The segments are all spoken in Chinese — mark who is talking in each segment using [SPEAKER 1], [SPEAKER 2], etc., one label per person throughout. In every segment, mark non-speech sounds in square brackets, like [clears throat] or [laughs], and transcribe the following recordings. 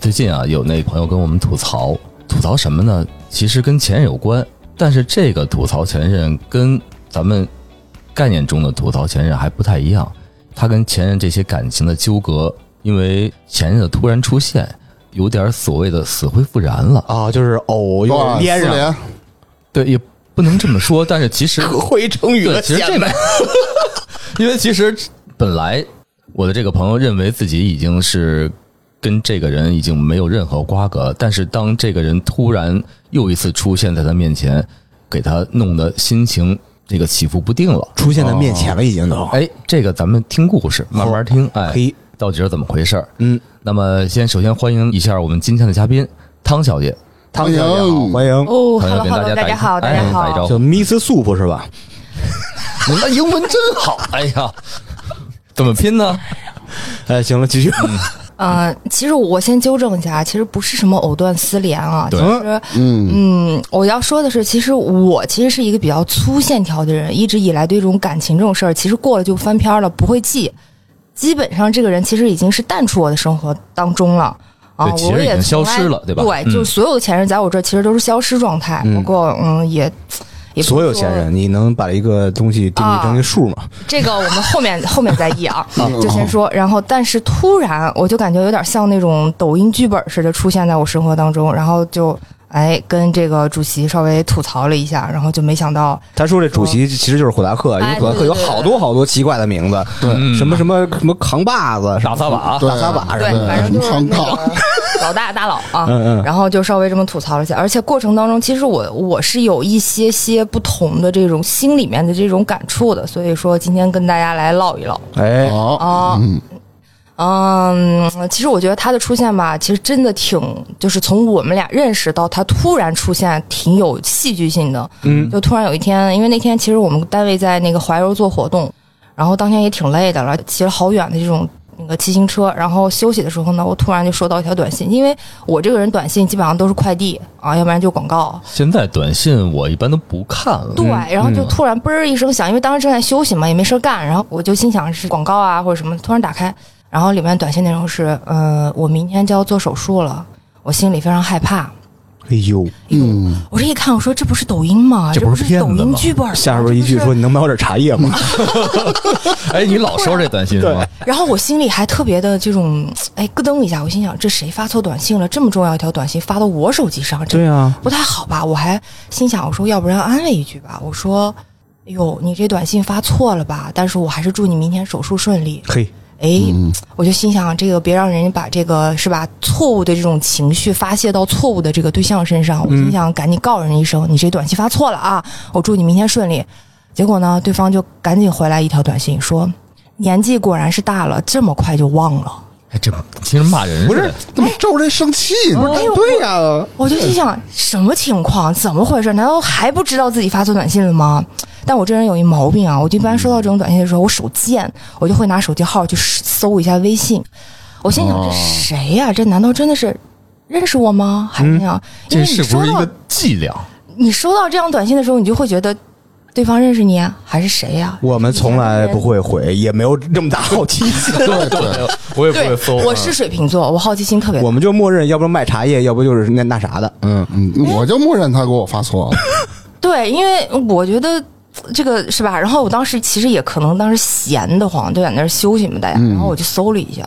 [SPEAKER 1] 最近啊，有那朋友跟我们吐槽，吐槽什么呢？其实跟前任有关，但是这个吐槽前任跟咱们概念中的吐槽前任还不太一样。他跟前任这些感情的纠葛，因为前任的突然出现，有点所谓的死灰复燃了。
[SPEAKER 2] 啊，就是偶又
[SPEAKER 3] 哇
[SPEAKER 2] 连
[SPEAKER 3] 四
[SPEAKER 2] 上，
[SPEAKER 3] 连
[SPEAKER 1] 对，也不能这么说，但是其实
[SPEAKER 2] 可会成语
[SPEAKER 1] 对，
[SPEAKER 2] 了，
[SPEAKER 1] 其实这
[SPEAKER 2] 显
[SPEAKER 1] 没
[SPEAKER 2] 摆，
[SPEAKER 1] [laughs] 因为其实本来我的这个朋友认为自己已经是跟这个人已经没有任何瓜葛，但是当这个人突然又一次出现在他面前，给他弄得心情这个起伏不定了。
[SPEAKER 2] 出现在面前了，已经都。
[SPEAKER 1] 哎，这个咱们听故事，慢慢听，哎
[SPEAKER 2] 嘿，
[SPEAKER 1] 到底是怎么回事儿？
[SPEAKER 2] 嗯，
[SPEAKER 1] 那么先首先欢迎一下我们今天的嘉宾汤小姐，
[SPEAKER 2] 汤小姐好，欢迎。
[SPEAKER 4] 哦
[SPEAKER 1] 汤小姐
[SPEAKER 4] ，hello
[SPEAKER 1] 跟
[SPEAKER 4] hello，
[SPEAKER 1] 家打
[SPEAKER 4] 大
[SPEAKER 1] 一
[SPEAKER 4] 家好，大
[SPEAKER 1] 哎
[SPEAKER 4] 家
[SPEAKER 1] 打一招
[SPEAKER 4] 好。
[SPEAKER 1] 呼
[SPEAKER 2] 叫 Miss Soup 是吧？
[SPEAKER 1] 你那英文真好， [laughs] 哎呀，怎么拼呢？
[SPEAKER 2] 哎，行了，继续。
[SPEAKER 4] 嗯，其实我先纠正一下，啊其实不是什么藕断丝连啊。
[SPEAKER 1] 对
[SPEAKER 4] 其实，嗯，我要说的是，其实我其实是一个比较粗线条的人，一直以来对这种感情这种事儿，其实过了就翻篇儿了，不会记。基本上这个人其实已经是淡出我的生活当中了。啊，
[SPEAKER 1] 对其
[SPEAKER 4] 我
[SPEAKER 1] 实已
[SPEAKER 4] 也
[SPEAKER 1] 经消
[SPEAKER 4] 从来
[SPEAKER 1] 失了对吧
[SPEAKER 4] 对，
[SPEAKER 1] 嗯
[SPEAKER 4] 就是所有的前任在我这儿其实都是消失状态。不过，嗯，也也不
[SPEAKER 2] 所有
[SPEAKER 4] 说啊
[SPEAKER 2] 前任，你能把一个东西定义成一个数吗？
[SPEAKER 4] 这个我们后面后面再
[SPEAKER 2] [laughs]
[SPEAKER 4] 议啊，就先说。然后，但是突然我就感觉有点像那种抖音剧本似的出现在我生活当中，然后就哎跟这个主席稍微吐槽了一下，然后就没想到
[SPEAKER 2] 他说这主席其实就是火达克，因为
[SPEAKER 4] 哎
[SPEAKER 2] 火达克
[SPEAKER 4] 对对
[SPEAKER 2] 有
[SPEAKER 4] 对
[SPEAKER 2] 好多好多奇怪的名字，对，嗯哦什么什么什么扛把子，啥
[SPEAKER 1] [laughs] 啊打撒把，
[SPEAKER 3] 对
[SPEAKER 2] 大撒把
[SPEAKER 4] 对
[SPEAKER 2] 什么，
[SPEAKER 4] 反
[SPEAKER 2] 的，
[SPEAKER 4] 正就是那
[SPEAKER 3] 嗯
[SPEAKER 4] 个
[SPEAKER 3] [laughs]
[SPEAKER 4] 老大大佬啊
[SPEAKER 2] 嗯嗯，
[SPEAKER 4] 然后就稍微这么吐槽了一下。而且过程当中，其实我我是有一些些不同的这种心里面的这种感触的，所以说今天跟大家来唠一唠。
[SPEAKER 2] 哎，
[SPEAKER 3] 好，
[SPEAKER 4] 哦
[SPEAKER 3] 嗯，
[SPEAKER 4] 嗯，其实我觉得他的出现吧，其实真的挺，就是从我们俩认识到他突然出现，挺有戏剧性的。嗯，就突然有一天，因为那天其实我们单位在那个怀柔做活动，然后当天也挺累的了，骑了好远的这种那个骑行车，然后休息的时候呢，我突然就收到一条短信，因为我这个人短信基本上都是快递啊，要不然就广告，
[SPEAKER 1] 现在短信我一般都不看了。
[SPEAKER 4] 对，然后就突然嘣儿一声响，因为当时正在休息嘛，也没事儿干，然后我就心想是广告啊或者什么，突然打开，然后里面短信内容是，呃，我明天就要做手术了，我心里非常害怕。
[SPEAKER 2] 哎呦，
[SPEAKER 4] 嗯，我这一看，我说这不是抖音吗？
[SPEAKER 1] 这
[SPEAKER 4] 这
[SPEAKER 1] 不是
[SPEAKER 4] 抖
[SPEAKER 1] 骗子
[SPEAKER 4] 音
[SPEAKER 1] 吗
[SPEAKER 4] 剧本吗？
[SPEAKER 2] 下边一句
[SPEAKER 4] 这不
[SPEAKER 2] 说
[SPEAKER 4] 是，
[SPEAKER 2] 你能买我点茶叶吗？
[SPEAKER 1] [laughs] 哎，你老收这短信是吗？
[SPEAKER 4] 然后我心里还特别的这种，哎，咯噔一下，我心想这谁发错短信了？这么重要一条短信发到我手机上，
[SPEAKER 2] [laughs]
[SPEAKER 4] 这
[SPEAKER 2] 对啊，
[SPEAKER 4] 不太好吧？我还心想，我说要不然安慰一句吧，我说。哎呦，你这短信发错了吧？但是我还是祝你明天手术顺利。
[SPEAKER 2] 嘿，
[SPEAKER 3] 嗯
[SPEAKER 4] 哎，我就心想，这个别让人家把这个是吧错误的这种情绪发泄到错误的这个对象身上。我心想，赶紧告人家一声，你这短信发错了啊！我祝你明天顺利。结果呢，对方就赶紧回来一条短信说：“年纪果然是大了，这么快就忘了。”
[SPEAKER 1] 哎，这其实骂人
[SPEAKER 3] 不
[SPEAKER 1] 似
[SPEAKER 3] 是
[SPEAKER 1] 的，
[SPEAKER 3] 怎么招人生气呢？
[SPEAKER 4] 哎呦
[SPEAKER 3] 对呀，
[SPEAKER 4] 我就心想，什么情况？怎么回事？难道还不知道自己发错短信了吗？但我这人有一毛病啊，我一般收到这种短信的时候，我手贱，我就会拿手机号去搜一下微信。我心想，
[SPEAKER 3] 哦
[SPEAKER 4] 这谁呀、这难道真的是认识我吗？还是那样？
[SPEAKER 1] 嗯这
[SPEAKER 4] 因为你
[SPEAKER 1] 是不
[SPEAKER 4] 收
[SPEAKER 1] 是一
[SPEAKER 4] 到
[SPEAKER 1] 个伎俩？
[SPEAKER 4] 你收到这样短信的时候，你就会觉得对方认识你啊还是谁呀、
[SPEAKER 2] 我们从来不会回，也没有这么大好奇心。 [laughs]
[SPEAKER 3] 对对，
[SPEAKER 1] 我也
[SPEAKER 4] 对，
[SPEAKER 1] 啊
[SPEAKER 4] 我是水瓶座，我好奇心特别大
[SPEAKER 2] 我。们就默认，要不卖茶叶，要不就是那那啥的。嗯，
[SPEAKER 3] 嗯，我就默认他给我发错了，
[SPEAKER 4] 对，因为我觉得这个是吧？然后我当时其实也可能当时闲得慌，就在那儿休息嘛，大家。
[SPEAKER 3] 嗯
[SPEAKER 4] 然后我就搜了一下，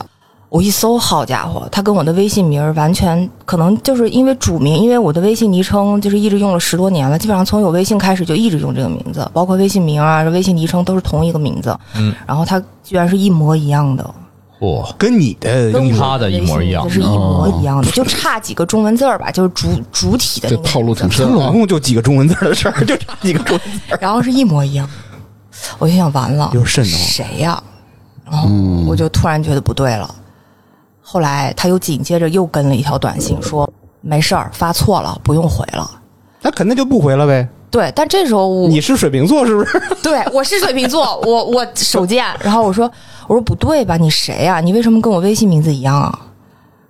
[SPEAKER 4] 我一搜，好家伙，他跟我的微信名儿完全可能就是因为主名，因为我的微信昵称就是一直用了十多年了，基本上从有微信开始就一直用这个名字，包括微信名啊、微信昵称都是同一个名字。
[SPEAKER 1] 嗯，
[SPEAKER 4] 然后他居然是一模一样的，
[SPEAKER 1] 哇，
[SPEAKER 2] 跟你的
[SPEAKER 1] 跟
[SPEAKER 2] 英
[SPEAKER 1] 我
[SPEAKER 2] 语
[SPEAKER 1] 他的一模一样
[SPEAKER 4] 就是一模一样的，就差几个中文字儿吧，就是主主体的
[SPEAKER 3] 这
[SPEAKER 4] 那个
[SPEAKER 3] 套路挺
[SPEAKER 2] 他
[SPEAKER 3] 深
[SPEAKER 2] 总
[SPEAKER 3] 啊。
[SPEAKER 2] 共就几个中文字的事儿， [laughs] 就差几个中文字。
[SPEAKER 4] 然后是一模一样，我就想完了，
[SPEAKER 2] 有点瘆得慌
[SPEAKER 4] 谁呀、然后我就突然觉得不对了。后来他又紧接着又跟了一条短信说没事儿，发错了，不用回了。
[SPEAKER 2] 那肯定就不回了呗。
[SPEAKER 4] 对，但这时候我
[SPEAKER 2] 你是水瓶座是不是？ [laughs]
[SPEAKER 4] 对我是水瓶座，我我手贱，然后我说我说不对吧，你谁呀、你为什么跟我微信名字一样啊？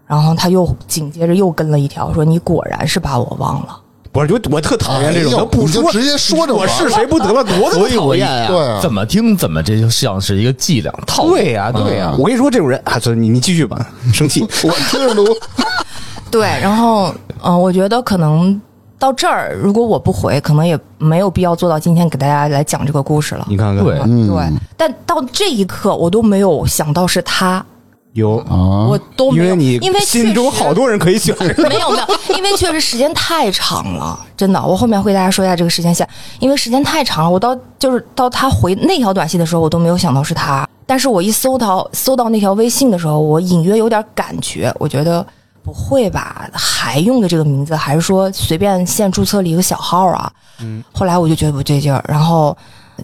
[SPEAKER 4] 然后他又紧接着又跟了一条说你果然是把我忘了。
[SPEAKER 2] 我就我特讨厌这种，
[SPEAKER 3] 哎呦
[SPEAKER 2] 他不
[SPEAKER 3] 你就
[SPEAKER 2] 说
[SPEAKER 3] 直接说着
[SPEAKER 2] 我
[SPEAKER 3] 我
[SPEAKER 2] 是谁不得了，多他妈
[SPEAKER 1] 所以
[SPEAKER 2] 讨
[SPEAKER 1] 我一
[SPEAKER 2] 厌呀！
[SPEAKER 3] 对啊
[SPEAKER 1] 怎么听怎么这就像是一个伎俩
[SPEAKER 2] 哦
[SPEAKER 1] 套路。
[SPEAKER 2] 对呀、对呀、我跟你说，这种人啊，所以你你继续吧， [laughs] 生气。
[SPEAKER 3] 我听着都
[SPEAKER 4] 对，
[SPEAKER 2] 哎
[SPEAKER 4] 然后嗯、呃我觉得可能到这儿，如果我不回，可能也没有必要做到今天给大家来讲这个故事了。
[SPEAKER 2] 你看看，
[SPEAKER 1] 对
[SPEAKER 4] 对，但到这一刻，我都没有想到是他，
[SPEAKER 2] 有，
[SPEAKER 3] 啊
[SPEAKER 4] 我都
[SPEAKER 2] 因
[SPEAKER 4] 没有，
[SPEAKER 2] 为你
[SPEAKER 4] 嗯因为确
[SPEAKER 2] 心中
[SPEAKER 4] 实
[SPEAKER 2] 好多人可以选。 [laughs]
[SPEAKER 4] [laughs] 没有没有，因为确实时间太长了，真的。我后面会大家说一下这个时间线，因为时间太长了，我到就是到他回那条短信的时候，我都没有想到是他。但是我一搜到搜到那条微信的时候，我隐约有点感觉，我觉得不会吧？还用的这个名字，还是说随便现注册了一个小号啊？嗯。后来我就觉得不对劲儿，然后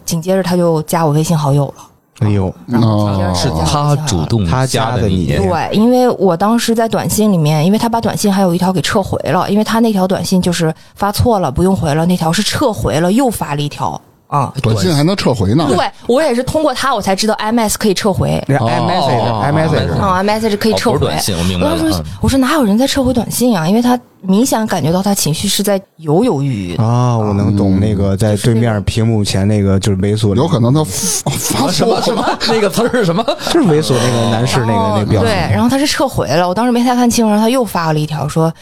[SPEAKER 4] 紧接着他就加我微信好友了。
[SPEAKER 2] 哎呦，
[SPEAKER 4] 然后紧接着
[SPEAKER 3] 哦
[SPEAKER 4] 就加
[SPEAKER 1] 是
[SPEAKER 4] 我微信好
[SPEAKER 1] 他
[SPEAKER 4] 友了
[SPEAKER 1] 主动
[SPEAKER 2] 他加
[SPEAKER 1] 加
[SPEAKER 2] 的你
[SPEAKER 1] 你，哎
[SPEAKER 4] 对，因为我当时在短信里面，因为他把短信还有一条给撤回了，因为他那条短信就是发错了，不用回了，那条是撤回了，又发了一条啊。
[SPEAKER 3] 短信还能撤回呢。
[SPEAKER 4] 对我也是通过他，我才知道 MS 可以撤回。
[SPEAKER 2] 人
[SPEAKER 1] 哦
[SPEAKER 2] iMessage，iMessage，
[SPEAKER 1] 哦
[SPEAKER 4] 啊，message 可以撤
[SPEAKER 1] 哦不是
[SPEAKER 4] 回。
[SPEAKER 1] 短信我明白
[SPEAKER 4] 我
[SPEAKER 1] 了
[SPEAKER 4] 当时
[SPEAKER 1] 嗯
[SPEAKER 4] 我说哪有人在撤回短信啊？因为他明显感觉到他情绪是在犹犹豫豫的。
[SPEAKER 2] 啊，我能懂那个在对面屏幕前那个就是猥琐，
[SPEAKER 3] 嗯有可能他发发
[SPEAKER 1] 什
[SPEAKER 3] 错
[SPEAKER 1] 么什么那个词儿是什么？
[SPEAKER 2] 就是猥琐那个男士那
[SPEAKER 4] 然
[SPEAKER 2] 个
[SPEAKER 4] 后
[SPEAKER 2] 那个表
[SPEAKER 4] 对，
[SPEAKER 2] 情。
[SPEAKER 4] 然后他是撤回了，我当时没太看清，然后他又发了一条说，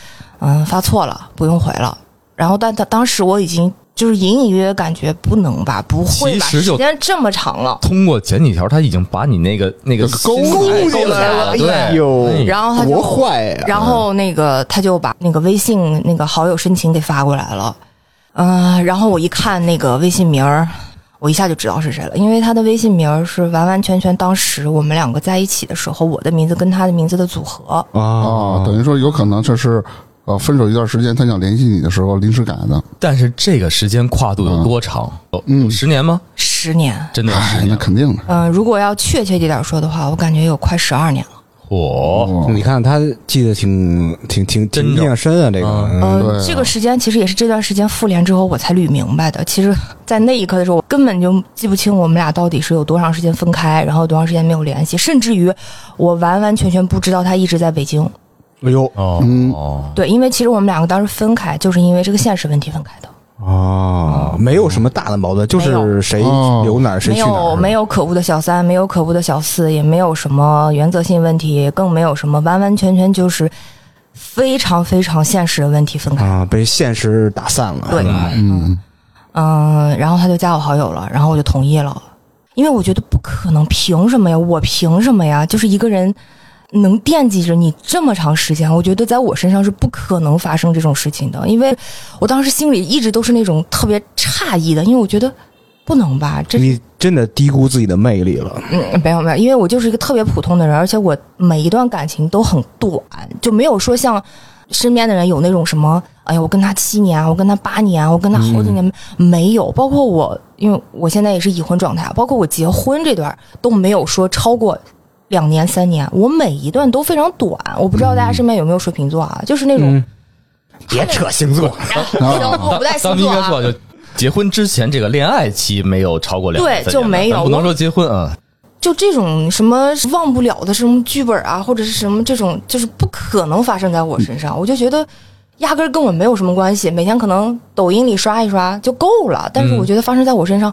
[SPEAKER 4] 嗯，发错了，不用回了。然后但他当时我已经就是隐隐约约感觉不能吧，不会吧，
[SPEAKER 1] 其实就
[SPEAKER 4] 时间这么长了。
[SPEAKER 1] 通过前几条，他已经把你那个那个
[SPEAKER 3] 勾
[SPEAKER 1] 心
[SPEAKER 3] 勾
[SPEAKER 1] 勾起来了，对，
[SPEAKER 2] 哎呦，
[SPEAKER 4] 然后他就
[SPEAKER 2] 多坏呀！
[SPEAKER 4] 然
[SPEAKER 1] 嗯
[SPEAKER 4] 后那个他就把那个微信那个好友申请给发过来了，嗯、然后我一看那个微信名儿，我一下就知道是谁了，因为他的微信名儿是完完全全当时我们两个在一起的时候，我的名字跟他的名字的组合。
[SPEAKER 2] 哦
[SPEAKER 3] 啊，等于说有可能这是呃分手一段时间，他想联系你的时候临时改的。
[SPEAKER 1] 但是这个时间跨度有多长？有有十年吗？
[SPEAKER 4] 十年，
[SPEAKER 1] 真的有
[SPEAKER 3] 哎
[SPEAKER 1] 十，
[SPEAKER 3] 那
[SPEAKER 1] 年？
[SPEAKER 3] 肯定的。
[SPEAKER 4] 嗯，如果要确切一点说的话，我感觉有快十二年了。
[SPEAKER 1] 嚯！
[SPEAKER 3] 哦
[SPEAKER 2] 你看他记得挺挺挺挺
[SPEAKER 1] 真
[SPEAKER 2] 印
[SPEAKER 1] 着
[SPEAKER 2] 象深啊，这个
[SPEAKER 1] 嗯
[SPEAKER 2] 嗯
[SPEAKER 3] 对啊
[SPEAKER 4] 呃，这个时间其实也是这段时间复联之后我才捋明白的。其实，在那一刻的时候，我根本就记不清我们俩到底是有多长时间分开，然后多长时间没有联系，甚至于我完完全全不知道他一直在北京。
[SPEAKER 2] 哎呦
[SPEAKER 1] 哦
[SPEAKER 3] 嗯
[SPEAKER 1] 哦，
[SPEAKER 4] 对，因为其实我们两个当时分开，就是因为这个现实问题分开的，
[SPEAKER 2] 啊，没有什么大的矛盾，就
[SPEAKER 4] 没有
[SPEAKER 2] 是谁
[SPEAKER 3] 哦
[SPEAKER 2] 留哪儿谁
[SPEAKER 4] 没
[SPEAKER 2] 去哪
[SPEAKER 4] 有
[SPEAKER 2] 儿，
[SPEAKER 4] 没有可恶的小三，没有可恶的小四，也没有什么原则性问题，更没有什么完完全全就是非常非常现实的问题分开。
[SPEAKER 2] 啊，被现实打散了。
[SPEAKER 4] 对，
[SPEAKER 3] 嗯，
[SPEAKER 4] 嗯，然后他就加我好友了，然后我就同意了，因为我觉得不可能，凭什么呀？我凭什么呀？就是一个人能惦记着你这么长时间，我觉得在我身上是不可能发生这种事情的，因为我当时心里一直都是那种特别诧异的，因为我觉得不能吧，这
[SPEAKER 2] 你真的低估自己的魅力了。
[SPEAKER 4] 嗯，没有没有，因为我就是一个特别普通的人，而且我每一段感情都很短，就没有说像身边的人有那种什么，哎呀，我跟他七年，我跟他八年，啊我跟他好几年、没有，包括我，因为我现在也是已婚状态，啊包括我结婚这段都没有说超过两年三年，我每一段都非常短，我不知道大家身边有没有水瓶座啊，就是那
[SPEAKER 2] 嗯
[SPEAKER 4] 种、
[SPEAKER 2] 别扯
[SPEAKER 4] [laughs]
[SPEAKER 2] 星座，
[SPEAKER 4] 不行，我不带星
[SPEAKER 1] 咱们应
[SPEAKER 4] 座
[SPEAKER 1] 该
[SPEAKER 4] 啊。
[SPEAKER 1] 说就结婚之前这个恋爱期没有超过两
[SPEAKER 4] 对
[SPEAKER 1] 年三
[SPEAKER 4] 就
[SPEAKER 1] 年
[SPEAKER 4] 没有
[SPEAKER 1] 咱不能说结婚啊，
[SPEAKER 4] 就这种什么忘不了的什么剧本啊，或者是什么这种，就是不可能发生在我身上。我就觉得压根儿跟我没有什么关系，每天可能抖音里刷一刷就够了。但是我觉得发生在我身上，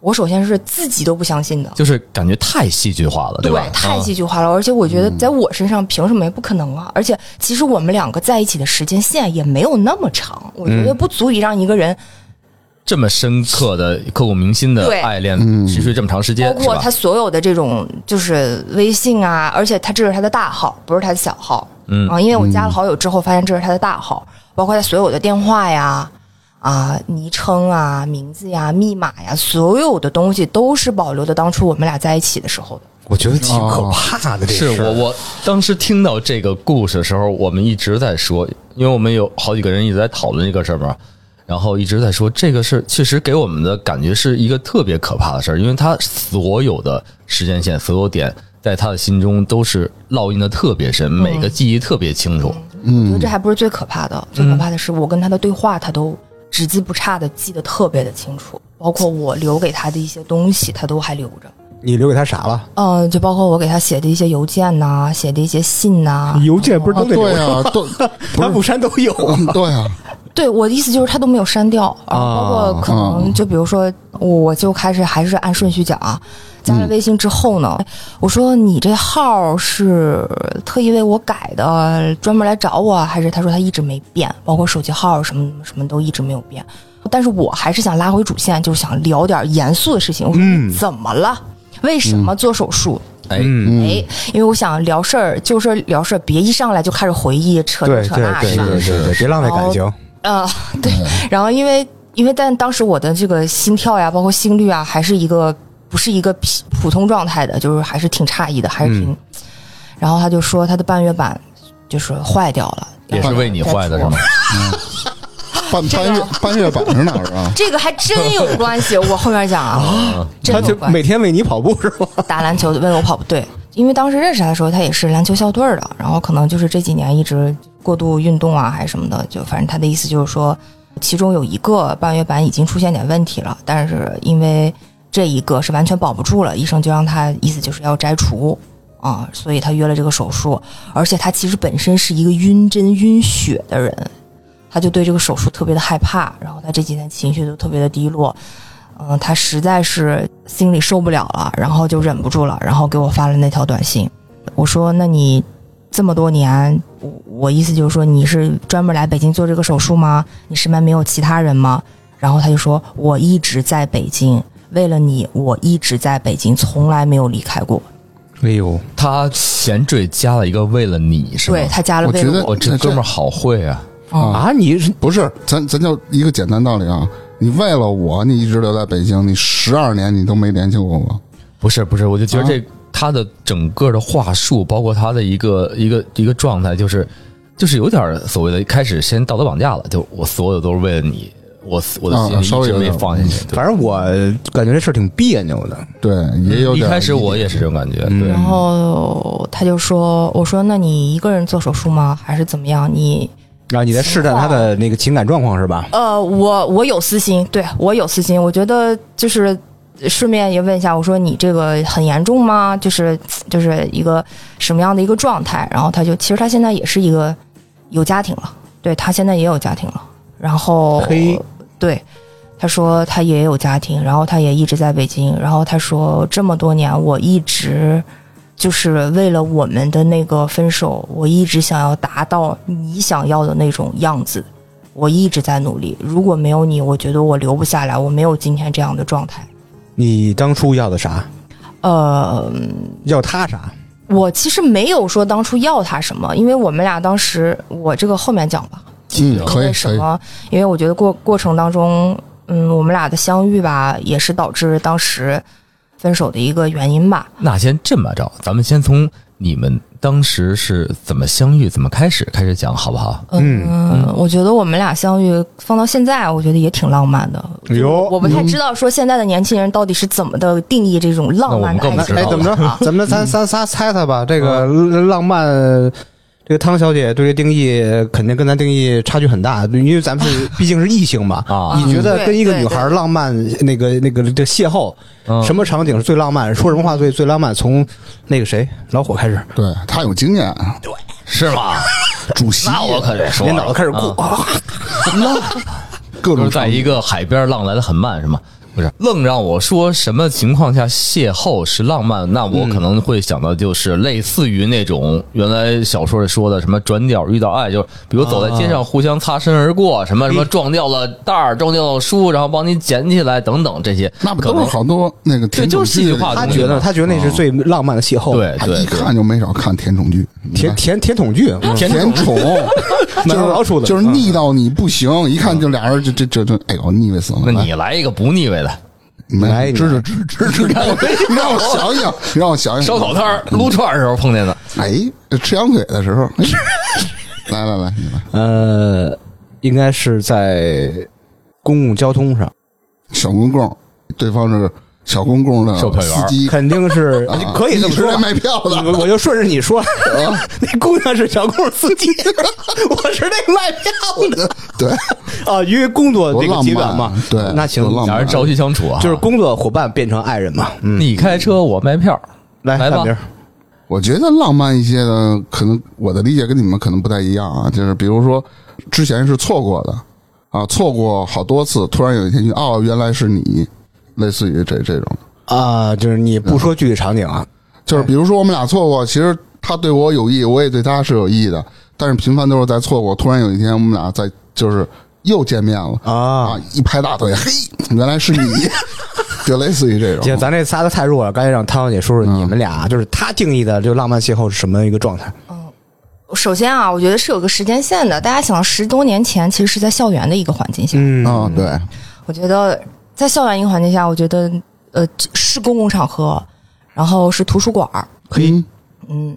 [SPEAKER 4] 我首先是自己都不相信的，
[SPEAKER 1] 就是感觉太戏剧化了，吧？
[SPEAKER 4] 太
[SPEAKER 1] 嗯
[SPEAKER 4] 戏剧化了。而且我觉得在我身上凭什么也不可能啊！而且其实我们两个在一起的时间线也没有那么长，我觉得不足以让一个人，
[SPEAKER 1] 这么深刻的、刻骨铭心的
[SPEAKER 4] 对
[SPEAKER 1] 爱恋持续这么长时间
[SPEAKER 4] 包，括
[SPEAKER 1] 是吧
[SPEAKER 4] 他所有的这种就是微信啊，而且他这是他的大号，不是他的小号。
[SPEAKER 1] 嗯
[SPEAKER 4] 啊，因为我加了好友之后，发现这是他的大号，包括他所有的电话呀、啊昵称啊、名字呀、密码呀，所有的东西都是保留的当初我们俩在一起的时候的。
[SPEAKER 2] 我觉得挺可怕的。这
[SPEAKER 1] 是
[SPEAKER 2] 事
[SPEAKER 1] 我
[SPEAKER 2] 儿
[SPEAKER 1] 我当时听到这个故事的时候，我们一直在说，因为我们有好几个人一直在讨论这个事儿嘛，然后一直在说这个事儿，确实给我们的感觉是一个特别可怕的事儿，因为它所有的时间线、所有点、在他的心中都是烙印的特别
[SPEAKER 2] 嗯
[SPEAKER 1] 深，每个记忆特别清楚。
[SPEAKER 4] 我觉得
[SPEAKER 3] 嗯
[SPEAKER 4] 这还不是最可怕的，
[SPEAKER 1] 嗯
[SPEAKER 4] 最可怕的是我跟他的对话，他都只字不差的记得特别的清楚，包括我留给他的一些东西，他都还留着。
[SPEAKER 2] 你留给他啥了？
[SPEAKER 4] 嗯、就包括我给他写的一些邮件呐、写的一些信呐、
[SPEAKER 2] 邮件不是
[SPEAKER 3] 啊，
[SPEAKER 2] 都得留
[SPEAKER 3] 对
[SPEAKER 2] 着？
[SPEAKER 3] 啊，都
[SPEAKER 2] 他不删都有
[SPEAKER 3] 嗯对啊，
[SPEAKER 4] 对我的意思就是他都没有删掉
[SPEAKER 2] 啊
[SPEAKER 4] 啊，包括可能就比如说我我就开始还是按顺序讲
[SPEAKER 2] 嗯
[SPEAKER 4] 啊，加了微信之后呢，我说你这号是特意为我改的，专门来找我，还是他说他一直没变，包括手机号什么什么都一直没有变，但是我还是想拉回主线，就是想聊点严肃的事情，我说
[SPEAKER 2] 嗯
[SPEAKER 4] 你怎么了？为什么做手术？
[SPEAKER 1] 哎，
[SPEAKER 2] 嗯，
[SPEAKER 4] 哎，因为我想聊事儿，就事儿聊事儿，别一上来就开始回忆扯这
[SPEAKER 2] 对
[SPEAKER 4] 扯
[SPEAKER 2] 对
[SPEAKER 4] 那
[SPEAKER 2] 对
[SPEAKER 4] 是吧？
[SPEAKER 2] 对对对，别浪费感情。
[SPEAKER 4] 啊，对，然后因为因为但当时我的这个心跳呀，包括心率啊，还是一个不是一个普普通状态的，就是还是挺诧异的，还是挺。然后他就说他的半月板就是坏掉了，
[SPEAKER 1] 也是为你坏的是吗？
[SPEAKER 3] 半
[SPEAKER 4] 这个
[SPEAKER 3] 半月半月板是哪儿啊？
[SPEAKER 4] 这个还真有关系，我后面讲啊，真
[SPEAKER 2] 他
[SPEAKER 4] 有
[SPEAKER 2] 就
[SPEAKER 4] 关系。
[SPEAKER 2] 每天为你跑步是吧？
[SPEAKER 4] [laughs] 打篮球为我跑步对，因为当时认识他的时候，他也是篮球校队儿的，然后可能就是这几年一直过度运动啊，还是什么的，就反正他的意思就是说，其中有一个半月板已经出现点问题了，但是因为这一个是完全保不住了，医生就让他意思就是要摘除。啊，所以他约了这个手术，而且他其实本身是一个晕针晕血的人，他就对这个手术特别的害怕，然后他这几天情绪都特别的低落，嗯，他实在是心里受不了了，然后就忍不住了，然后给我发了那条短信。我说：“那你这么多年，我我意思就是说你是专门来北京做这个手术吗？你身边没有其他人吗？”然后他就说：“我一直在北京，为了你，我一直在北京，从来没有离开过。
[SPEAKER 2] 哎呦，
[SPEAKER 1] 他前缀加了一个为了你是吗？
[SPEAKER 4] 对他加了
[SPEAKER 3] 我
[SPEAKER 4] 为
[SPEAKER 3] 觉
[SPEAKER 4] 了
[SPEAKER 3] 得
[SPEAKER 1] 我这哥们儿好会啊！
[SPEAKER 2] 啊，你是
[SPEAKER 3] 不是，咱咱就一个简单道理啊，你为了我，你一直留在北京，你十二年你都没联系过我，
[SPEAKER 1] 不是不是，我就
[SPEAKER 3] 啊
[SPEAKER 1] 觉得这、他的整个的话术，包括他的一个一个一个状态，就是就是有点儿所谓的开始先道德绑架了，就我所有都是为了你，我我的
[SPEAKER 3] 啊
[SPEAKER 1] 心里
[SPEAKER 3] 稍微
[SPEAKER 1] 一直
[SPEAKER 3] 有
[SPEAKER 1] 没
[SPEAKER 3] 点嗯
[SPEAKER 1] 放下去。对
[SPEAKER 2] 反正我感觉这事儿挺别扭的。
[SPEAKER 3] 对，也有
[SPEAKER 1] 一
[SPEAKER 3] 点嗯
[SPEAKER 1] 开始我也是这种感觉，对，
[SPEAKER 4] 然后他就说：“我说那你一个人做手术吗？还是怎么样？你
[SPEAKER 2] 然啊后你在试探他的那个情感状况是吧？
[SPEAKER 4] 呃，我我有私心，对我有私心。我觉得就是顺便也问一下，我说你这个很严重吗？就是就是一个什么样的一个状态？然后他就其实他现在也是一个有家庭了，对他现在也有家庭了。然后
[SPEAKER 2] 嘿
[SPEAKER 4] 对他说他也有家庭，然后他也一直在北京。然后他说这么多年我一直。就是为了我们的那个分手，我一直想要达到你想要的那种样子，我一直在努力。如果没有你，我觉得我留不下来，我没有今天这样的状态。
[SPEAKER 2] 你当初要的啥？
[SPEAKER 4] 呃，
[SPEAKER 2] 要他啥？
[SPEAKER 4] 我其实没有说当初要他什么，因为我们俩当时，我这个后面讲吧。
[SPEAKER 3] 嗯，
[SPEAKER 4] 因
[SPEAKER 3] 可以
[SPEAKER 4] 为什
[SPEAKER 3] 可以，
[SPEAKER 4] 么？因为我觉得过过程当中，嗯，我们俩的相遇吧，也是导致当时分手的一个原因吧。
[SPEAKER 1] 那先这么着，咱们先从你们当时是怎么相遇、怎么开始开始讲，好不好？
[SPEAKER 2] 嗯
[SPEAKER 4] 嗯，我觉得我们俩相遇放到现在，我觉得也挺浪漫的。
[SPEAKER 2] 哎呦
[SPEAKER 4] 我不太知道说现在的年轻人到底是怎么的定义这种浪漫的
[SPEAKER 1] 那我们更不
[SPEAKER 4] 爱
[SPEAKER 2] 哎，
[SPEAKER 1] 知道。了
[SPEAKER 4] 情
[SPEAKER 2] 怎么着？ [laughs] 咱们咱仨仨猜猜吧。这个浪漫，这个汤小姐对这定义肯定跟咱定义差距很大，因为咱们是毕竟是异性嘛。
[SPEAKER 1] 啊
[SPEAKER 2] 你觉得
[SPEAKER 4] 对
[SPEAKER 2] 跟一个
[SPEAKER 4] 对
[SPEAKER 2] 女孩浪漫，那个那个这邂逅，什么场景是最浪漫？说什么话最最浪漫？从那个谁老火开始，
[SPEAKER 3] 对他有经验，
[SPEAKER 1] 是
[SPEAKER 2] [laughs]
[SPEAKER 1] 吗？
[SPEAKER 3] 主席
[SPEAKER 1] 那我可得说了，
[SPEAKER 2] 连脑子开始哭
[SPEAKER 1] 啊
[SPEAKER 2] 啊！
[SPEAKER 1] [laughs]
[SPEAKER 3] 各
[SPEAKER 1] 就是
[SPEAKER 3] 种
[SPEAKER 1] 在一个海边浪来的很慢，是吗？不是，愣让我说什么情况下邂逅是浪漫，那我可能会想到就是类似于那种原来小说里说的什么转角遇到爱，就是比如走在街上互相擦身而过，什么什么撞掉了袋儿，撞掉了书，然后帮你捡起来等等这些，
[SPEAKER 3] 那不
[SPEAKER 1] 可
[SPEAKER 3] 都是
[SPEAKER 1] 能
[SPEAKER 3] 好多那个
[SPEAKER 1] 这
[SPEAKER 3] 甜
[SPEAKER 1] 就
[SPEAKER 3] 宠
[SPEAKER 1] 是戏
[SPEAKER 3] 剧
[SPEAKER 1] 剧
[SPEAKER 3] 里
[SPEAKER 1] 化
[SPEAKER 2] 他
[SPEAKER 1] 的东西
[SPEAKER 2] 觉得
[SPEAKER 1] 嘛
[SPEAKER 2] 他觉得那是最浪漫的邂逅。，
[SPEAKER 1] 对
[SPEAKER 3] 他
[SPEAKER 1] 对
[SPEAKER 3] 一看就没少看甜宠剧，
[SPEAKER 2] 甜甜甜筒剧，
[SPEAKER 3] 甜宠， [laughs]
[SPEAKER 2] 满头老鼠的，
[SPEAKER 3] 就是
[SPEAKER 2] 嗯
[SPEAKER 3] 腻到你不行，一看就俩人就这这这，哎呦腻歪死了。
[SPEAKER 1] 那
[SPEAKER 3] 来
[SPEAKER 1] 你来一个不腻味的
[SPEAKER 3] 没
[SPEAKER 2] 来
[SPEAKER 3] 知识知知
[SPEAKER 1] [laughs]
[SPEAKER 3] 知，你让我你让我想想，你让我想想
[SPEAKER 1] 烧烤摊儿撸串儿的时候碰见的，
[SPEAKER 3] 哎，这吃羊腿的时候，哎来来来，你来，
[SPEAKER 2] 呃，应该是在公共交通上。
[SPEAKER 3] 小公共，对方是小公共的
[SPEAKER 1] 售票员
[SPEAKER 3] 司机，
[SPEAKER 2] 肯定 [laughs] 是
[SPEAKER 3] 啊
[SPEAKER 2] 可以这么
[SPEAKER 3] 你是
[SPEAKER 2] 说
[SPEAKER 3] 来
[SPEAKER 2] 吧。
[SPEAKER 3] 卖票的，
[SPEAKER 2] 我我就顺着你说， [laughs] 那姑娘是小公司机， [laughs] 我是那卖票的 [laughs]
[SPEAKER 3] 对，
[SPEAKER 2] 啊，因为工作这个阶段嘛
[SPEAKER 3] 多浪漫，对
[SPEAKER 2] 那行
[SPEAKER 3] 多，浪漫
[SPEAKER 1] 俩人朝夕相处啊，
[SPEAKER 2] 就是工作伙伴变成爱人嘛，嗯，
[SPEAKER 1] 你开车，我卖票，
[SPEAKER 2] 来
[SPEAKER 1] 来吧
[SPEAKER 2] 大明儿，
[SPEAKER 3] 我觉得浪漫一些的，可能我的理解跟你们可能不太一样啊。就是比如说，之前是错过的啊，错过好多次，突然有一天就哦，原来是你，类似于这这种。
[SPEAKER 2] 啊，就是你不说具体场景啊，
[SPEAKER 3] 就是比如说我们俩错过，其实他对我有意，我也对他是有意的，但是频繁都是在错过。突然有一天，我们俩在就是又见面了
[SPEAKER 2] 啊，
[SPEAKER 3] 一拍大腿，嘿，原来是你，就类似于这
[SPEAKER 2] 姐，
[SPEAKER 3] 种。啊
[SPEAKER 2] 咱这仨都太弱了，刚才让汤小姐说说你们俩，就是她定义的就浪漫邂逅是什么一个状态？
[SPEAKER 4] 首先啊，我觉得是有个时间线的。大家想，十多年前其实是在校园的一个环境下，
[SPEAKER 2] 嗯
[SPEAKER 3] 啊，对，
[SPEAKER 4] 我觉得在校园一个环境下，我觉得呃是公共场合，然后是图书馆儿，
[SPEAKER 3] 可以，
[SPEAKER 4] 嗯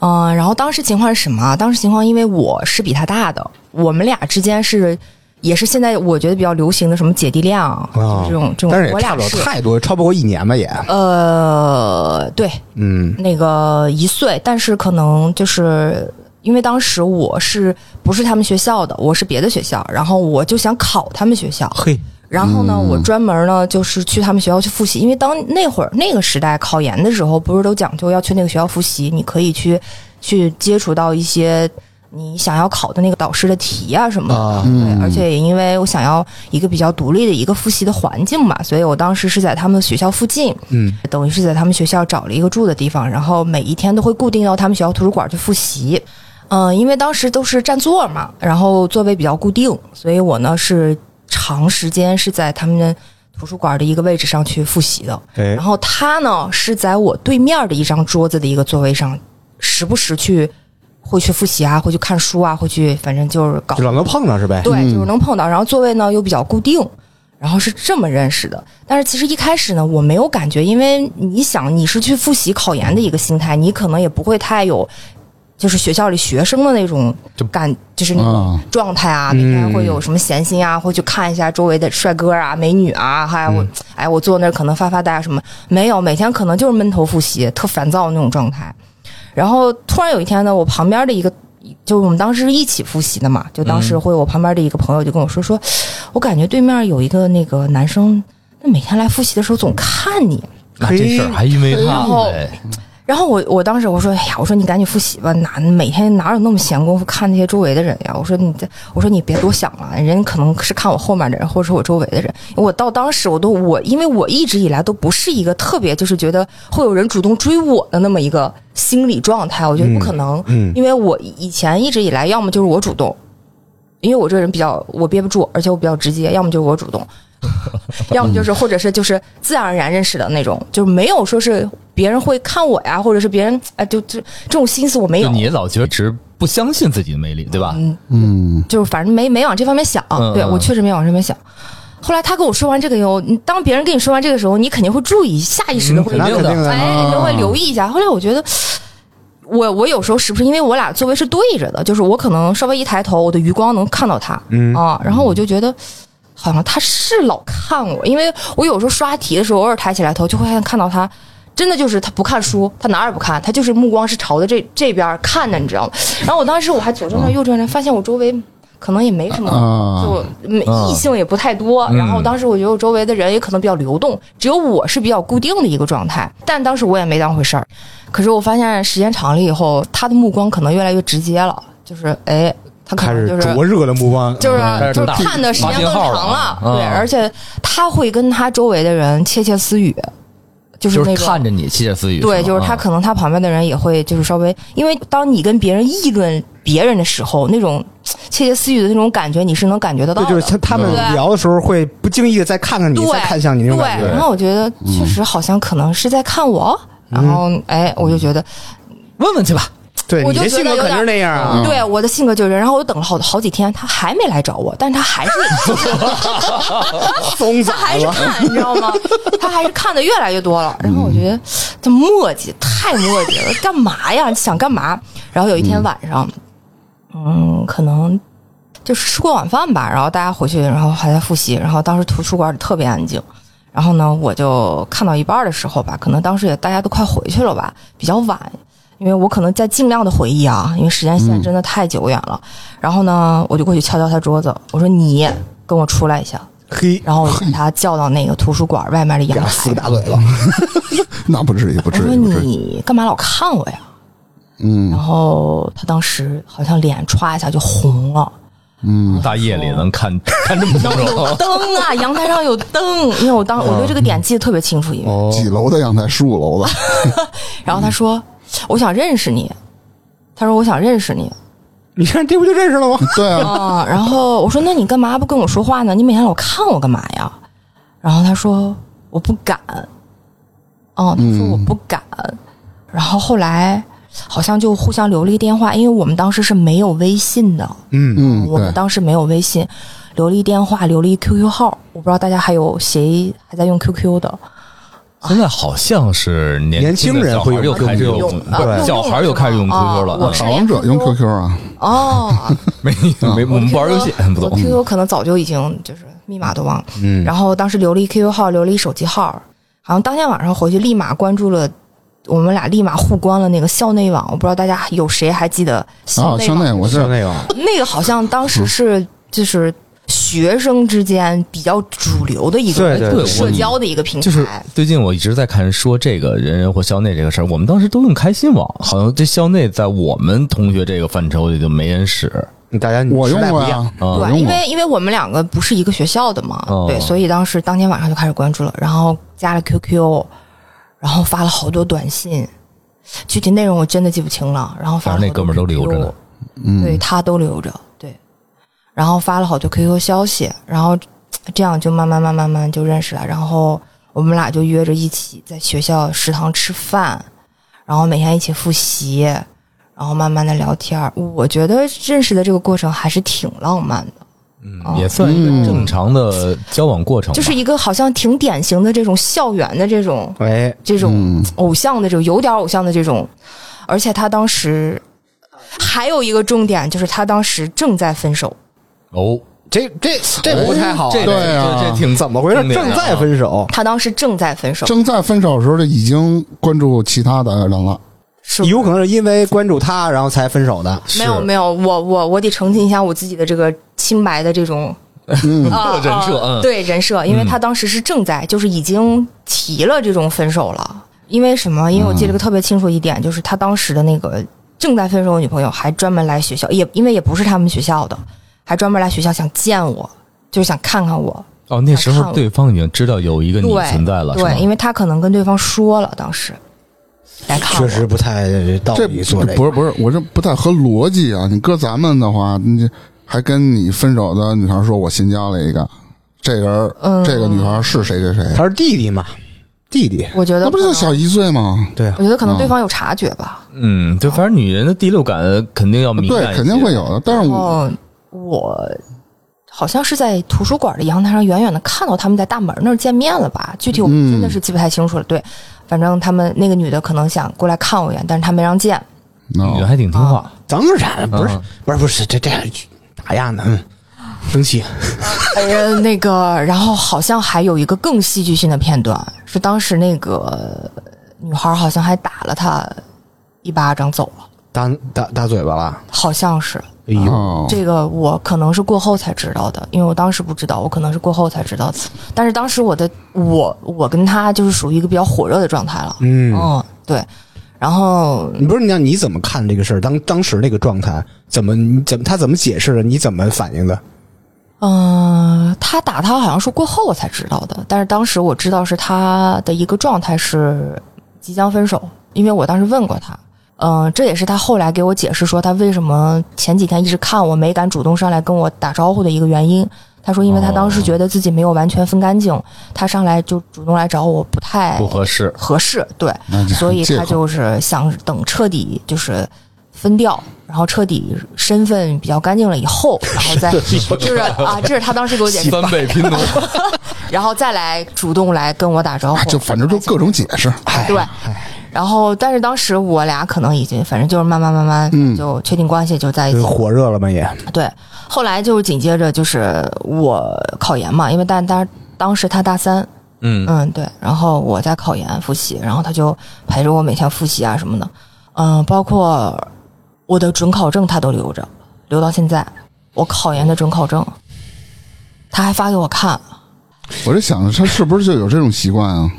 [SPEAKER 4] 嗯、呃然后当时情况是什么啊？当时情况，因为我是比他大的，我们俩之间是也是现在我觉得比较流行的什么姐弟恋啊，
[SPEAKER 2] 啊
[SPEAKER 4] 就这种这种，
[SPEAKER 2] 但是
[SPEAKER 4] 我
[SPEAKER 2] 也差
[SPEAKER 4] 俩
[SPEAKER 2] 不了
[SPEAKER 4] 是
[SPEAKER 2] 太多，超不过一年吧也，
[SPEAKER 4] 呃对
[SPEAKER 2] 嗯
[SPEAKER 4] 那个一岁，但是可能就是。因为当时我是不是他们学校的，我是别的学校，然后我就想考他们学校，
[SPEAKER 2] 嘿，
[SPEAKER 4] 然后呢，
[SPEAKER 3] 嗯
[SPEAKER 4] 我专门呢就是去他们学校去复习，因为当那会儿那个时代考研的时候，不是都讲究要去那个学校复习，你可以去去接触到一些你想要考的那个导师的题啊什么的。
[SPEAKER 2] 啊
[SPEAKER 4] 对，而且也因为我想要一个比较独立的一个复习的环境嘛，所以我当时是在他们学校附近，
[SPEAKER 2] 嗯，
[SPEAKER 4] 等于是在他们学校找了一个住的地方，然后每一天都会固定到他们学校图书馆去复习。嗯，因为当时都是占座嘛，然后座位比较固定，所以我呢是长时间是在他们图书馆的一个位置上去复习的。
[SPEAKER 2] 哎
[SPEAKER 4] 然后他呢是在我对面的一张桌子的一个座位上，时不时去会去复习啊，会去看书啊，会去反正就是搞
[SPEAKER 2] 就老能碰上是呗？
[SPEAKER 4] 对，就是能碰到，然后座位呢又比较固定，然后是这么认识的。但是其实一开始呢，我没有感觉，因为你想你是去复习考研的一个心态，你可能也不会太有。就是学校里学生的那种感，就是那种
[SPEAKER 3] 啊
[SPEAKER 4] 状态啊，每天会有什么闲心啊，会去看一下周围的帅哥啊、美女啊，还有我，哎，我坐那儿可能发发呆啊什么，没有，每天可能就是闷头复习，特烦躁那种状态。然后突然有一天呢，我旁边的一个，就我们当时是一起复习的嘛，就当时会我旁边的一个朋友就跟我说说，我感觉对面有一个那个男生，那每天来复习的时候总看你。
[SPEAKER 1] 那这事儿还因为他
[SPEAKER 4] 嘿
[SPEAKER 1] 哎
[SPEAKER 4] 然后我我当时我说，哎呀，我说你赶紧复习吧，哪每天哪有那么闲工夫看那些周围的人呀？我说你这，我说你别多想了，人可能是看我后面的人，或者是我周围的人。我到当时我都我，因为我一直以来都不是一个特别就是觉得会有人主动追我的那么一个心理状态，我觉得不可能，
[SPEAKER 2] 嗯
[SPEAKER 4] 因为我以前一直以来要么就是我主动，因为我这个人比较我憋不住，而且我比较直接，要么就是我主
[SPEAKER 1] [laughs]
[SPEAKER 4] 动，要么就是或者是就是自然而然认识的那种，就是没有说是别人会看我呀，或者是别人哎就就这种心思我没
[SPEAKER 1] 就
[SPEAKER 4] 有，
[SPEAKER 1] 你老觉得只是不相信自己的魅力，对吧？
[SPEAKER 3] 嗯，
[SPEAKER 4] 就是反正没没往这方面想，
[SPEAKER 1] 嗯
[SPEAKER 4] 对
[SPEAKER 1] 嗯
[SPEAKER 4] 我确实没往这方面想。后来他跟我说完这个以后，你当别人跟你说完这个时候，你肯定会注意，下意识的会
[SPEAKER 1] 嗯肯定的
[SPEAKER 4] 哎，你就会留意一下。后来我觉得，我我有时候时不时，因为我俩座位是对着的，就是我可能稍微一抬头，我的余光能看到他，
[SPEAKER 2] 嗯
[SPEAKER 4] 啊，然后我就觉得。好像他是老看我，因为我有时候刷题的时候，偶尔抬起来头，就会看到他，真的就是他不看书，他哪儿也不看，他就是目光是朝着这这边儿看的，你知道吗？然后我当时我还左转转右转转，发现我周围可能也没什么
[SPEAKER 3] 啊
[SPEAKER 4] 就没
[SPEAKER 1] 啊
[SPEAKER 4] 异性也不太多。
[SPEAKER 1] 嗯
[SPEAKER 4] 然后当时我觉得我周围的人也可能比较流动，只有我是比较固定的一个状态。但当时我也没当回事儿。可是我发现时间长了以后，他的目光可能越来越直接了，就是哎，他可
[SPEAKER 2] 开
[SPEAKER 4] 能
[SPEAKER 2] 始
[SPEAKER 4] 就是
[SPEAKER 2] 灼热的目光，
[SPEAKER 4] 就是
[SPEAKER 1] 嗯开始
[SPEAKER 4] 就是
[SPEAKER 1] 打
[SPEAKER 4] 看的时间更
[SPEAKER 1] 打
[SPEAKER 4] 长
[SPEAKER 1] 信号了
[SPEAKER 4] 了，
[SPEAKER 1] 嗯
[SPEAKER 4] 对，而且他会跟他周围的人窃窃私语，就是
[SPEAKER 1] 就
[SPEAKER 4] 那
[SPEAKER 1] 是
[SPEAKER 4] 种
[SPEAKER 1] 看着你窃窃私语，
[SPEAKER 4] 对，就是
[SPEAKER 1] 吗嗯
[SPEAKER 4] 他可能他旁边的人也会就是稍微，因为当你跟别人议论别人的时候，那种窃窃私语的那种感觉，你是能感觉得到
[SPEAKER 2] 对，
[SPEAKER 4] 的。
[SPEAKER 2] 就是他他们
[SPEAKER 4] 对
[SPEAKER 2] 聊的时候会不经意的再看看你，
[SPEAKER 4] 对
[SPEAKER 2] 再看向你那
[SPEAKER 4] 对
[SPEAKER 2] 种感，觉。
[SPEAKER 4] 然后我觉得
[SPEAKER 1] 嗯
[SPEAKER 4] 确实好像可能是在看我，然后哎，我就觉得
[SPEAKER 1] 问问去吧。
[SPEAKER 2] 对
[SPEAKER 4] 我
[SPEAKER 2] 你
[SPEAKER 4] 就
[SPEAKER 2] 这
[SPEAKER 4] 觉
[SPEAKER 2] 性
[SPEAKER 4] 得
[SPEAKER 2] 格
[SPEAKER 4] 有
[SPEAKER 2] 肯定
[SPEAKER 4] 点
[SPEAKER 2] 是那样啊。
[SPEAKER 4] 对，我的性格就是，然后我等了好好几天，他还没来找我，但是他还是
[SPEAKER 2] 松
[SPEAKER 4] 嗯他
[SPEAKER 2] 散
[SPEAKER 4] 还是
[SPEAKER 2] 了，
[SPEAKER 4] 看，你知道吗？他还是看的越来越多了。然后我觉得这墨迹太墨迹了，干嘛呀？想干嘛？然后有一天晚上，嗯，可能就是吃过晚饭吧，然后大家回去，然后还在复习，然后当时图书馆里特别安静。然然后呢，我就看到一半儿的时候吧，可能当时也大家都快回去了吧，比较晚，因为我可能在尽量的回忆啊，因为时间线真的太久远了。然后呢，我就过去敲敲他桌子，我说你跟我出来一下，
[SPEAKER 2] 嘿，
[SPEAKER 4] 然后我就把他叫到那个图书馆外面的
[SPEAKER 2] 给
[SPEAKER 4] 阳
[SPEAKER 2] 他
[SPEAKER 4] 台
[SPEAKER 2] 撕。大嘴了，
[SPEAKER 3] [laughs] 那不至于，不
[SPEAKER 4] 我
[SPEAKER 3] 至
[SPEAKER 4] 说
[SPEAKER 3] 于，不至于。
[SPEAKER 4] 你干嘛老看我呀？然
[SPEAKER 3] 嗯
[SPEAKER 4] 后他当时好像脸歘一下就红了，
[SPEAKER 3] 嗯，
[SPEAKER 1] 大夜里能
[SPEAKER 4] [laughs]
[SPEAKER 1] 看看这么清楚，
[SPEAKER 4] 灯啊，阳台上有灯，因为我当我对这个点记得特别清楚，因为
[SPEAKER 2] 哦
[SPEAKER 3] 几楼的阳台？十五楼的。
[SPEAKER 4] 然后他说我想认识你，他说我想认识你
[SPEAKER 2] 你看这不就认识了吗？
[SPEAKER 3] 对啊，
[SPEAKER 4] 啊，然后我说那你干嘛不跟我说话呢？你每天老看我干嘛呀？然后他说我不敢，哦、他说
[SPEAKER 3] 嗯
[SPEAKER 4] 我不敢，然后后来好像就互相留了一个电话，因为我们当时是没有微信的，
[SPEAKER 2] 嗯，
[SPEAKER 3] 嗯，
[SPEAKER 4] 我们
[SPEAKER 3] 对，
[SPEAKER 4] 当时没有微信，留了一电话，留了一 QQ 号，我不知道大家还有谁还在用 QQ 的，
[SPEAKER 1] 现在好像是
[SPEAKER 2] 年轻
[SPEAKER 1] 的
[SPEAKER 2] 人
[SPEAKER 1] 小
[SPEAKER 2] 会
[SPEAKER 1] 孩
[SPEAKER 2] 用
[SPEAKER 1] 又开始
[SPEAKER 2] QQ
[SPEAKER 1] 用
[SPEAKER 4] 用啊，
[SPEAKER 2] 对
[SPEAKER 4] 用
[SPEAKER 1] 小孩又开始用
[SPEAKER 4] 是吧
[SPEAKER 1] QQ 了
[SPEAKER 4] 啊我
[SPEAKER 3] 守
[SPEAKER 4] 是
[SPEAKER 3] 望者用 QQ 啊，
[SPEAKER 4] 哦，
[SPEAKER 1] 没没， [laughs] 我们不玩游戏，不
[SPEAKER 4] 啊我
[SPEAKER 1] 懂。
[SPEAKER 4] QQ 可能早就已经就是密码都忘了，
[SPEAKER 2] 嗯
[SPEAKER 4] 然后当时留了一 QQ 号，留了一手机号，好像当天晚上回去立马关注了。我们俩立马互关了那个校内网，我不知道大家有谁还记得
[SPEAKER 1] 哦
[SPEAKER 4] 校
[SPEAKER 3] 啊，
[SPEAKER 4] 内
[SPEAKER 3] 校
[SPEAKER 4] 网？
[SPEAKER 3] 内我
[SPEAKER 2] 是
[SPEAKER 3] 是
[SPEAKER 2] 那个，
[SPEAKER 4] 那个好像当时是就是学生之间比较主流的一个
[SPEAKER 2] 对对
[SPEAKER 1] 对
[SPEAKER 4] 社交的一个平台，
[SPEAKER 1] 就是最近我一直在看说这个人人或校内这个事儿，我们当时都用开心网，好像这校内在我们同学这个范畴里就没人使
[SPEAKER 2] 大家
[SPEAKER 3] 我用
[SPEAKER 2] 时代
[SPEAKER 3] 过
[SPEAKER 2] 不一样，
[SPEAKER 3] 呀，
[SPEAKER 1] 啊。
[SPEAKER 3] 我
[SPEAKER 4] 对，
[SPEAKER 3] 用
[SPEAKER 4] 因
[SPEAKER 3] 过
[SPEAKER 4] 为因为我们两个不是一个学校的嘛，
[SPEAKER 1] 哦
[SPEAKER 4] 对，所以当时当天晚上就开始关注了，然后加了 QQ，然后发了好多短信，具体内容我真的记不清了。然后发了
[SPEAKER 1] 反正那
[SPEAKER 4] 好多
[SPEAKER 1] 哥们儿都留着呢
[SPEAKER 4] QQ，对
[SPEAKER 3] 嗯，
[SPEAKER 4] 他都留着，对，然后发了好多 QQ 消息，然后这样就慢慢慢慢慢就认识了，然后我们俩就约着一起在学校食堂吃饭，然后每天一起复习，然后慢慢的聊天儿。我觉得认识的这个过程还是挺浪漫的。哦
[SPEAKER 1] 也算一个正常的交往过程吧，
[SPEAKER 4] 就是一个好像挺典型的这种校园的这种
[SPEAKER 2] 哎，
[SPEAKER 4] 这种
[SPEAKER 3] 嗯
[SPEAKER 4] 偶像的这种有点偶像的这种，而且他当时还有一个重点就是他当时正在分手，
[SPEAKER 1] 哦，
[SPEAKER 2] 这这这不太好啊，
[SPEAKER 1] 这
[SPEAKER 3] 对
[SPEAKER 1] 这
[SPEAKER 3] 啊
[SPEAKER 1] 这挺
[SPEAKER 2] 怎么回事？正在分手，
[SPEAKER 4] 他当时正在分手，
[SPEAKER 3] 正在分手的时候就已经关注其他的人了，
[SPEAKER 4] 是
[SPEAKER 2] 有可能是因为关注他，然后才分手的。
[SPEAKER 4] 没有没有，我我我得澄清一下我自己的这个清白的这种
[SPEAKER 1] [laughs]
[SPEAKER 3] 嗯
[SPEAKER 4] 啊
[SPEAKER 1] 人设
[SPEAKER 4] 啊
[SPEAKER 1] 嗯
[SPEAKER 4] 对人设，因为他当时是正在，就是已经提了这种分手了。因为什么？因为我记得个特别清楚一点，就是他当时的那个正在分手的女朋友还专门来学校，也因为也不是他们学校的，还专门来学校想见我，就是想看看我。
[SPEAKER 1] 哦，那时候对方已经知道有一个你
[SPEAKER 4] 对
[SPEAKER 1] 存在了，是吗
[SPEAKER 4] 对，因为他可能跟对方说了，当时来哎看
[SPEAKER 2] 确
[SPEAKER 4] 我。
[SPEAKER 2] 实不太道
[SPEAKER 3] 这
[SPEAKER 2] 理做这个，
[SPEAKER 3] 不是不是，我这不太合逻辑啊！你搁咱们的话，你这还跟你分手的女孩说我新交了一个，这人儿、
[SPEAKER 4] 嗯
[SPEAKER 3] 这个女孩是谁谁谁，
[SPEAKER 2] 他是弟弟嘛，弟弟，
[SPEAKER 4] 我觉得
[SPEAKER 3] 那不
[SPEAKER 4] 可
[SPEAKER 3] 就
[SPEAKER 4] 能
[SPEAKER 3] 小一岁吗？
[SPEAKER 2] 对啊
[SPEAKER 4] 我，觉得可能对方有察觉吧。
[SPEAKER 1] 嗯，对，反正女人的第六感肯定要敏感
[SPEAKER 3] 对
[SPEAKER 1] 一，些，
[SPEAKER 3] 肯定会有的。但是我、
[SPEAKER 4] 哦，我好像是在图书馆的阳台上远远的看到他们在大门那儿见面了吧？具体我
[SPEAKER 3] 嗯
[SPEAKER 4] 真的是记不太清楚了。对，反正他们那个女的可能想过来看我一眼，但是她没让见。
[SPEAKER 1] 女
[SPEAKER 3] 哦
[SPEAKER 1] 人还挺听话，
[SPEAKER 2] 当
[SPEAKER 3] 嗯
[SPEAKER 2] 然不是不是不是这这打压呢，嗯，生气，
[SPEAKER 4] 呃，那个，然后好像还有一个更戏剧性的片段，是当时那个女孩好像还打了他一巴掌走了，
[SPEAKER 2] 打打打嘴巴了，
[SPEAKER 4] 好像是。
[SPEAKER 2] 哎呦，
[SPEAKER 3] 哦，
[SPEAKER 4] 这个我可能是过后才知道的，因为我当时不知道，我可能是过后才知道的。但是当时我的我我跟他就是属于一个比较火热的状态了，
[SPEAKER 2] 嗯
[SPEAKER 4] 嗯对，然后
[SPEAKER 2] 你不是你想你怎么看这个事儿？当当时那个状态，怎么你怎么他怎么解释的？你怎么反应的？
[SPEAKER 4] 嗯、呃他打他好像是过后我才知道的，但是当时我知道是他的一个状态是即将分手，因为我当时问过他。嗯，这也是他后来给我解释说他为什么前几天一直看我没敢主动上来跟我打招呼的一个原因。他说，因为他当时觉得自己没有完全分干净，他上来就主动来找我不太
[SPEAKER 1] 不合适。
[SPEAKER 4] 合适，对，
[SPEAKER 3] 那就
[SPEAKER 4] 所以
[SPEAKER 3] 借
[SPEAKER 4] 他
[SPEAKER 3] 口
[SPEAKER 4] 就是想等彻底就是分掉，然后彻底身份比较干净了以后，然后再 [laughs] 就是啊，这是他当时给我解释，
[SPEAKER 1] 倍拼
[SPEAKER 4] [laughs]
[SPEAKER 1] 多，
[SPEAKER 4] 然后再来主动来跟我打招
[SPEAKER 3] 啊
[SPEAKER 4] 呼，
[SPEAKER 3] 就反正就各种解释。
[SPEAKER 2] 哎，
[SPEAKER 4] 对。然后，但是当时我俩可能已经，反正就是慢慢慢慢
[SPEAKER 3] 嗯
[SPEAKER 4] 就确定关系，就在一起
[SPEAKER 3] 哎
[SPEAKER 2] 就
[SPEAKER 4] 了。
[SPEAKER 2] 火热了嘛也，
[SPEAKER 4] 对，后来就是紧接着就是我考研嘛，因为大大当时他大三，
[SPEAKER 1] 嗯
[SPEAKER 4] 嗯，对。然后我在考研复习，然后他就陪着我每天复习啊什么的。嗯，包括我的准考证他都留着，留到现在。我考研的准考证，他还发给我看。
[SPEAKER 3] 我就想着他是不是就有这种习惯啊？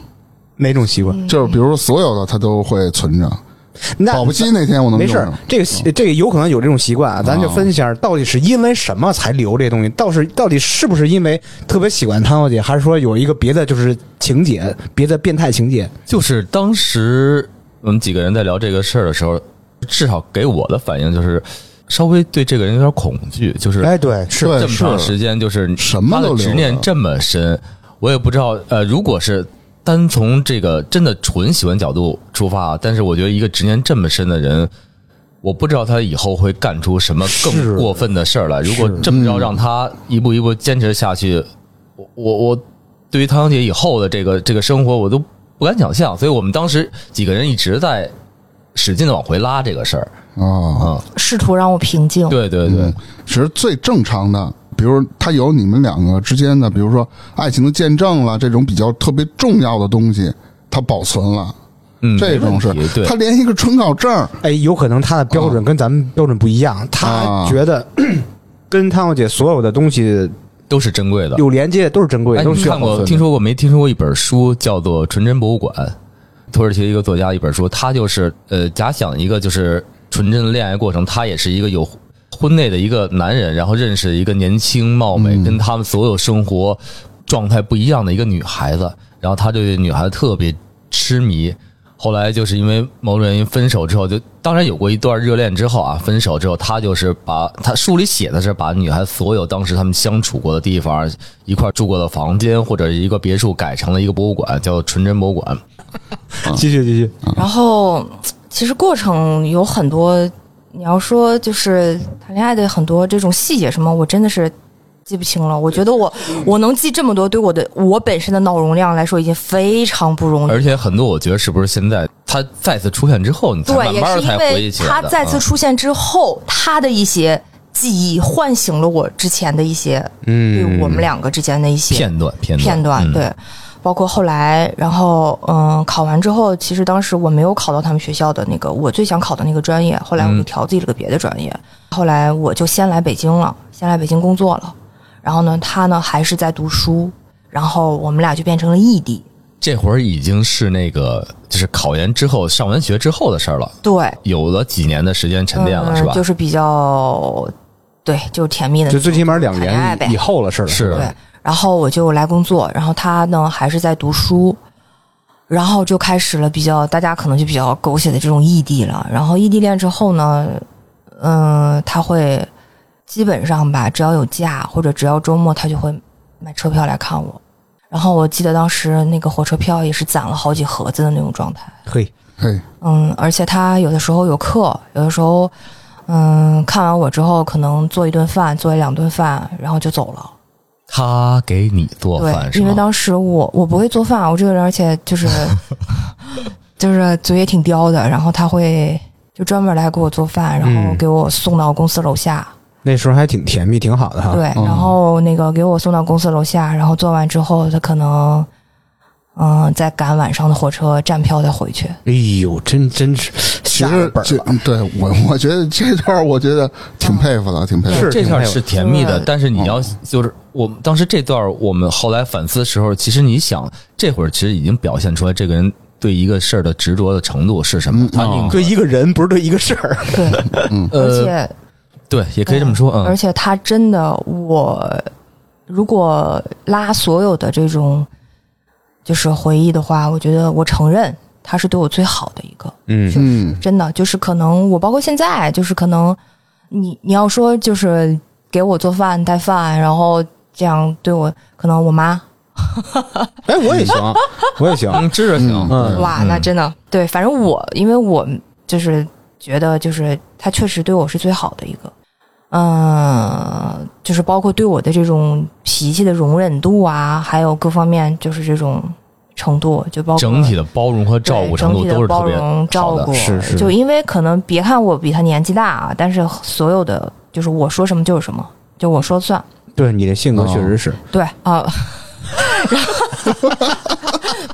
[SPEAKER 2] 哪种习惯？
[SPEAKER 3] 就是比如说所有的他都会存着，
[SPEAKER 2] 那
[SPEAKER 3] 保不齐那天我能
[SPEAKER 2] 没
[SPEAKER 3] 用嗯
[SPEAKER 2] 事儿
[SPEAKER 3] 上。，
[SPEAKER 2] 这个习这个有可能有这种习惯啊，咱就分析一下，到底是因为什么才留这东西？到是到底是不是因为特别喜欢汤小姐，还是说有一个别的就是情节，别的变态情节？
[SPEAKER 1] 就是当时我们几个人在聊这个事儿的时候，至少给我的反应就是稍微对这个人有点恐惧，就是
[SPEAKER 2] 哎，对，是
[SPEAKER 3] 对
[SPEAKER 1] 这么长时间，就是
[SPEAKER 3] 什么
[SPEAKER 1] 他
[SPEAKER 3] 都
[SPEAKER 1] 的
[SPEAKER 3] 留
[SPEAKER 1] 执念
[SPEAKER 3] 着
[SPEAKER 1] 这么深，我也不知道。呃，如果是单从这个真的纯喜欢角度出发，啊但是我觉得一个执念这么深的人，我不知道他以后会干出什么
[SPEAKER 2] 是
[SPEAKER 1] 更过分的事儿来。如果这么着
[SPEAKER 3] 嗯
[SPEAKER 1] 让他一步一步坚持下去，我我我对于汤小姐以后的这个这个生活，我都不敢想象。所以我们当时几个人一直在使劲的往回拉这个事儿
[SPEAKER 3] 啊。
[SPEAKER 1] 啊、
[SPEAKER 4] 试图让我平静。
[SPEAKER 1] 对对对，
[SPEAKER 3] 嗯，其实最正常的，比如他有你们两个之间的，比如说爱情的见证了这种比较特别重要的东西，他保存了，
[SPEAKER 1] 嗯，
[SPEAKER 3] 这种
[SPEAKER 1] 没
[SPEAKER 3] 是
[SPEAKER 1] 问题对，
[SPEAKER 3] 他连一个准考证儿
[SPEAKER 2] 哎，有可能他的标准跟咱们标准不一样，他
[SPEAKER 3] 啊
[SPEAKER 2] 觉得 [clears throat] 跟汤小姐所有的东西
[SPEAKER 1] 都是珍贵的。
[SPEAKER 2] 有连接，都是珍贵，
[SPEAKER 1] 哎，
[SPEAKER 2] 都
[SPEAKER 1] 你
[SPEAKER 2] 是需要
[SPEAKER 1] 看
[SPEAKER 2] 保
[SPEAKER 1] 过、
[SPEAKER 2] 存
[SPEAKER 1] 听
[SPEAKER 2] 的。
[SPEAKER 1] 说过没？听说过一本书叫做《纯真博物馆》，土耳其的一个作家一本书，他就是呃，假想一个就是纯真的恋爱过程，他也是一个有婚内的一个男人，然后认识一个年轻貌美、跟他们所有生活状态不一样的一个女孩子，然后他对女孩子特别痴迷。后来就是因为某种原因分手之后，就当然有过一段热恋之后啊，分手之后他就是把他书里写的是把女孩所有当时他们相处过的地方、一块住过的房间或者一个别墅改成了一个博物馆，叫纯真博物馆。
[SPEAKER 2] 继续继续，
[SPEAKER 4] 然后其实过程有很多，你要说就是谈恋爱的很多这种细节什么，我真的是记不清了。我觉得我我能记这么多，对我的我本身的脑容量来说已经非常不容易。
[SPEAKER 1] 而且很多我觉得是不是现在他再次出现之后，你才
[SPEAKER 4] 对，
[SPEAKER 1] 慢
[SPEAKER 4] 也
[SPEAKER 1] 慢
[SPEAKER 4] 是因
[SPEAKER 1] 才回忆
[SPEAKER 4] 为
[SPEAKER 1] 起来
[SPEAKER 4] 他
[SPEAKER 1] 的。
[SPEAKER 4] 再次
[SPEAKER 1] 嗯
[SPEAKER 4] 出现之后，他的一些记忆唤醒了我之前的一些对
[SPEAKER 2] 嗯
[SPEAKER 4] 我们两个之间的一些
[SPEAKER 1] 片段片段
[SPEAKER 4] 片段，
[SPEAKER 1] 嗯
[SPEAKER 4] 对，包括后来，然后嗯，考完之后，其实当时我没有考到他们学校的那个我最想考的那个专业，后来我就
[SPEAKER 1] 嗯
[SPEAKER 4] 调剂了个别的专业，后来我就先来北京了，先来北京工作了，然后呢，他呢还是在读书，然后我们俩就变成了异地，
[SPEAKER 1] 这会儿已经是那个就是考研之后上完学之后的事儿了，
[SPEAKER 4] 对，
[SPEAKER 1] 有了几年的时间沉淀了，
[SPEAKER 4] 嗯
[SPEAKER 1] 是吧？
[SPEAKER 4] 就是比较，对，就是甜蜜的那
[SPEAKER 2] 就
[SPEAKER 4] 种，
[SPEAKER 2] 最起码两
[SPEAKER 4] 谈恋爱
[SPEAKER 2] 年
[SPEAKER 4] 呗
[SPEAKER 2] 以后了似的，
[SPEAKER 1] 是
[SPEAKER 4] 对，然后我就来工作，然后他呢还是在读书，然后就开始了比较大家可能就比较狗血的这种异地了。然后异地恋之后呢，嗯、他会基本上吧，只要有假或者只要周末，他就会买车票来看我。然后我记得当时那个火车票也是攒了好几盒子的那种状态。
[SPEAKER 2] 嘿，
[SPEAKER 3] 嘿，
[SPEAKER 4] 嗯，而且他有的时候有课，有的时候，嗯，看完我之后可能做一顿饭，做一两顿饭，然后就走了。
[SPEAKER 1] 他给你做饭是
[SPEAKER 4] 对，因
[SPEAKER 1] 吗？
[SPEAKER 4] 为当时我我不会做饭，我这个人而且就是
[SPEAKER 1] [laughs]
[SPEAKER 4] 就是嘴也挺刁的，然后他会就专门来给我做饭，然后
[SPEAKER 2] 嗯
[SPEAKER 4] 给我送到公司楼下，
[SPEAKER 1] 啊
[SPEAKER 2] 那时候还挺甜蜜，挺好的哈。
[SPEAKER 4] 对，
[SPEAKER 3] 嗯
[SPEAKER 4] 然后那个给我送到公司楼下，然后做完之后他可能。嗯，再赶晚上的火车站票再回去。
[SPEAKER 1] [laughs]
[SPEAKER 2] 哎呦，真真是
[SPEAKER 3] 其
[SPEAKER 2] 下
[SPEAKER 3] 实
[SPEAKER 2] 本
[SPEAKER 3] 这
[SPEAKER 2] 了。
[SPEAKER 3] 对我我觉得这段儿我觉得挺佩服的，挺佩服的。
[SPEAKER 2] 是
[SPEAKER 1] 这
[SPEAKER 2] 挺
[SPEAKER 1] 段
[SPEAKER 2] 佩服
[SPEAKER 1] 是甜蜜的
[SPEAKER 4] 对，
[SPEAKER 1] 但是你要
[SPEAKER 4] 嗯
[SPEAKER 1] 就是我们当时这段儿，我们后来反思的时候，其实你想，这会儿其实已经表现出来这个人对一个事儿的执着的程度是什么
[SPEAKER 3] 嗯。
[SPEAKER 1] 他宁可
[SPEAKER 2] 对一个人不是对一个事儿，
[SPEAKER 4] 对，嗯而
[SPEAKER 1] 呃，
[SPEAKER 4] 且
[SPEAKER 1] 对，也可以这么说，
[SPEAKER 4] 而
[SPEAKER 1] 嗯，
[SPEAKER 4] 且他真的，我如果拉所有的这种就是回忆的话，我觉得我承认他是对我最好的一个。
[SPEAKER 2] 嗯
[SPEAKER 3] 嗯，
[SPEAKER 4] 真的就是可能我包括现在，就是可能你你要说就是给我做饭带饭，然后这样对我，可能我妈
[SPEAKER 2] 哎，我也行， [laughs] 我也行，
[SPEAKER 1] 嗯，知着行，
[SPEAKER 3] 嗯
[SPEAKER 2] 嗯，
[SPEAKER 4] 哇，那真的对，反正我因为我就是觉得就是他确实对我是最好的一个。嗯，就是包括对我的这种脾气的容忍度啊，还有各方面就是这种程度，就包括
[SPEAKER 1] 整体的包容和
[SPEAKER 4] 对
[SPEAKER 1] 照顾程
[SPEAKER 4] 整
[SPEAKER 1] 度
[SPEAKER 4] 体的
[SPEAKER 1] 都是特
[SPEAKER 4] 包
[SPEAKER 1] 别
[SPEAKER 4] 容照
[SPEAKER 1] 好的
[SPEAKER 4] 顾，
[SPEAKER 2] 是是
[SPEAKER 4] 就因为可能别看我比他年纪大啊，但是所有的就是我说什么就是什么，就我说了算。
[SPEAKER 2] 对你这性格确实是，
[SPEAKER 4] [laughs] 对啊，然后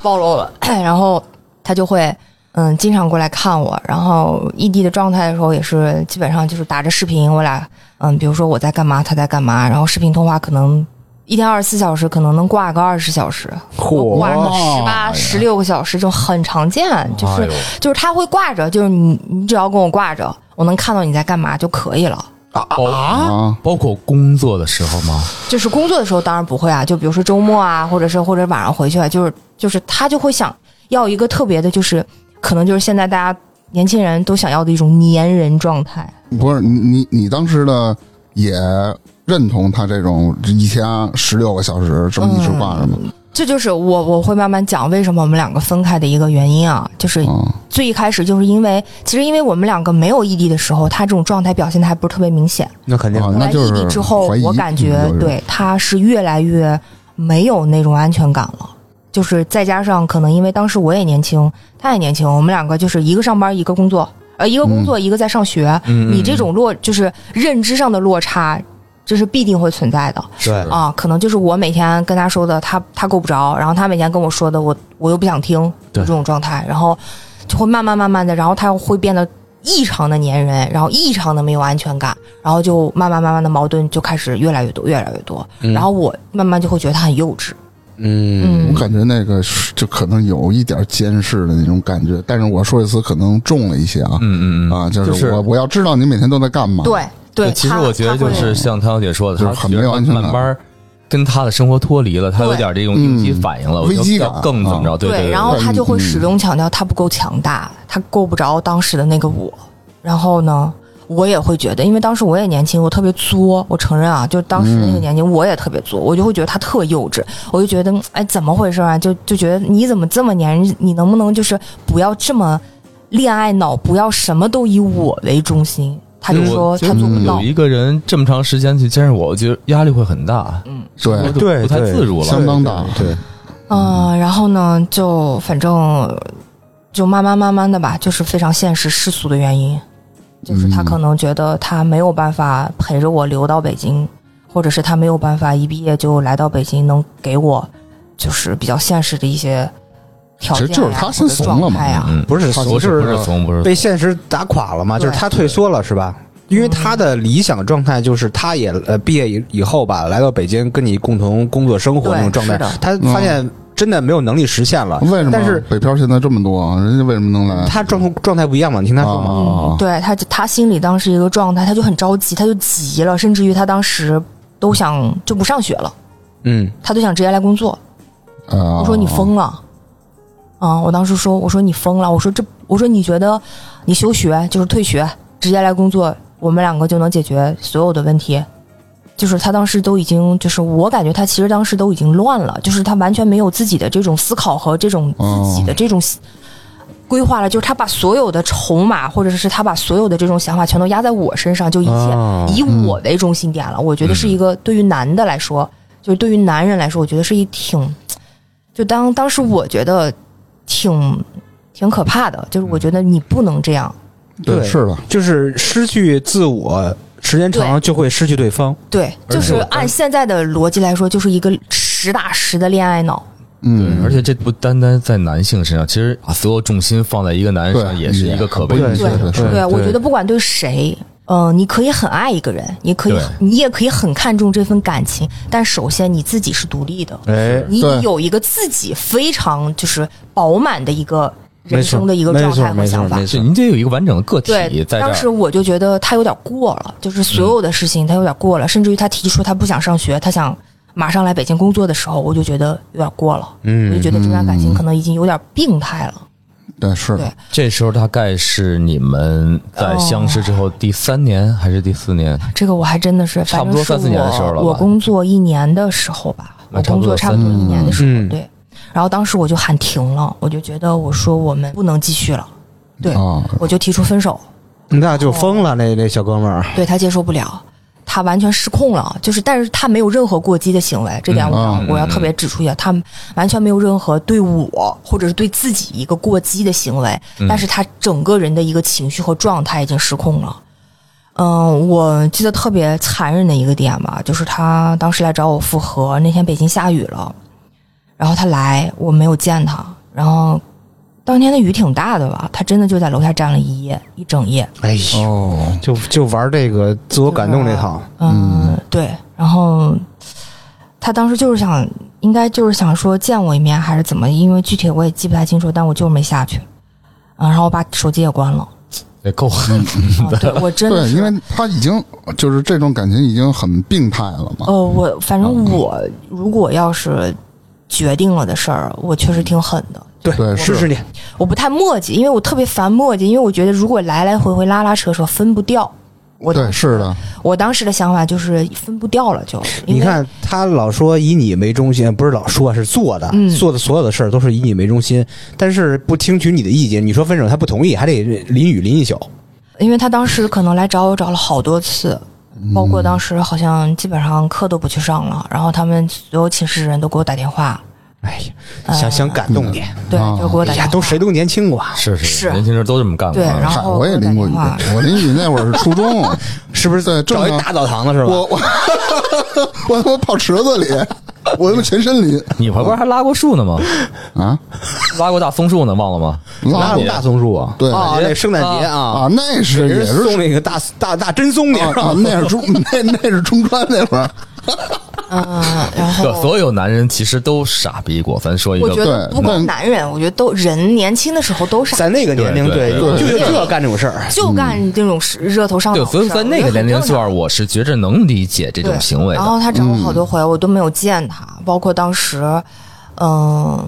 [SPEAKER 4] 暴露了， [clears throat] 然后他就会嗯经常过来看我，然后异地的状态的时候也是基本上就是打着视频，我俩嗯比如说我在干嘛，他在干嘛，然后视频通话可能。一天二十四小时，可能能挂个二十小时，
[SPEAKER 2] 嚯
[SPEAKER 4] 挂上十
[SPEAKER 1] 哎呀
[SPEAKER 4] 八、十六个小时，就很常见。就是、
[SPEAKER 1] 哎呦
[SPEAKER 4] 就是他会挂着，就是你你只要跟我挂着，我能看到你在干嘛就可以了。
[SPEAKER 1] 包
[SPEAKER 3] 啊，
[SPEAKER 1] 包括工作的时候吗？
[SPEAKER 4] 就是工作的时候当然不会啊，就比如说周末啊，或者是或者晚上回去啊，就是就是他就会想要一个特别的，就是可能就是现在大家年轻人都想要的一种粘人状态。
[SPEAKER 3] 不是你你你当时的也认同他这种一天十六个小时这么一直挂着吗？
[SPEAKER 4] 这就是我我会慢慢讲为什么我们两个分开的一个原因啊，就是
[SPEAKER 3] 啊，
[SPEAKER 4] 最一开始就是因为其实因为我们两个没有异地的时候，他这种状态表现的还不是特别明显。
[SPEAKER 2] 那肯定
[SPEAKER 3] 啊
[SPEAKER 4] 后
[SPEAKER 3] 那
[SPEAKER 4] 来
[SPEAKER 3] 就是
[SPEAKER 4] 异地之后
[SPEAKER 3] 怀疑，嗯
[SPEAKER 4] 我感觉
[SPEAKER 3] 就是
[SPEAKER 4] 对他是越来越没有那种安全感了。就是再加上可能因为当时我也年轻，他也年轻，我们两个就是一个上班，一个工作，呃，一个
[SPEAKER 3] 嗯
[SPEAKER 4] 工作，一个在上学。
[SPEAKER 2] 嗯
[SPEAKER 4] 你这种落就是认知上的落差，这是必定会存在的
[SPEAKER 2] 对
[SPEAKER 1] 嗯
[SPEAKER 4] 啊。可能就是我每天跟他说的，他他够不着，然后他每天跟我说的，我我又不想听，就
[SPEAKER 1] 对
[SPEAKER 4] 这种状态，然后就会慢慢慢慢的，然后他会变得异常的粘人，然后异常的没有安全感，然后就慢慢慢慢的矛盾就开始越来越多，越来越多，
[SPEAKER 1] 嗯
[SPEAKER 4] 然后我慢慢就会觉得他很幼稚，
[SPEAKER 2] 嗯，
[SPEAKER 4] 嗯
[SPEAKER 3] 我感觉那个是就可能有一点监视的那种感觉，但是我说一次可能重了一些啊、
[SPEAKER 1] 嗯嗯
[SPEAKER 3] 啊，就是我、
[SPEAKER 1] 就是
[SPEAKER 3] 我要知道你每天都在干嘛，，
[SPEAKER 4] 对对，
[SPEAKER 1] 其实
[SPEAKER 4] 他
[SPEAKER 1] 我觉得
[SPEAKER 4] 他
[SPEAKER 1] 就
[SPEAKER 4] 会
[SPEAKER 1] 是像汤小姐说的，
[SPEAKER 3] 就是
[SPEAKER 1] 她
[SPEAKER 3] 很没有安全感
[SPEAKER 1] 慢慢跟她的生活脱离了，她有点这种应激反应了，
[SPEAKER 3] 嗯
[SPEAKER 1] 我就
[SPEAKER 3] 危机感啊
[SPEAKER 1] 要更怎么着？对对，
[SPEAKER 4] 然后他就会
[SPEAKER 3] 嗯
[SPEAKER 4] 始终强调他不够强大，他够不着当时的那个我。然后呢，我也会觉得，因为当时我也年轻，我特别作，我承认啊，就当时
[SPEAKER 1] 嗯
[SPEAKER 4] 那个年纪我也特别作，我就会觉得他特幼稚，我就觉得嗯哎怎么回事啊？就就觉得你怎么这么粘人？你能不能就是不要这么恋爱脑，不要什么都以我为中心？他就
[SPEAKER 1] 对
[SPEAKER 4] 说
[SPEAKER 1] 我觉得
[SPEAKER 4] 他做不到
[SPEAKER 1] 嗯有。一个人这么长时间去监视我，我觉得压力会很大，
[SPEAKER 3] 对
[SPEAKER 1] 就
[SPEAKER 2] 对
[SPEAKER 1] 不太
[SPEAKER 2] 对
[SPEAKER 1] 自如了
[SPEAKER 3] 相。当大，
[SPEAKER 2] 对，
[SPEAKER 4] 嗯、然后呢，就反正就慢慢慢慢的吧，就是非常现实世俗的原因，就是他
[SPEAKER 3] 嗯
[SPEAKER 4] 可能觉得他没有办法陪着我留到北京，或者是他没有办法一毕业就来到北京，能给我就是比较现实的一些条
[SPEAKER 3] 其
[SPEAKER 4] 件
[SPEAKER 3] 实
[SPEAKER 4] 呀、
[SPEAKER 3] 就是他先
[SPEAKER 4] 或者
[SPEAKER 3] 怂了
[SPEAKER 4] 状
[SPEAKER 3] 嘛
[SPEAKER 4] 态呀、
[SPEAKER 1] 嗯，
[SPEAKER 2] 不是
[SPEAKER 1] 不
[SPEAKER 2] 怂，
[SPEAKER 1] 是
[SPEAKER 2] 就
[SPEAKER 1] 不是怂，不是
[SPEAKER 2] 被现实打垮了嘛，就
[SPEAKER 4] 嗯对
[SPEAKER 2] 是他退缩了是吧？因为他的理想状态就是他也呃毕业以以后吧，来到北京跟你共同工作生活
[SPEAKER 4] 对
[SPEAKER 2] 那种状态
[SPEAKER 4] 是的，
[SPEAKER 2] 他发现真的没有能力实现了。
[SPEAKER 3] 嗯为什么？
[SPEAKER 2] 但是
[SPEAKER 3] 北漂现在这么多，人家为什么能来？
[SPEAKER 2] 他状状态不一样嘛，你听他说嘛，
[SPEAKER 3] 啊
[SPEAKER 4] 嗯，对他他心里当时一个状态，他就很着急，他就急了，甚至于他当时都想就不上学了，
[SPEAKER 2] 嗯，
[SPEAKER 4] 他就想直接来工作。
[SPEAKER 3] 啊，
[SPEAKER 4] 我说你疯了，啊！我当时说，我说你疯了，我说这，我说你觉得你休学就是退学，直接来工作，我们两个就能解决所有的问题。就是他当时都已经，就是我感觉他其实当时都已经乱了，就是他完全没有自己的这种思考和这种自己的这种规划了，就是他把所有的筹码或者是他把所有的这种想法全都压在我身上，就一切、
[SPEAKER 2] 哦
[SPEAKER 4] 以我为中心点了。我觉得是一个对于男的来说，就是对于男人来说，我觉得是一挺，就当当时我觉得挺挺可怕的，就是我觉得你不能这样，
[SPEAKER 3] 对，
[SPEAKER 2] 对
[SPEAKER 3] 是的，
[SPEAKER 2] 就是失去自我，时间长了就会失去对方。
[SPEAKER 4] 对，
[SPEAKER 1] 而且
[SPEAKER 4] 就是
[SPEAKER 1] 我
[SPEAKER 4] 按现在的逻辑来说，就是一个实打实的恋爱脑。
[SPEAKER 3] 嗯，
[SPEAKER 1] 而且这不单单在男性身上，其实把所有重心放在一个男人身上
[SPEAKER 3] 对
[SPEAKER 1] 也是一个可悲
[SPEAKER 3] 对
[SPEAKER 1] 的
[SPEAKER 3] 是
[SPEAKER 1] 事
[SPEAKER 3] 的
[SPEAKER 1] 情。
[SPEAKER 3] 是的是的
[SPEAKER 4] 对，我觉得不管对谁，嗯、你可以很爱一个人，你可以
[SPEAKER 1] 对，
[SPEAKER 4] 你也可以很看重这份感情，但首先你自己是独立的，
[SPEAKER 2] 哎，
[SPEAKER 4] 你
[SPEAKER 3] 对
[SPEAKER 4] 有一个自己非常就是饱满的一个人
[SPEAKER 2] 没错
[SPEAKER 4] 生的一个
[SPEAKER 2] 没
[SPEAKER 4] 状
[SPEAKER 2] 错
[SPEAKER 4] 态和
[SPEAKER 2] 没错
[SPEAKER 4] 想法
[SPEAKER 2] 没。错
[SPEAKER 1] 是你得有一个完整的个体
[SPEAKER 4] 对，
[SPEAKER 1] 在这
[SPEAKER 4] 当时
[SPEAKER 1] 儿。
[SPEAKER 4] 我就觉得他有点过了，就是所有的事情他有点过了，甚至于他提出他不想上学，他想马上来北京工作的时候，我就觉得有点过了，我就
[SPEAKER 2] 嗯，
[SPEAKER 4] 觉得这段感情可能已经有点病态了。
[SPEAKER 3] 对，是的
[SPEAKER 4] 对，
[SPEAKER 1] 这时候大概是你们
[SPEAKER 4] 哦
[SPEAKER 1] 在相识之后第三年还是第四年？
[SPEAKER 4] 这个我还真的是，
[SPEAKER 1] 差不多
[SPEAKER 4] 反正
[SPEAKER 1] 三
[SPEAKER 4] 是
[SPEAKER 1] 四年的时候了吧
[SPEAKER 4] 我我工作一年的时候吧，
[SPEAKER 1] 那
[SPEAKER 4] 我
[SPEAKER 1] 差
[SPEAKER 4] 工
[SPEAKER 1] 不多
[SPEAKER 4] 作差不多
[SPEAKER 3] 三
[SPEAKER 4] 一年的时候，
[SPEAKER 2] 嗯
[SPEAKER 4] 对。然后当时我就喊停了，我就觉得我说我们不能继续了，对，
[SPEAKER 3] 啊，
[SPEAKER 4] 我就提出分手。
[SPEAKER 2] 嗯那就疯了，那那小哥们儿，
[SPEAKER 4] 对他接受不了，他完全失控了，就是，但是他没有任何过激的行为，这点我要、
[SPEAKER 3] 嗯
[SPEAKER 4] 我要特别指出一下，他完全没有任何对我或者是对自己一个过激的行为，但是他整个人的一个情绪和状态已经失控了。嗯，我记得特别残忍的一个点吧，就是他当时来找我复合，那天北京下雨了，然后他来，我没有见他，然后当天的雨挺大的吧，他真的就在楼下站了一夜一整夜，
[SPEAKER 2] 哎呦，
[SPEAKER 3] 哦，
[SPEAKER 2] 就就玩这个自我感动这套，
[SPEAKER 4] 嗯，对，然后他当时就是想，应该就是想说见我一面还是怎么，因为具体我也记不太清楚，但我就是没下去，啊，然后我把手机也关了，
[SPEAKER 1] 也哎够狠。
[SPEAKER 4] 啊、对我真的
[SPEAKER 3] 对，
[SPEAKER 4] 是
[SPEAKER 3] 因为他已经就是这种感情已经很病态了嘛。
[SPEAKER 4] 呃，我反正我如果要是决定了的事儿，我确实挺狠的，
[SPEAKER 3] 对，
[SPEAKER 2] 支
[SPEAKER 3] 是
[SPEAKER 2] 持你，
[SPEAKER 4] 我不太磨叽，因为我特别烦磨叽，因为我觉得如果来来回回拉拉扯扯分不掉，我
[SPEAKER 3] 对，是的，
[SPEAKER 4] 我当时的想法就是分不掉了就，因
[SPEAKER 2] 你
[SPEAKER 4] 为
[SPEAKER 2] 看他老说以你为中心，不是老说是做的，
[SPEAKER 4] 嗯
[SPEAKER 2] 做的所有的事儿都是以你为中心，但是不听取你的意见，你说分手他不同意，还得淋雨淋一宿。
[SPEAKER 4] 因为他当时可能来找我找了好多次，
[SPEAKER 2] 嗯
[SPEAKER 4] 包括当时好像基本上课都不去上了，然后他们所有寝室人都给我打电话，
[SPEAKER 2] 哎呀，想想感动你，
[SPEAKER 4] 对，
[SPEAKER 3] 啊
[SPEAKER 4] 啊嗯就给我打
[SPEAKER 2] 哎
[SPEAKER 4] 电
[SPEAKER 2] 呀，
[SPEAKER 4] 话，
[SPEAKER 2] 都谁都年轻过，啊
[SPEAKER 1] 是是，
[SPEAKER 4] 是
[SPEAKER 1] 年轻时候都这么干过
[SPEAKER 4] 对，
[SPEAKER 1] 啊。
[SPEAKER 4] 然
[SPEAKER 3] 嗨，
[SPEAKER 4] 后
[SPEAKER 3] 我也淋过雨
[SPEAKER 4] 给我打电话，
[SPEAKER 3] 我淋雨那会儿是初中，
[SPEAKER 2] 是不是？
[SPEAKER 3] 对正
[SPEAKER 2] 找一
[SPEAKER 3] 常
[SPEAKER 2] 大澡堂子是吧？
[SPEAKER 3] 我我我 [laughs] 他妈泡池子里，我他妈全身淋
[SPEAKER 1] 你旁边还拉过树呢吗？
[SPEAKER 3] 啊，
[SPEAKER 1] 拉过大松树呢，忘了
[SPEAKER 4] 哦
[SPEAKER 1] 吗？
[SPEAKER 3] 拉
[SPEAKER 2] 哪
[SPEAKER 3] 过
[SPEAKER 2] 有大松树啊？
[SPEAKER 3] 对
[SPEAKER 2] 啊，那圣诞节啊，
[SPEAKER 3] 啊，那是
[SPEAKER 2] 给
[SPEAKER 3] 也
[SPEAKER 2] 人
[SPEAKER 3] 是
[SPEAKER 2] 送那个大大大真松你
[SPEAKER 3] 啊
[SPEAKER 2] 是吧
[SPEAKER 3] 啊，那是中那那是中专那
[SPEAKER 2] [laughs]
[SPEAKER 3] 会儿，
[SPEAKER 4] 嗯，然
[SPEAKER 1] 对，
[SPEAKER 4] 后。
[SPEAKER 1] 所有男人其实都傻逼过。咱说一
[SPEAKER 4] 我觉
[SPEAKER 1] 个，
[SPEAKER 4] 得
[SPEAKER 3] 对
[SPEAKER 4] 不光
[SPEAKER 3] 但
[SPEAKER 4] 男人，我觉得都人年轻的时候都傻，
[SPEAKER 2] 在那个年龄，
[SPEAKER 1] 对
[SPEAKER 3] 对
[SPEAKER 1] 对
[SPEAKER 2] 就
[SPEAKER 3] 对
[SPEAKER 2] 就这干这种事儿，
[SPEAKER 4] 就干这种事热头上
[SPEAKER 1] 对，
[SPEAKER 4] 脑的事儿。
[SPEAKER 1] 所以在那
[SPEAKER 4] 啊我
[SPEAKER 1] 个
[SPEAKER 4] 觉
[SPEAKER 1] 年
[SPEAKER 4] 得很
[SPEAKER 1] 龄
[SPEAKER 4] 正常
[SPEAKER 1] 段，我是觉着能理解这种
[SPEAKER 4] 对哦
[SPEAKER 1] 行为
[SPEAKER 4] 然
[SPEAKER 1] 的。
[SPEAKER 4] 后他找我好多回，我都没有见他，包括当时，嗯、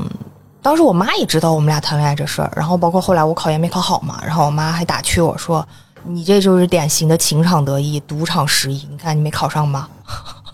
[SPEAKER 4] 当时我妈也知道我们俩谈恋爱这事儿，然后包括后来我考研没考好嘛，然后我妈还打趣我说：“你这就是典型的情场得意，赌场失意，你看你没考上吧？”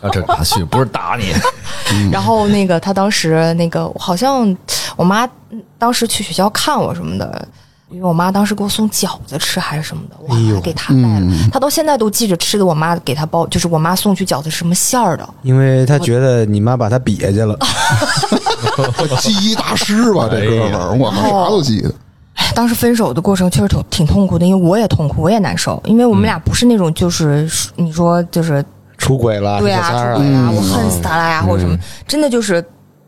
[SPEAKER 1] 啊，这打趣不是打你， [laughs]
[SPEAKER 4] [laughs] 然后那个他当时那个好像我妈嗯当时去学校看我什么的。因为我妈当时给我送饺子吃还是什么的，我还给她带了，她到现在都记着吃的我妈给她包，就是我妈送去饺子是什么馅儿的，
[SPEAKER 2] 因为他觉得你妈把他比下去
[SPEAKER 4] 哦
[SPEAKER 2] 了，
[SPEAKER 3] 记忆大师吧，这
[SPEAKER 2] 哎
[SPEAKER 3] 哥们儿，我靠啥都记得。
[SPEAKER 4] 当时分手的过程确实挺挺痛苦的，因为我也痛苦，我也难受，因为我们俩不是那种就是、你说就是
[SPEAKER 2] 出轨了，
[SPEAKER 4] 对啊，
[SPEAKER 2] 小三儿
[SPEAKER 4] 出
[SPEAKER 2] 啊
[SPEAKER 4] 轨啊，我恨死他了呀，或者什么，真的就是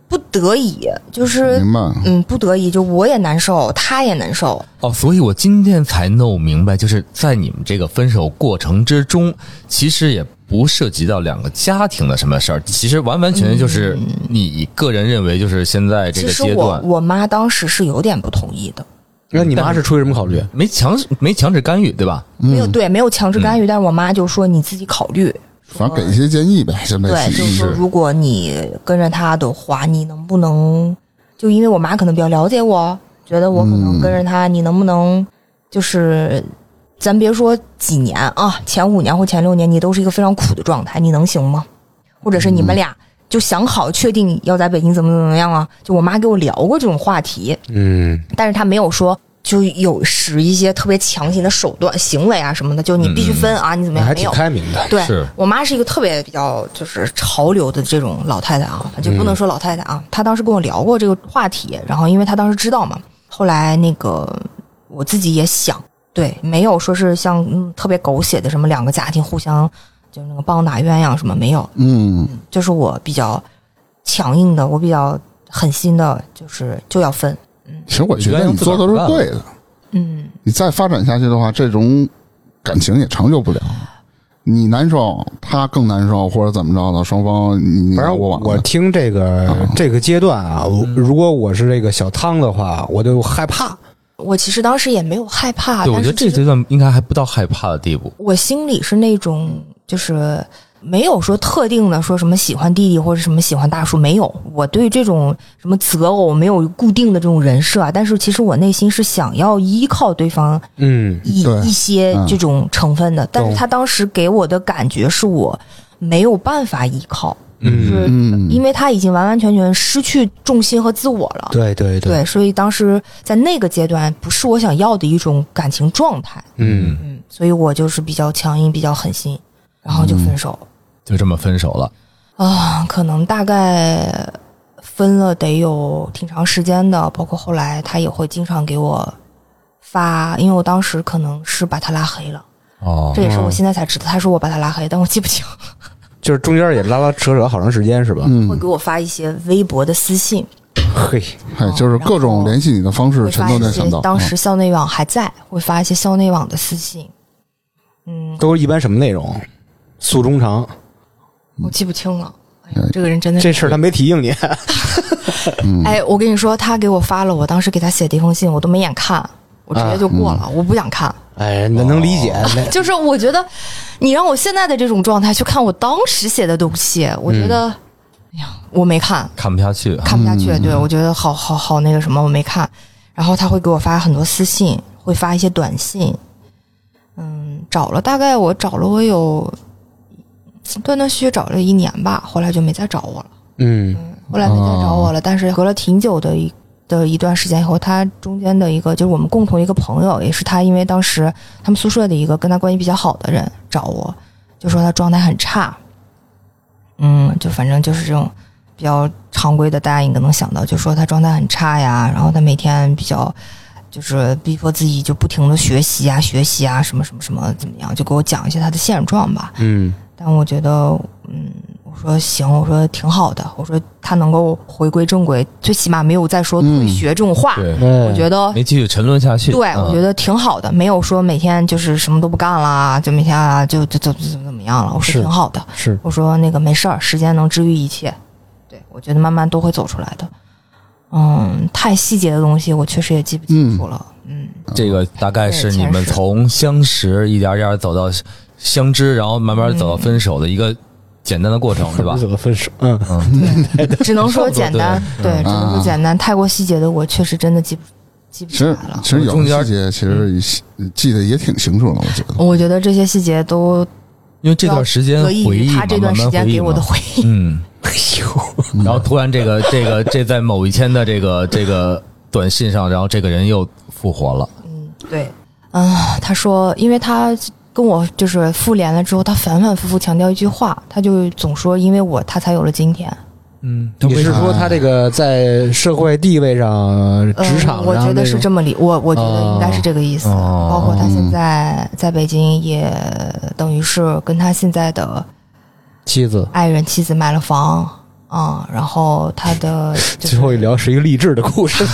[SPEAKER 4] 不得已，就是
[SPEAKER 3] 嗯明白，
[SPEAKER 4] 嗯不得已，就我也难受，他也难受，
[SPEAKER 1] 哦，所以我今天才弄明白，就是在你们这个分手过程之中，其实也不涉及到两个家庭的什么事儿，其实完完全全就是你个人认为，就是现在这
[SPEAKER 4] 嗯其
[SPEAKER 1] 个
[SPEAKER 4] 实
[SPEAKER 1] 阶
[SPEAKER 4] 我
[SPEAKER 1] 段
[SPEAKER 4] 我妈当时是有点不同意的，
[SPEAKER 2] 那你妈是出于什么考虑？
[SPEAKER 1] 没强没强制干预，对吧？
[SPEAKER 3] 嗯
[SPEAKER 4] 没有对没有强制干预，但是我妈就说你自己考虑，
[SPEAKER 3] 反正给一些建议呗，现在
[SPEAKER 4] 对，就是说如果你跟着他的话，你能不能就因为我妈可能比较了解我，觉得我可能跟着
[SPEAKER 2] 嗯
[SPEAKER 4] 他，你能不能就是咱别说几年啊，前五年或前六年你都是一个非常苦的状态，你能行吗？或者是你们
[SPEAKER 2] 嗯
[SPEAKER 4] 俩就想好确定要在北京怎么怎么样啊？就我妈给我聊过这种话题，
[SPEAKER 2] 嗯，
[SPEAKER 4] 但是她没有说。就有使一些特别强行的手段、行为啊什么的，就你必须分啊，你怎么
[SPEAKER 2] 嗯哎
[SPEAKER 4] 样？
[SPEAKER 2] 还
[SPEAKER 4] 没
[SPEAKER 2] 挺
[SPEAKER 4] 有，
[SPEAKER 2] 开明的，
[SPEAKER 4] 对
[SPEAKER 1] 是
[SPEAKER 4] 我妈是一个特别比较就是潮流的这种老太太啊，就
[SPEAKER 1] 嗯
[SPEAKER 4] 不能说老太太啊。她当时跟我聊过这个话题，然后因为她当时知道嘛，后来那个我自己也想，对，没有说是像、嗯、特别狗血的什么两个家庭互相就是那个棒打鸳鸯什么没有，
[SPEAKER 3] 嗯，
[SPEAKER 4] 就是我比较强硬的，我比较狠心的，就是就要分，
[SPEAKER 3] 其实我觉得你做的是对的，
[SPEAKER 4] 嗯，
[SPEAKER 3] 你再发展下去的话，这种感情也长久不了。你难受，他更难受，或者怎么着的，双方你你
[SPEAKER 2] 反
[SPEAKER 3] 来
[SPEAKER 2] 正
[SPEAKER 3] 我
[SPEAKER 2] 嗯我
[SPEAKER 3] 往的
[SPEAKER 2] 我听这个这个阶段啊，我如果我是这个小汤的话，我就害怕。
[SPEAKER 4] 我其实当时也没有害怕，
[SPEAKER 1] 对，我
[SPEAKER 4] 啊但
[SPEAKER 1] 觉得
[SPEAKER 4] 是
[SPEAKER 1] 这
[SPEAKER 4] 其实
[SPEAKER 1] 阶段应该还不到害怕的地步。
[SPEAKER 4] 我心里是那种就是没有说特定的说什么喜欢弟弟或者什么喜欢大叔，没有。我对这种什么择偶没有固定的这种人设啊，但是其实我内心是想要依靠对方
[SPEAKER 2] 嗯，
[SPEAKER 4] 一
[SPEAKER 3] 对
[SPEAKER 4] 一些
[SPEAKER 3] 嗯
[SPEAKER 4] 这种成分的，但是
[SPEAKER 2] 懂
[SPEAKER 4] 他当时给我的感觉是我没有办法依靠，
[SPEAKER 2] 嗯
[SPEAKER 4] 就是
[SPEAKER 3] 嗯
[SPEAKER 4] 因为他已经完完全全失去重心和自我了。
[SPEAKER 2] 对对
[SPEAKER 4] 对，，所以当时在那个阶段，不是我想要的一种感情状态。
[SPEAKER 2] 嗯，
[SPEAKER 4] 嗯，所以我就是比较强硬，比较狠心，然后就分手
[SPEAKER 1] [laughs] 就这么分手了。
[SPEAKER 4] 啊、可能大概分了得有挺长时间的，包括后来他也会经常给我发，因为我当时可能是把他拉黑了，
[SPEAKER 1] 哦
[SPEAKER 4] 这，也是我现在才知道，他说我把他拉黑，但我记不清。
[SPEAKER 2] 就是中间也拉拉扯扯好长时间是吧？
[SPEAKER 3] 嗯
[SPEAKER 4] 会给我发一些微博的私信，
[SPEAKER 2] 嘿，
[SPEAKER 3] 嘿，哎就是各种联系你的方式，
[SPEAKER 4] 哦会
[SPEAKER 3] 全
[SPEAKER 4] 发
[SPEAKER 3] 都
[SPEAKER 4] 一
[SPEAKER 3] 在
[SPEAKER 4] 些
[SPEAKER 3] 想到。嗯
[SPEAKER 4] 当时校内网还在，会发一些校内网的私信，
[SPEAKER 2] [laughs]
[SPEAKER 4] 嗯
[SPEAKER 2] 都是一般什么内容？诉衷肠，
[SPEAKER 4] 我记不清了。哎呦，这个人真的是
[SPEAKER 2] 这事儿他没提醒你，
[SPEAKER 4] 哎，我跟你说，他给我发了我当时给他写的一封信，我都没眼看，我直接就过了，我不想看。
[SPEAKER 2] [laughs] 哎，那能理解。那
[SPEAKER 4] [laughs] 就是我觉得，你让我现在的这种状态去看我当时写的东西，我觉得，哎呀，我没看，
[SPEAKER 1] 看不下去。啊
[SPEAKER 4] 看不下去。对我觉得好好好那个什么，我没看。然后他会给我发很多私信，会发一些短信。嗯，找了大概我找了我有断断续续找了一年吧，后来就没再找我了。
[SPEAKER 2] 嗯，
[SPEAKER 4] 后来没再找我了，但是隔了挺久的一的一段时间以后，他中间的一个就是我们共同一个朋友，也是他，因为当时他们宿舍的一个跟他关系比较好的人找我，就说他状态很差，嗯，就反正就是这种比较常规的，大家应该能想到，就说他状态很差呀，然后他每天比较。就是逼迫自己就不停的学习啊，学习啊，什么什么什么，怎么样？就给我讲一些他的现状吧。
[SPEAKER 2] 嗯，
[SPEAKER 4] 但我觉得，嗯，我说行，我说挺好的，我说他能够回归正轨，最起码没有再说退学这种话，
[SPEAKER 1] 对，
[SPEAKER 2] 我
[SPEAKER 4] 我觉得。
[SPEAKER 1] 没嗯继续沉沦下去。啊
[SPEAKER 4] 对，我觉
[SPEAKER 1] 得
[SPEAKER 4] 得挺好的，没有说每天就是什么都不干啦，就每天啊，就就就就怎么样了。我
[SPEAKER 2] 是
[SPEAKER 4] 说挺好的，
[SPEAKER 2] 是
[SPEAKER 4] 我说那个没事儿，时间能治愈一切。对，我觉得慢慢都会走出来的。嗯，太细节的东西我确实也记不清楚了。嗯，
[SPEAKER 1] 这个大概是你们从相识一点儿点儿走到相知，然后慢慢走
[SPEAKER 4] 嗯
[SPEAKER 1] 到分手的一个简单的过程，对吧？
[SPEAKER 2] 怎么分手？嗯， [laughs]
[SPEAKER 4] 只能说简单，对，只能说
[SPEAKER 3] 啊
[SPEAKER 4] 简单。太过细节的我确实真的记不记不
[SPEAKER 3] 其
[SPEAKER 4] 起来
[SPEAKER 3] 实
[SPEAKER 4] 了。嗯
[SPEAKER 3] 其实有
[SPEAKER 1] 中间
[SPEAKER 3] 的细节其实记得也挺清楚了，我觉
[SPEAKER 2] 哦
[SPEAKER 3] 得。
[SPEAKER 4] 我觉得这些细节都
[SPEAKER 1] 因为这段时间
[SPEAKER 4] 得益
[SPEAKER 1] 回
[SPEAKER 4] 于
[SPEAKER 1] 忆嘛，
[SPEAKER 4] 他这段时间给我的
[SPEAKER 1] 慢慢回忆嘛
[SPEAKER 4] 回忆。
[SPEAKER 1] 嗯，
[SPEAKER 2] 哎呦，
[SPEAKER 1] 然后突然这个这个这在某一天的这个这个短信上，然后这个人又复活了。
[SPEAKER 4] 嗯，对，嗯，他说，因为他跟我就是复联了之后，他反反复复强调一句话，他就总说因为我他才有了今天。
[SPEAKER 1] 嗯，
[SPEAKER 2] 你是说他这个在社会地位上、
[SPEAKER 4] 呃
[SPEAKER 2] 职场上，
[SPEAKER 4] 我觉得是这么理，我我觉得应该是这个意思。
[SPEAKER 1] 哦
[SPEAKER 4] 包括他现在在北京，也等于是跟他现在的
[SPEAKER 2] 妻子。
[SPEAKER 4] 爱人妻子买了房。啊、然后
[SPEAKER 1] [laughs]
[SPEAKER 4] 他的、就是、
[SPEAKER 2] 最后一聊是一个励志的故 [laughs] 事，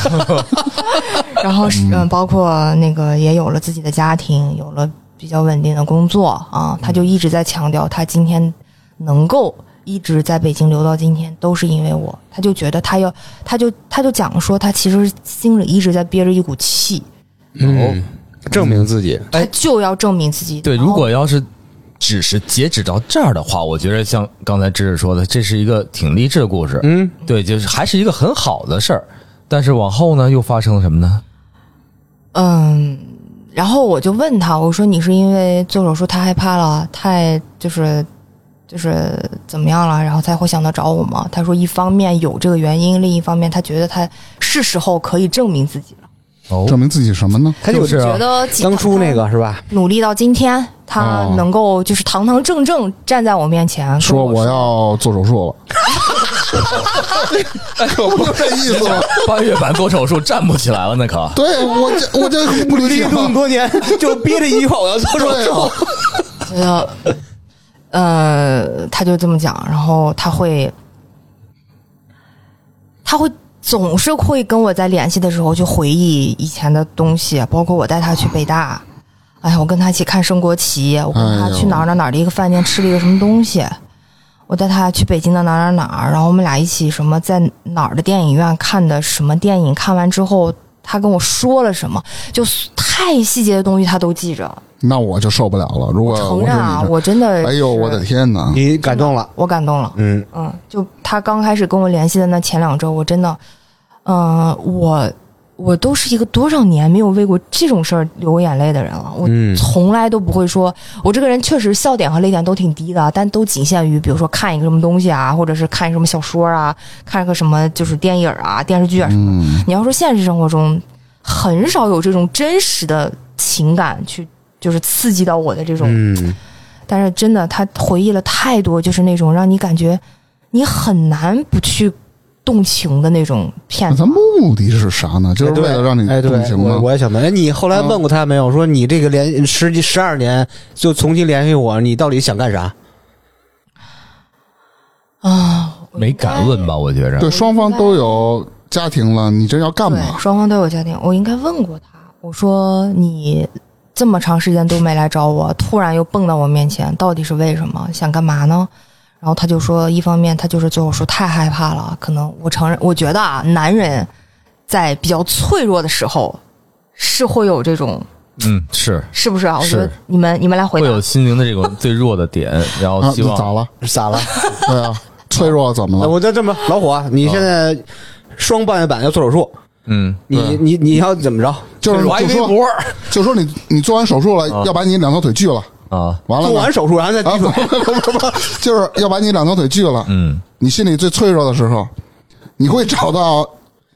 [SPEAKER 4] 然后是嗯，包括那个也有了自己的家庭，有了比较稳定的工作啊，他
[SPEAKER 1] 嗯
[SPEAKER 4] 就一直在强调，他今天能够一直在北京留到今天，都是因为我。他就觉得他要，他就他就讲说，他其实心里一直在憋着一股气，
[SPEAKER 1] 哦
[SPEAKER 2] 嗯，证明自己。
[SPEAKER 4] 他就要证明自己。
[SPEAKER 1] 对，
[SPEAKER 4] 然
[SPEAKER 1] 如
[SPEAKER 4] 后
[SPEAKER 1] 果要是只是截止到这儿的话，我觉得像刚才芝芝说的，这是一个挺励志的故事。
[SPEAKER 2] 嗯，
[SPEAKER 1] 对，就是还是一个很好的事儿。但是往后呢，又发生了什么呢？
[SPEAKER 4] 嗯，然后我就问他，我说你是因为做手术太害怕了，太就是就是怎么样了，然后才会想到找我吗？他说一方面有这个原因，另一方面他觉得他是时候可以证明自己了，
[SPEAKER 1] 哦
[SPEAKER 3] 证明自己什么呢？
[SPEAKER 2] 他就
[SPEAKER 1] 就是啊
[SPEAKER 4] 觉得几
[SPEAKER 2] 当初那个是吧？
[SPEAKER 4] 努力到今天，他能够就是堂堂正正站在我面前，跟
[SPEAKER 3] 说
[SPEAKER 4] 我
[SPEAKER 3] 我要做手术
[SPEAKER 1] 哎
[SPEAKER 3] 了，可不就这意思吗？
[SPEAKER 1] 八月版做手术站不起来了，那可
[SPEAKER 3] 对我这我
[SPEAKER 4] [laughs]
[SPEAKER 3] 这不理解
[SPEAKER 2] 这么
[SPEAKER 3] 吗。
[SPEAKER 2] 多年， [laughs] 就憋着一句话，我要做手
[SPEAKER 3] 对
[SPEAKER 2] 术。
[SPEAKER 3] 啊，
[SPEAKER 4] 觉得，呃，他就这么讲，然后他会，他会总是会跟我在联系的时候去回忆以前的东西，包括我带他去北大，哎呀，我跟他一起看升国旗，我跟他
[SPEAKER 3] 哎呦
[SPEAKER 4] 去哪儿哪儿哪儿的一个饭店吃了一个什么东西。我带他去北京的哪儿哪儿哪儿，然后我们俩一起什么在哪儿的电影院看的什么电影，看完之后他跟我说了什么，就太细节的东西他都记着。
[SPEAKER 3] 那我就受不了了。如果
[SPEAKER 4] 承
[SPEAKER 3] 嗯我
[SPEAKER 4] 认
[SPEAKER 3] 是
[SPEAKER 4] 啊，
[SPEAKER 3] 你
[SPEAKER 4] 我真的
[SPEAKER 3] 这，
[SPEAKER 4] 是，
[SPEAKER 3] 哎呦，我的天哪！
[SPEAKER 2] [laughs] 你感动了，
[SPEAKER 4] 我感动了。
[SPEAKER 2] 嗯，
[SPEAKER 4] 嗯，就他刚开始跟我联系的那前两周，我真的，呃，我我都是一个多少年没有为过这种事儿流眼泪的人了。我
[SPEAKER 2] 嗯
[SPEAKER 4] 从来都不会说，我这个人确实笑点和泪点都挺低的，但都仅限于比如说看一个什么东西啊，或者是看什么小说啊，看个什么就是电影啊、电视剧啊什么的。
[SPEAKER 3] 嗯，
[SPEAKER 4] 你要说现实生活中，很少有这种真实的情感去就是刺激到我的这种
[SPEAKER 2] 嗯，
[SPEAKER 4] 但是真的，他回忆了太多，就是那种让你感觉你很难不去动情的那种
[SPEAKER 3] 那
[SPEAKER 4] 片
[SPEAKER 3] 他
[SPEAKER 1] 嗯
[SPEAKER 4] 段。
[SPEAKER 3] 目的是啥呢？就是为了让你
[SPEAKER 2] 哎，对，
[SPEAKER 3] 动
[SPEAKER 2] 哎对
[SPEAKER 3] 情
[SPEAKER 2] 我
[SPEAKER 3] 吗？
[SPEAKER 2] 我也想问，哎，你后来问过他没有？说你这个连十几十二年就重新联系我，你到底想干啥？
[SPEAKER 4] 啊，我
[SPEAKER 1] 没敢问
[SPEAKER 4] 应
[SPEAKER 1] 吧？我觉着
[SPEAKER 3] 对，双方都有家庭了，你这要
[SPEAKER 4] 该。
[SPEAKER 3] 干
[SPEAKER 4] 对，
[SPEAKER 3] 嘛？
[SPEAKER 4] 双方都有家庭。我应该问过他，我说你这么长时间都没来找我，突然又蹦到我面前，到底是为什么？想干嘛呢？然后他就说，一方面他就是最后说太害怕了，可能我承认，我觉得啊，男人在比较脆弱的时候是会有这种，
[SPEAKER 1] 嗯，是
[SPEAKER 4] 是不是啊？我觉
[SPEAKER 1] 是
[SPEAKER 4] 得你们你们来回
[SPEAKER 1] 会
[SPEAKER 4] 答
[SPEAKER 1] 有心灵的这种最弱的点，然后
[SPEAKER 3] 啊，
[SPEAKER 1] 希
[SPEAKER 3] 你
[SPEAKER 1] 望
[SPEAKER 3] 咋了？
[SPEAKER 2] 咋
[SPEAKER 3] [laughs]
[SPEAKER 2] 了？
[SPEAKER 3] 对啊，脆弱怎么了？
[SPEAKER 2] 哎我就这么老虎啊，你现在
[SPEAKER 3] 哦
[SPEAKER 2] 双半月板要做手术，
[SPEAKER 1] 嗯，
[SPEAKER 2] 你你你要怎么着？
[SPEAKER 3] 就是
[SPEAKER 2] 来
[SPEAKER 3] 就
[SPEAKER 2] 微
[SPEAKER 3] 说
[SPEAKER 2] 博，
[SPEAKER 3] 就说你你做完手术了，
[SPEAKER 1] 啊
[SPEAKER 3] 要把你两条腿锯了，
[SPEAKER 1] 啊，
[SPEAKER 3] 完了
[SPEAKER 2] 哦做
[SPEAKER 3] 呢
[SPEAKER 2] 完手术然后再
[SPEAKER 3] 啊
[SPEAKER 2] 滴
[SPEAKER 3] 不 [laughs]
[SPEAKER 2] 水。
[SPEAKER 3] 不不不，就是要把你两条腿锯了。
[SPEAKER 1] 嗯，
[SPEAKER 3] 你心里最脆弱的时候，你会找到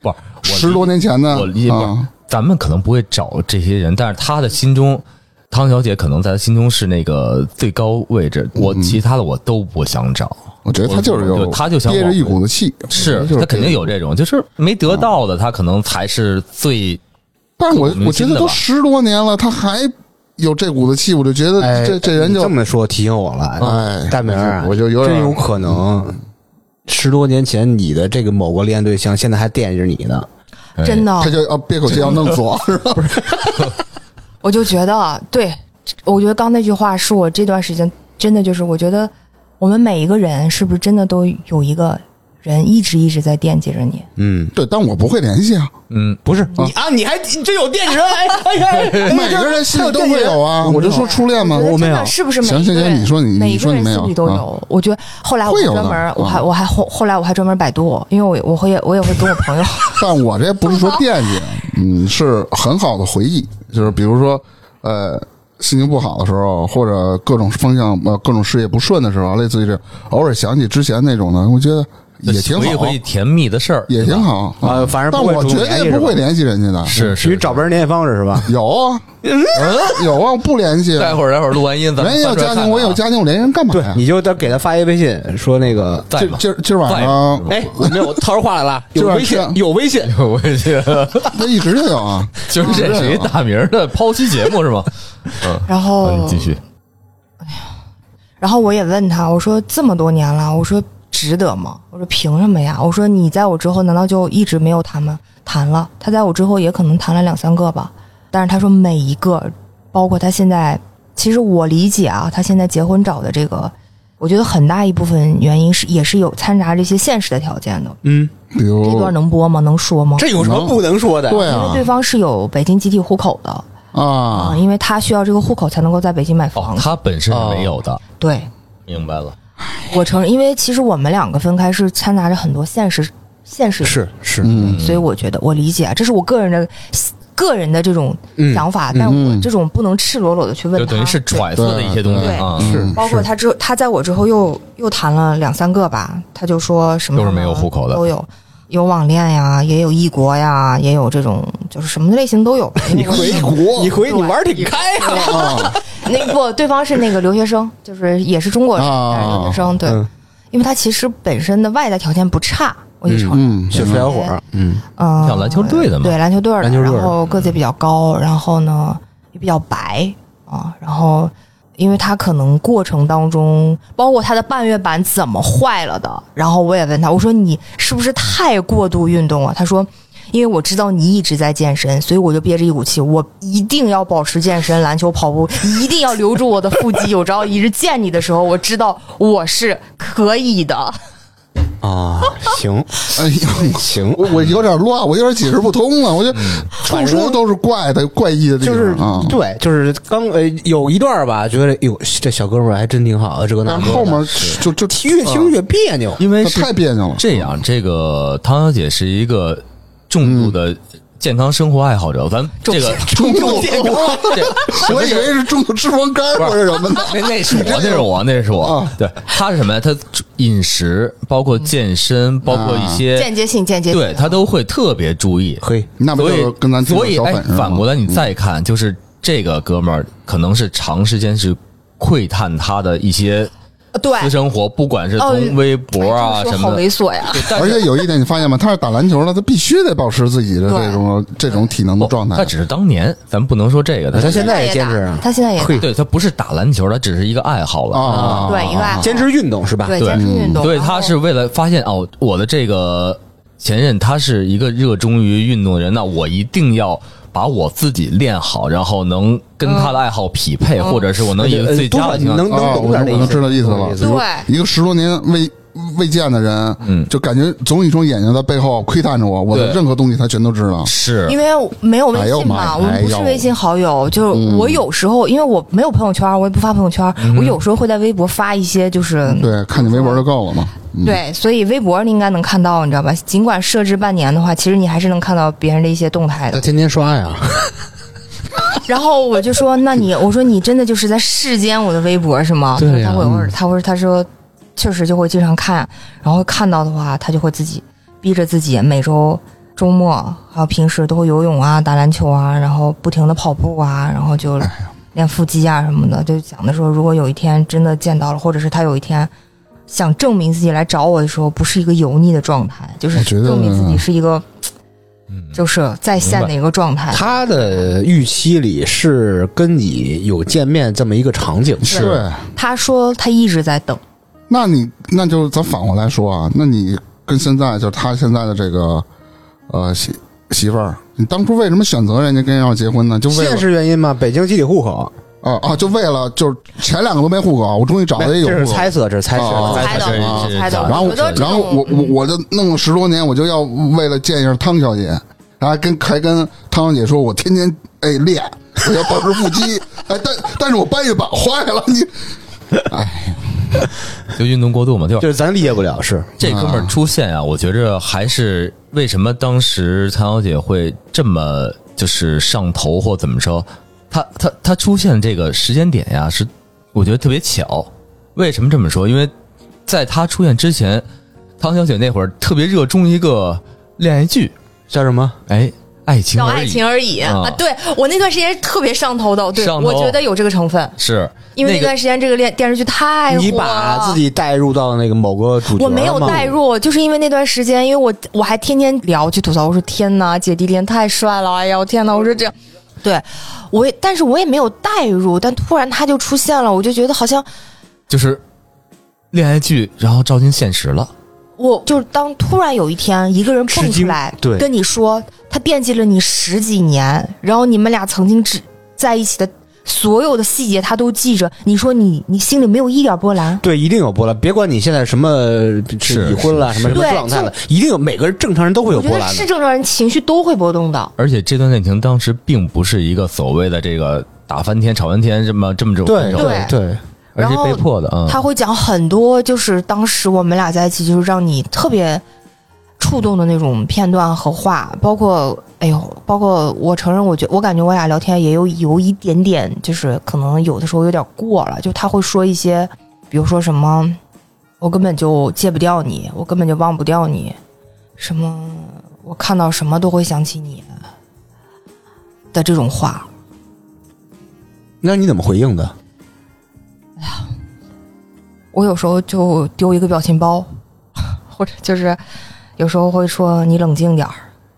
[SPEAKER 1] 不是，我
[SPEAKER 3] 十多年前的
[SPEAKER 1] 我理解不是
[SPEAKER 3] 啊，
[SPEAKER 1] 咱们可能不会找这些人，但是他的心中，汤小姐可能在他心中是那个最高位置。
[SPEAKER 3] 嗯
[SPEAKER 1] 我其他的我都不想找，
[SPEAKER 3] 我觉得他就是有，
[SPEAKER 1] 我他就想
[SPEAKER 3] 憋着
[SPEAKER 1] 往
[SPEAKER 3] 一股子气，我觉
[SPEAKER 1] 是
[SPEAKER 3] 嗯得就是
[SPEAKER 1] 他肯定
[SPEAKER 3] 憋着。
[SPEAKER 1] 有这种，就是没得到的，他可能才是最
[SPEAKER 3] 但是我
[SPEAKER 1] 明
[SPEAKER 3] 我觉
[SPEAKER 1] 心
[SPEAKER 3] 得
[SPEAKER 1] 的
[SPEAKER 3] 都
[SPEAKER 1] 吧
[SPEAKER 3] 十多年了，他还有这股子气，我就觉得
[SPEAKER 2] 哎
[SPEAKER 3] 这这人
[SPEAKER 2] 你
[SPEAKER 3] 就
[SPEAKER 2] 这么说提醒我了，
[SPEAKER 3] 哎
[SPEAKER 2] 大明儿啊，
[SPEAKER 3] 我就有点
[SPEAKER 2] 真有可能，十多年前你的这个某个恋爱对象，现在还惦记着你呢。
[SPEAKER 4] 真的，
[SPEAKER 3] 哎他就要憋口气要弄死
[SPEAKER 4] [laughs]
[SPEAKER 3] 我，是吧？
[SPEAKER 4] 我就觉得，对，我觉得刚那句话是我这段时间真的就是，我觉得我们每一个人是不是真的都有一个人一直一直在惦记着你？
[SPEAKER 2] 嗯，
[SPEAKER 3] 对，但我不会联系啊。
[SPEAKER 1] 嗯
[SPEAKER 2] 不是你啊，你还真有惦记人？哎哎哎，
[SPEAKER 3] 每个人心里都会有啊。
[SPEAKER 2] 我
[SPEAKER 3] 我就说初恋嘛，
[SPEAKER 4] 觉得
[SPEAKER 2] 我没
[SPEAKER 4] 真的
[SPEAKER 2] 有
[SPEAKER 4] 是不是每
[SPEAKER 3] 行
[SPEAKER 4] 一个
[SPEAKER 3] 行
[SPEAKER 4] 人？
[SPEAKER 3] 行，你说你
[SPEAKER 4] 每
[SPEAKER 3] 你
[SPEAKER 4] 一个
[SPEAKER 3] 说你
[SPEAKER 4] 人
[SPEAKER 3] 没有
[SPEAKER 4] 心里都
[SPEAKER 3] 啊
[SPEAKER 4] 有，我觉得后来我
[SPEAKER 3] 会有
[SPEAKER 4] 专门
[SPEAKER 3] 的
[SPEAKER 4] 儿，我还
[SPEAKER 3] 啊
[SPEAKER 4] 我还后后来我还专门百度，因为我我会我也会跟我
[SPEAKER 3] [laughs]
[SPEAKER 4] 朋友
[SPEAKER 3] 但我这不是说惦记，嗯，是很好的回忆，就是比如说，呃，心情不好的时候，或者各种方向呃各种事业不顺的时候，类似于这，偶尔想起之前那种的，我觉得也挺
[SPEAKER 1] 回忆
[SPEAKER 3] 好
[SPEAKER 1] 回忆，甜蜜的事儿，
[SPEAKER 3] 也挺
[SPEAKER 1] 对吧。
[SPEAKER 3] 好
[SPEAKER 2] 啊反正
[SPEAKER 3] 但
[SPEAKER 2] 不会
[SPEAKER 3] 我
[SPEAKER 2] 主动
[SPEAKER 3] 绝
[SPEAKER 2] 联系
[SPEAKER 3] 对
[SPEAKER 2] 是吧
[SPEAKER 3] 不会联系人家的，
[SPEAKER 1] 是是，
[SPEAKER 2] 你找别人联系方式是吧？
[SPEAKER 3] 有啊，有啊，我不联系，
[SPEAKER 1] 待
[SPEAKER 3] 人
[SPEAKER 1] 会儿待会儿录完音，咱们
[SPEAKER 3] 家有
[SPEAKER 1] 翻出来
[SPEAKER 3] 家
[SPEAKER 1] 看
[SPEAKER 3] 庭，
[SPEAKER 1] 看
[SPEAKER 3] 我有
[SPEAKER 1] 啊，
[SPEAKER 3] 家庭，我联系人干嘛
[SPEAKER 2] 对，
[SPEAKER 3] 呀？
[SPEAKER 2] 你就得给他发一微信，说那个
[SPEAKER 1] 在
[SPEAKER 3] 今
[SPEAKER 1] 吗？
[SPEAKER 3] 今今儿晚啊上
[SPEAKER 1] 在
[SPEAKER 2] 哎，没有，掏出话来
[SPEAKER 3] [laughs]
[SPEAKER 2] 了，
[SPEAKER 3] 有微信
[SPEAKER 2] 有微
[SPEAKER 1] [laughs]
[SPEAKER 2] 信，
[SPEAKER 1] 我也觉得，
[SPEAKER 3] 他一直就有啊，
[SPEAKER 1] 就是这属于大明儿的剖析节目是吗？
[SPEAKER 4] 然后
[SPEAKER 3] 哦
[SPEAKER 1] 好，你继续。
[SPEAKER 4] 然后我也问他，我说这么多年了，我说值得吗？我说凭什么呀？我说你在我之后难道就一直没有谈吗？谈了，他在我之后也可能谈了两三个吧，但是他说每一个，包括他现在，其实我理解啊，他现在结婚找的这个，我觉得很大一部分原因是也是有掺杂这些现实的条件的。
[SPEAKER 2] 嗯，
[SPEAKER 3] 比
[SPEAKER 4] 这
[SPEAKER 3] 如
[SPEAKER 4] 段能播吗？能说吗？
[SPEAKER 2] 这有什么不能说的？
[SPEAKER 3] 对
[SPEAKER 4] 因为
[SPEAKER 3] 啊
[SPEAKER 4] 对方是有北京集体户口的
[SPEAKER 3] 啊
[SPEAKER 4] 啊，，因为他需要这个户口才能够在北京买
[SPEAKER 1] 哦
[SPEAKER 4] 房。，
[SPEAKER 1] 他本身
[SPEAKER 2] 哦
[SPEAKER 1] 是没有的，
[SPEAKER 4] 对，
[SPEAKER 1] 明白了。
[SPEAKER 4] 我承认，因为其实我们两个分开是掺杂着很多现实，现实，
[SPEAKER 2] 是是，
[SPEAKER 3] 嗯，
[SPEAKER 4] 所以我觉得我理解，这是我个人的个人的这种
[SPEAKER 2] 嗯
[SPEAKER 4] 想法，但我这种不能赤裸裸的去问
[SPEAKER 1] 就
[SPEAKER 4] 他，
[SPEAKER 1] 等于是揣测的一些东西啊，
[SPEAKER 3] 对
[SPEAKER 2] 嗯
[SPEAKER 3] 嗯
[SPEAKER 2] 是
[SPEAKER 4] 包括他之后，他在我之后又又谈了两三个吧，他就说什么
[SPEAKER 1] 都是没有户口的
[SPEAKER 4] 都有。有网恋呀，也有异国呀，也有这种就是什么类型都有。哎
[SPEAKER 2] 你回
[SPEAKER 4] [laughs]
[SPEAKER 2] 国，你回你玩儿挺开啊，
[SPEAKER 3] 啊
[SPEAKER 4] 那不，对方是那个留学生，就是也是中国人，
[SPEAKER 3] 啊
[SPEAKER 4] 但是留学生对，
[SPEAKER 2] 嗯
[SPEAKER 4] 因为他其实本身的外在条件不差，我就承认。
[SPEAKER 3] 嗯，
[SPEAKER 2] 小小伙儿，嗯，
[SPEAKER 4] 嗯，
[SPEAKER 1] 像篮球队的嘛
[SPEAKER 4] 对篮球队儿的，
[SPEAKER 2] 篮球队儿
[SPEAKER 4] 然后个子也比较高，然后呢也比较白啊，然后因为他可能过程当中，包括他的半月板怎么坏了的，然后我也问他，我说你是不是太过度运动了？他说。因为我知道你一直在健身，所以我就憋着一股气，我一定要保持健身、篮球、跑步，一定要留住我的腹肌。有朝一日见你的时候，我知道我是可以的。
[SPEAKER 2] 啊，行
[SPEAKER 3] [laughs] 哎呦。
[SPEAKER 2] 行，
[SPEAKER 3] 我我有点乱，我有点解释不通了。我就处处都是怪的、怪异的地
[SPEAKER 2] 就
[SPEAKER 3] 方
[SPEAKER 2] 是
[SPEAKER 3] 啊。
[SPEAKER 2] 对，就是刚呃有一段吧，觉得哟这小哥们儿还真挺好的，这个那
[SPEAKER 3] 但
[SPEAKER 2] 个
[SPEAKER 3] 是
[SPEAKER 2] 的
[SPEAKER 3] 后嗯面就就
[SPEAKER 2] 越听越别扭。
[SPEAKER 1] 因为
[SPEAKER 3] 嗯这
[SPEAKER 1] 是
[SPEAKER 3] 太别
[SPEAKER 1] [laughs]
[SPEAKER 3] 扭了。
[SPEAKER 1] 这样，这个汤小姐是一个重度的健康生活爱好者，咱这个
[SPEAKER 3] 中度， [laughs]
[SPEAKER 1] 这
[SPEAKER 3] 我以为是中度脂肪肝或者什么的。
[SPEAKER 1] 那那是我，那是我，那是我
[SPEAKER 3] 啊。
[SPEAKER 1] 对，她是什么呀？她饮食，包括健身，包括
[SPEAKER 3] 嗯
[SPEAKER 1] 一些
[SPEAKER 4] 间，接性，间接性
[SPEAKER 1] 对她都会特别注意。
[SPEAKER 2] 嘿，
[SPEAKER 3] 那不
[SPEAKER 1] 所以
[SPEAKER 3] 就跟咱
[SPEAKER 1] 所以
[SPEAKER 3] 小
[SPEAKER 1] 哎
[SPEAKER 3] 粉似，的
[SPEAKER 1] 反过
[SPEAKER 3] 吗？
[SPEAKER 1] 来你再看，就是这个哥们儿可能是长时间是窥探他的一些
[SPEAKER 4] 呃对，
[SPEAKER 1] 私生活，不管是
[SPEAKER 4] 哦
[SPEAKER 1] 从微博啊
[SPEAKER 4] 哎这么
[SPEAKER 1] 什
[SPEAKER 4] 说
[SPEAKER 1] 么
[SPEAKER 4] 好
[SPEAKER 1] 的，
[SPEAKER 4] 猥琐呀！
[SPEAKER 1] 对但
[SPEAKER 3] 而
[SPEAKER 1] 是
[SPEAKER 3] 且有一点你发现吗？他是打篮球的，他必须得保持自己的这种这种体能的状态
[SPEAKER 1] 他。只是当年，咱不能说这个，
[SPEAKER 2] 啊他
[SPEAKER 1] 他
[SPEAKER 2] 现在也坚持
[SPEAKER 4] 打
[SPEAKER 2] 啊，
[SPEAKER 4] 他现在也打
[SPEAKER 2] 嘿
[SPEAKER 1] 对他不是打篮球，他只是一个爱好了。
[SPEAKER 3] 啊，
[SPEAKER 4] 对一个爱好
[SPEAKER 2] 坚持运动是吧？呃
[SPEAKER 4] 对
[SPEAKER 1] 对
[SPEAKER 4] 坚持运动，
[SPEAKER 1] 所以
[SPEAKER 4] 然后
[SPEAKER 1] 他是为了发现哦，我的这个前任他是一个热衷于运动的人，那我一定要把我自己练好，然后能跟他的爱好匹配，
[SPEAKER 4] 嗯
[SPEAKER 1] 或者是我能以
[SPEAKER 2] 呃
[SPEAKER 1] 自己
[SPEAKER 2] 多
[SPEAKER 1] 家啊
[SPEAKER 2] 少
[SPEAKER 1] 的情况
[SPEAKER 2] 能能
[SPEAKER 3] 哦
[SPEAKER 2] 懂
[SPEAKER 3] 我
[SPEAKER 2] 点
[SPEAKER 3] 能
[SPEAKER 2] 那
[SPEAKER 3] 我能知道意思了。
[SPEAKER 4] 对
[SPEAKER 3] 一个十多年未未见的人，
[SPEAKER 1] 嗯
[SPEAKER 3] 就感觉总有一双眼睛在背后窥探着我，我的
[SPEAKER 1] 对
[SPEAKER 3] 任何东西他全都知道。
[SPEAKER 1] 是
[SPEAKER 4] 因为没有微
[SPEAKER 3] 哎呦
[SPEAKER 4] 信
[SPEAKER 3] 妈呀
[SPEAKER 4] 嘛，我们不
[SPEAKER 3] 哎
[SPEAKER 4] 是
[SPEAKER 3] 呦
[SPEAKER 4] 微信好友，就是我有时候因为我没有朋友圈，我也不发朋友圈，
[SPEAKER 1] 嗯
[SPEAKER 4] 我有时候会在微博发一些就是
[SPEAKER 3] 对，看你微博就够了嘛。嗯，
[SPEAKER 4] 对，所以微博你应该能看到，你知道吧？尽管设置半年的话，其实你还是能看到别人的一些动态的。
[SPEAKER 2] 天天刷呀，
[SPEAKER 4] 然后我就说，那你，我说你真的就是在世间我的微博是吗？
[SPEAKER 2] 对呀
[SPEAKER 4] 他说他会偶尔，他会他说确实就会经常看，然后看到的话，他就会自己逼着自己每周周末还有平时都会游泳啊、打篮球啊，然后不停的跑步啊，然后就练腹肌啊什么的，就想的说，如果有一天真的见到了，或者是他有一天。想证明自己来找我的时候，不是一个油腻的状态，就是
[SPEAKER 3] 我觉得
[SPEAKER 4] 证明自己是一个，
[SPEAKER 1] 嗯
[SPEAKER 4] 就是在线的一个状态。
[SPEAKER 2] 他的预期里是跟你有见面这么一个场景，
[SPEAKER 3] 对。
[SPEAKER 4] 他说他一直在等，
[SPEAKER 3] 那你那就咱反过来说啊，那你跟现在就是他现在的这个呃媳媳妇儿，你当初为什么选择人家跟人要结婚呢？就为
[SPEAKER 2] 现
[SPEAKER 3] 了
[SPEAKER 2] 实原因嘛，北京集体户口，
[SPEAKER 3] 啊啊，就为了就是前两个都没户口，我终于找到一个
[SPEAKER 2] 这
[SPEAKER 3] 有
[SPEAKER 2] 是
[SPEAKER 3] 户口。
[SPEAKER 2] 猜测，这是猜
[SPEAKER 3] 哦
[SPEAKER 2] 测，
[SPEAKER 3] 猜
[SPEAKER 4] 猜到
[SPEAKER 1] 是
[SPEAKER 4] 了
[SPEAKER 1] 是
[SPEAKER 4] 猜到了
[SPEAKER 3] 然后
[SPEAKER 4] 我觉得这
[SPEAKER 3] 然后我我我就弄了十多年，我就要为了见一下汤小姐，然后还跟还跟汤小姐说，我天天哎练，我要保持腹肌， [laughs] 哎，但但是我半月板坏了，你
[SPEAKER 1] 就运动过度嘛，就是
[SPEAKER 2] 就是咱理解不了，是
[SPEAKER 1] 这哥们儿出现啊，我觉着还是为什么当时谭小姐会这么就是上头或怎么着，他他他出现这个时间点呀，是我觉得特别巧。为什么这么说？因为在他出现之前，汤小姐那会儿特别热衷一个恋爱剧，
[SPEAKER 2] 叫什么？
[SPEAKER 1] 哎，爱情
[SPEAKER 4] 叫
[SPEAKER 1] 而
[SPEAKER 4] 爱
[SPEAKER 1] 已，
[SPEAKER 4] 情而已
[SPEAKER 1] 啊
[SPEAKER 4] 啊！对我那段时间特别上头的，对
[SPEAKER 1] 上头
[SPEAKER 4] 我觉得有这个成分，
[SPEAKER 1] 是
[SPEAKER 4] 因为
[SPEAKER 1] 那
[SPEAKER 4] 那
[SPEAKER 1] 个
[SPEAKER 4] 段时间这个电电视剧太火了。
[SPEAKER 2] 你把自己带入到那个某个主角
[SPEAKER 4] 我没有代
[SPEAKER 2] 带，
[SPEAKER 4] 入，就是因为那段时间，因为我我还天天聊去吐槽，我说天呐，姐弟恋太帅了，哎呀，我天呐，我说这，对我也，但是我也没有代入，但突然他就出现了，我就觉得好像
[SPEAKER 1] 就是恋爱剧，然后照进现实了。
[SPEAKER 4] 我就是当突然有一天一个人蹦
[SPEAKER 2] 吃
[SPEAKER 4] 出
[SPEAKER 2] 惊
[SPEAKER 4] 来，
[SPEAKER 2] 对
[SPEAKER 4] 跟你说他惦记了你十几年，然后你们俩曾经只在一起的所有的细节他都记着，你说你你心里没有一点波澜，
[SPEAKER 2] 对，一定有波澜。别管你现在什么
[SPEAKER 1] 是
[SPEAKER 2] 已婚了，
[SPEAKER 1] 是
[SPEAKER 2] 什么什么
[SPEAKER 4] 对
[SPEAKER 2] 状态了，一定有每个人正常人都会有
[SPEAKER 4] 我觉
[SPEAKER 2] 波
[SPEAKER 4] 得
[SPEAKER 2] 澜
[SPEAKER 4] 是
[SPEAKER 2] 的。
[SPEAKER 4] 正常人情绪都会波动的。
[SPEAKER 1] 而且这段恋情当时并不是一个所谓的这个打翻天、吵翻天这么这么这种这种
[SPEAKER 4] 对
[SPEAKER 2] 对，
[SPEAKER 1] 而
[SPEAKER 4] 然
[SPEAKER 1] 且
[SPEAKER 4] 后
[SPEAKER 1] 被迫的啊。
[SPEAKER 4] 他会讲很多，就是当时我们俩在一起，就是让你特别触动的那种片段和话，包括哎呦，包括我承认，我觉我感觉我俩聊天也有有一点点，就是可能有的时候有点过了，就他会说一些，比如说什么，我根本就戒不掉你，我根本就忘不掉你，什么我看到什么都会想起你的这种话，
[SPEAKER 2] 那你怎么回应的？
[SPEAKER 4] 我有时候就丢一个表情包， [laughs] 或者就是有时候会说你冷静点儿，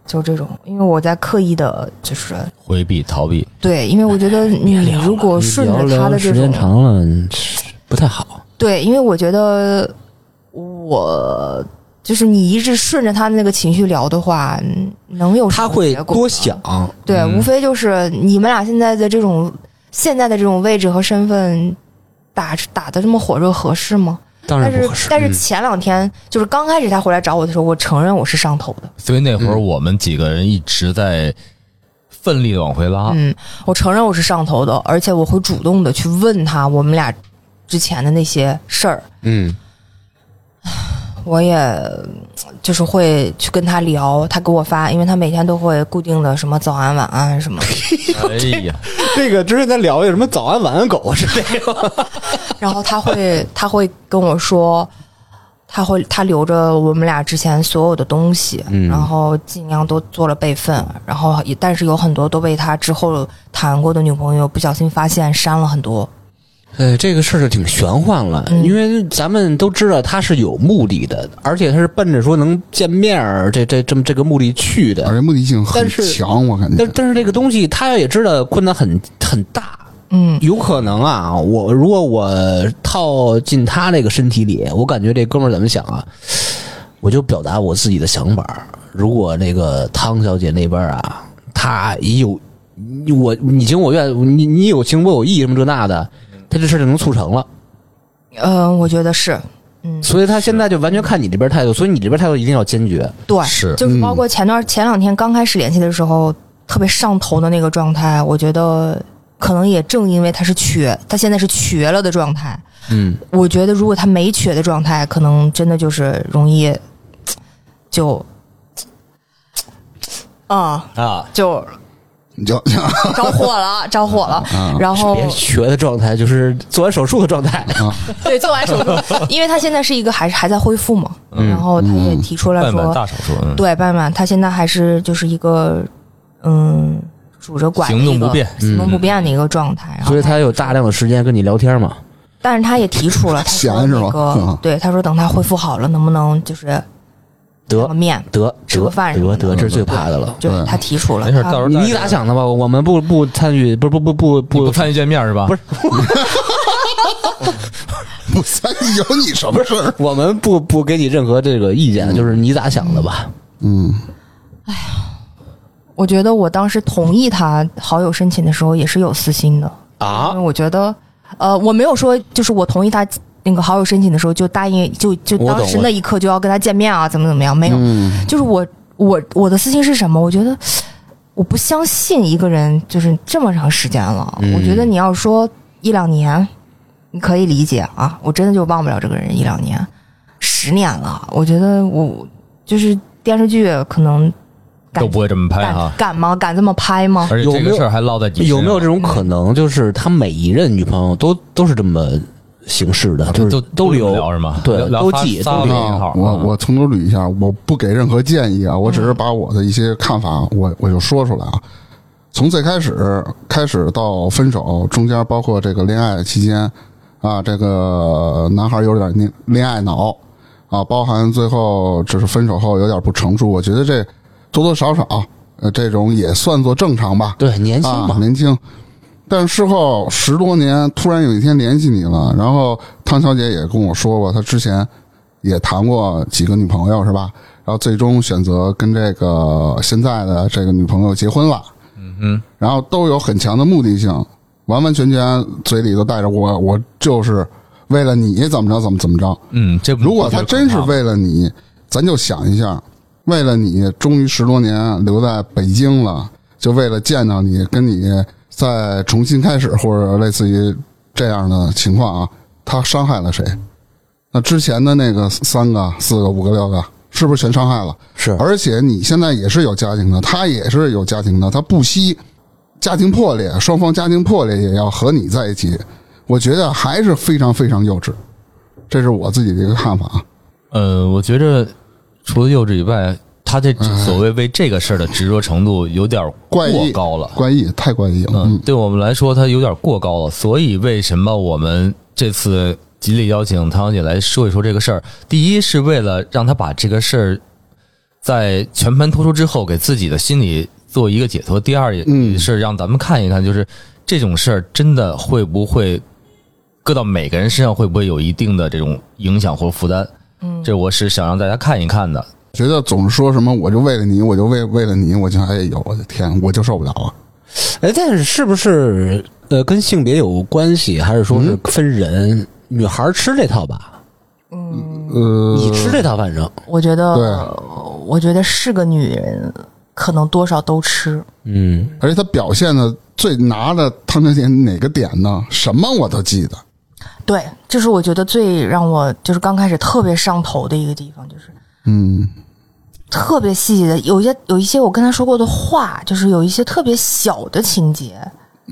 [SPEAKER 4] 就这种。因为我在刻意的，就是
[SPEAKER 1] 回避、逃避，
[SPEAKER 4] 对，因为我觉得
[SPEAKER 2] 哎
[SPEAKER 4] 你哎如果顺着他的这种，
[SPEAKER 2] 了不太好。
[SPEAKER 4] 对，因为我觉得我就是你一直顺着他那个情绪聊的话，嗯能有什
[SPEAKER 2] 他
[SPEAKER 4] 么
[SPEAKER 2] 会
[SPEAKER 4] 结果
[SPEAKER 2] 多
[SPEAKER 4] 呢
[SPEAKER 2] 想，
[SPEAKER 4] 对，
[SPEAKER 1] 嗯
[SPEAKER 4] 无非就是你们俩现在的这种现在的这种位置和身份打打的这么火热合适吗？
[SPEAKER 2] 当然
[SPEAKER 4] 但
[SPEAKER 2] 不
[SPEAKER 4] 是
[SPEAKER 2] 合适。
[SPEAKER 4] 但是
[SPEAKER 2] 嗯
[SPEAKER 4] 前两天就是刚开始他回来找我的时候，我承认我是上头的，
[SPEAKER 1] 所以那会儿
[SPEAKER 2] 嗯
[SPEAKER 1] 我们几个人一直在奋力的往回
[SPEAKER 2] 啊
[SPEAKER 1] 拉。
[SPEAKER 4] 嗯，我承认我是上头的，而且我会主动的去问他我们俩之前的那些事儿，
[SPEAKER 2] 嗯，
[SPEAKER 4] 我也嗯就是会去跟他聊，他给我发，因为他每天都会固定的什么早安晚安什么的，
[SPEAKER 1] [laughs] 哎呀，
[SPEAKER 2] 这个之前咱聊有什么早安晚安狗之类的，
[SPEAKER 4] 然后他会他会跟我说。他会，他留着我们俩之前所有的东西，
[SPEAKER 2] 嗯
[SPEAKER 4] 然后尽量都做了备份，然后也但是有很多都被他之后谈过的女朋友不小心发现删了很多，
[SPEAKER 2] 呃，这个事儿就挺玄幻了，
[SPEAKER 4] 嗯
[SPEAKER 2] 因为咱们都知道他是有目的的，而且他是奔着说能见面儿这这这么这个目的去的
[SPEAKER 3] 而。且目的性很
[SPEAKER 2] 但是
[SPEAKER 3] 强，我感觉
[SPEAKER 2] [laughs] 但。但是这个东西他也知道困难很很大，
[SPEAKER 4] 嗯，
[SPEAKER 2] 有可能啊。我如果我套进他这个身体里，我感觉这哥们儿怎么想啊？我就表达我自己的想法儿。如果那个汤小姐那边儿啊，她也有你我你情我愿，你你有情我有意什么这那的，他这事儿就能促成了。
[SPEAKER 4] 呃，我觉得是
[SPEAKER 2] 所以他现在就完全看你这边态度，所以你这边态度一定要坚决。
[SPEAKER 4] 对，
[SPEAKER 1] 是
[SPEAKER 4] 就是包括前段、前两天刚开始联系的时候，特别上头的那个状态，我觉得可能也正因为他是瘸，他现在是瘸了的状态。
[SPEAKER 2] 嗯，
[SPEAKER 4] 我觉得如果他没瘸的状态，可能真的就是容易就
[SPEAKER 2] 嗯
[SPEAKER 4] 啊
[SPEAKER 1] 啊，
[SPEAKER 4] 就
[SPEAKER 3] 你就
[SPEAKER 4] 着火了，
[SPEAKER 2] [laughs]
[SPEAKER 4] 着火了，然后
[SPEAKER 2] 啊别瘸的状态就是做完手术的状态。
[SPEAKER 4] 对，做完手术，
[SPEAKER 2] [laughs]
[SPEAKER 4] 因为他现在是一个还是还在恢复嘛，
[SPEAKER 2] 嗯
[SPEAKER 4] 然后他也提出了
[SPEAKER 1] 半满
[SPEAKER 4] 说，
[SPEAKER 1] 大手术，嗯，
[SPEAKER 4] 对，办办，他现在还是就是一的一个嗯拄着拐的一
[SPEAKER 1] 行
[SPEAKER 4] 个，
[SPEAKER 1] 动不便
[SPEAKER 4] 行动不便的一个状态。然后
[SPEAKER 2] 嗯所以，他有大量的时间跟你聊天嘛。
[SPEAKER 4] 但是他也提出了，他说
[SPEAKER 3] 闲是
[SPEAKER 4] 那
[SPEAKER 3] 吧
[SPEAKER 2] [laughs]
[SPEAKER 4] 个
[SPEAKER 3] 嗯，
[SPEAKER 4] 对，他说等他恢复好了，能不能就是见
[SPEAKER 2] 得
[SPEAKER 4] 个面，
[SPEAKER 2] 得
[SPEAKER 4] 吃个
[SPEAKER 2] 得
[SPEAKER 4] 饭什么
[SPEAKER 2] 得
[SPEAKER 4] 的
[SPEAKER 2] 得，这是最怕的了。
[SPEAKER 1] 嗯
[SPEAKER 4] 就是他提出了，
[SPEAKER 1] 没事，
[SPEAKER 4] 他
[SPEAKER 1] 到时候
[SPEAKER 2] 你你咋想的吧？我们不不参与，不不不不
[SPEAKER 1] 不不
[SPEAKER 2] 不，
[SPEAKER 1] 参与见面是吧？不是，
[SPEAKER 3] 不三有你什么事儿？
[SPEAKER 2] 我们不不给你任何这个意见，就是你咋想的吧？
[SPEAKER 3] 嗯，
[SPEAKER 4] 我觉得我当时同意他好友申请的时候也是有私心的
[SPEAKER 2] 啊
[SPEAKER 4] 因为我觉得，呃，我没有说就是我同意他那个好友申请的时候就答应，就就
[SPEAKER 2] 我懂嗯
[SPEAKER 4] 当时
[SPEAKER 2] 我
[SPEAKER 4] 那一刻就要跟他见面啊，怎么怎么样，没有，
[SPEAKER 1] 嗯
[SPEAKER 4] 就是我我我的私心是什么？我觉得我不相信一个人就是这么长时间了，我觉得你要说一两年，你可以理解啊，我真的就忘不了这个人一两年，十年了，我觉得我就是电视剧可能感
[SPEAKER 1] 都不会这么拍
[SPEAKER 4] 敢
[SPEAKER 1] 哈。
[SPEAKER 4] 敢吗？敢这么拍
[SPEAKER 3] 哎
[SPEAKER 4] 吗？
[SPEAKER 1] 而且这
[SPEAKER 2] 有没
[SPEAKER 1] 个
[SPEAKER 2] 有
[SPEAKER 1] 事儿还落在啊你
[SPEAKER 2] 有没有
[SPEAKER 1] 身
[SPEAKER 2] 这种可能，就是他每一任女朋友都都是这么行事的，
[SPEAKER 1] 上
[SPEAKER 2] 就是
[SPEAKER 1] 啊都
[SPEAKER 2] 都
[SPEAKER 1] 聊
[SPEAKER 2] 留
[SPEAKER 1] 聊是吗？
[SPEAKER 2] 对
[SPEAKER 1] 聊聊
[SPEAKER 2] 都
[SPEAKER 1] 发
[SPEAKER 2] 记
[SPEAKER 1] 发
[SPEAKER 2] 都
[SPEAKER 1] 微
[SPEAKER 2] 记
[SPEAKER 1] 信
[SPEAKER 3] 啊
[SPEAKER 1] 号，
[SPEAKER 3] 我
[SPEAKER 1] 嗯
[SPEAKER 3] 我从头捋一下，我不给任何建议啊，我只是把我的一些看法，我我就说出来啊。从最开始开始到分手，中间包括这个恋爱期间啊，这个男孩有点恋恋爱脑啊，包含最后只是分手后有点不成熟，我觉得这多多少少、呃这种也算作正常吧。
[SPEAKER 2] 对年轻
[SPEAKER 3] 啊，
[SPEAKER 2] 嘛，
[SPEAKER 3] 年轻。但事后十多年，突然有一天联系你了，然后汤小姐也跟我说过，她之前也谈过几个女朋友，是吧？然后最终选择跟这个现在的这个女朋友结婚了。嗯哼，然后都有很强的目的性，完完全全嘴里都带着我，我就是为了你怎么着怎么怎么着。
[SPEAKER 1] 嗯，这
[SPEAKER 3] 如果他真是
[SPEAKER 1] 为
[SPEAKER 3] 为了你，咱就想一下，为了你，终于十多年留在北京了，就为了见到你，跟你再重新开始，或者类似于这样的情况啊，他伤害了谁？那之前的那个三个、四个、五个、六个，是不是全伤害了？
[SPEAKER 2] 是
[SPEAKER 3] 而且你现在也是有家庭的，他也是有家庭的，他不惜家庭破裂，双方家庭破裂也要和你在一起，我觉得还是非常非常幼稚，这是我自己的一个看法啊。
[SPEAKER 1] 呃，我觉着除了幼稚以外，他这所谓为这个事儿的执着程度有点
[SPEAKER 3] 怪
[SPEAKER 1] 过
[SPEAKER 3] 异
[SPEAKER 1] 高了。
[SPEAKER 3] 怪异，太怪异了。
[SPEAKER 1] 嗯，对我们来说，他有点过高了。所以为什么我们这次极力邀请汤小姐来说一说这个事儿？第一是为了让她把这个事儿在全盘托出之后，给自己的心理做一个解脱；第二也
[SPEAKER 3] 嗯
[SPEAKER 1] 是让咱们看一看，就是这种事儿真的会不会搁到每个人身上，会不会有一定的这种影响或负担？嗯，这我是想让大家看一看的。
[SPEAKER 3] 觉得总是说什么我就为了你，我就为为了你，我就哎呦我的天，我就受不了啊了。
[SPEAKER 2] 哎，但是是不是呃跟性别有关系，还是说
[SPEAKER 1] 嗯
[SPEAKER 2] 是分人？女孩儿吃这套吧，
[SPEAKER 4] 嗯
[SPEAKER 3] 呃，
[SPEAKER 2] 你吃这套，反正
[SPEAKER 4] 我觉得，
[SPEAKER 3] 对
[SPEAKER 4] 呃我觉得是个女人，可能多少都吃。
[SPEAKER 2] 嗯，
[SPEAKER 3] 而且他表现的最拿的汤小姐哪个点呢？什么我都记得。
[SPEAKER 4] 对，这是我觉得最让我就是刚开始特别上头的一个地方，就是
[SPEAKER 3] 嗯，
[SPEAKER 4] 特别细节的，有一些有一些我跟他说过的话，就是有一些特别小的情节，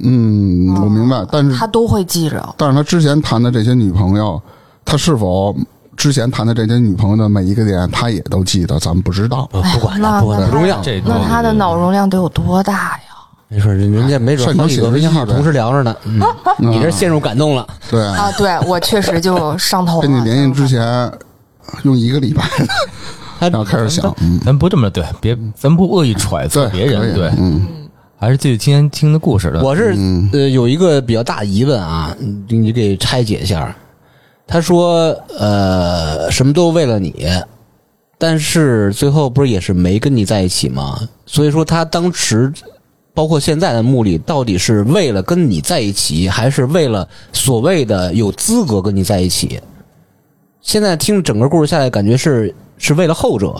[SPEAKER 3] 嗯，我明白。但
[SPEAKER 4] 他
[SPEAKER 3] 是，
[SPEAKER 4] 都会记着。
[SPEAKER 3] 但是他之前谈的这些女朋友，他是否之前谈的这些女朋友的每一个点，他也都记得？咱们不知道。
[SPEAKER 2] 呃不管
[SPEAKER 4] 哎呀
[SPEAKER 3] 嗯
[SPEAKER 2] 了，不管
[SPEAKER 4] 那
[SPEAKER 2] 了，不重要。
[SPEAKER 1] 这
[SPEAKER 4] 那他的脑容量得有多大呀？
[SPEAKER 2] 没事，人家没
[SPEAKER 3] 哎
[SPEAKER 2] 准
[SPEAKER 3] 上头
[SPEAKER 2] 好几
[SPEAKER 3] 写
[SPEAKER 2] 个
[SPEAKER 3] 着
[SPEAKER 2] 微信号
[SPEAKER 3] 意呗
[SPEAKER 2] 同时聊啊着呢。嗯，你这陷入感动了，
[SPEAKER 3] 对，
[SPEAKER 4] 啊，对我确实就上头了。
[SPEAKER 3] 跟你联系之前用一个礼拜，
[SPEAKER 2] 他
[SPEAKER 3] 然后开始想，嗯，
[SPEAKER 1] 咱不这么对，别咱不恶意揣测
[SPEAKER 3] 对，
[SPEAKER 1] 别
[SPEAKER 3] 可以
[SPEAKER 1] 人，对，
[SPEAKER 3] 嗯，
[SPEAKER 1] 还是继续今天听的故事的。
[SPEAKER 2] 我是
[SPEAKER 3] 嗯
[SPEAKER 2] 呃有一个比较大疑问啊，你你给拆解一下。他说呃什么都为了你，但是最后不是也是没跟你在一起吗？所以说他当时包括现在的目的，到底是为了跟你在一起，还是为了所谓的有资格跟你在一起？现在听整个故事下来，感觉是是为了后者，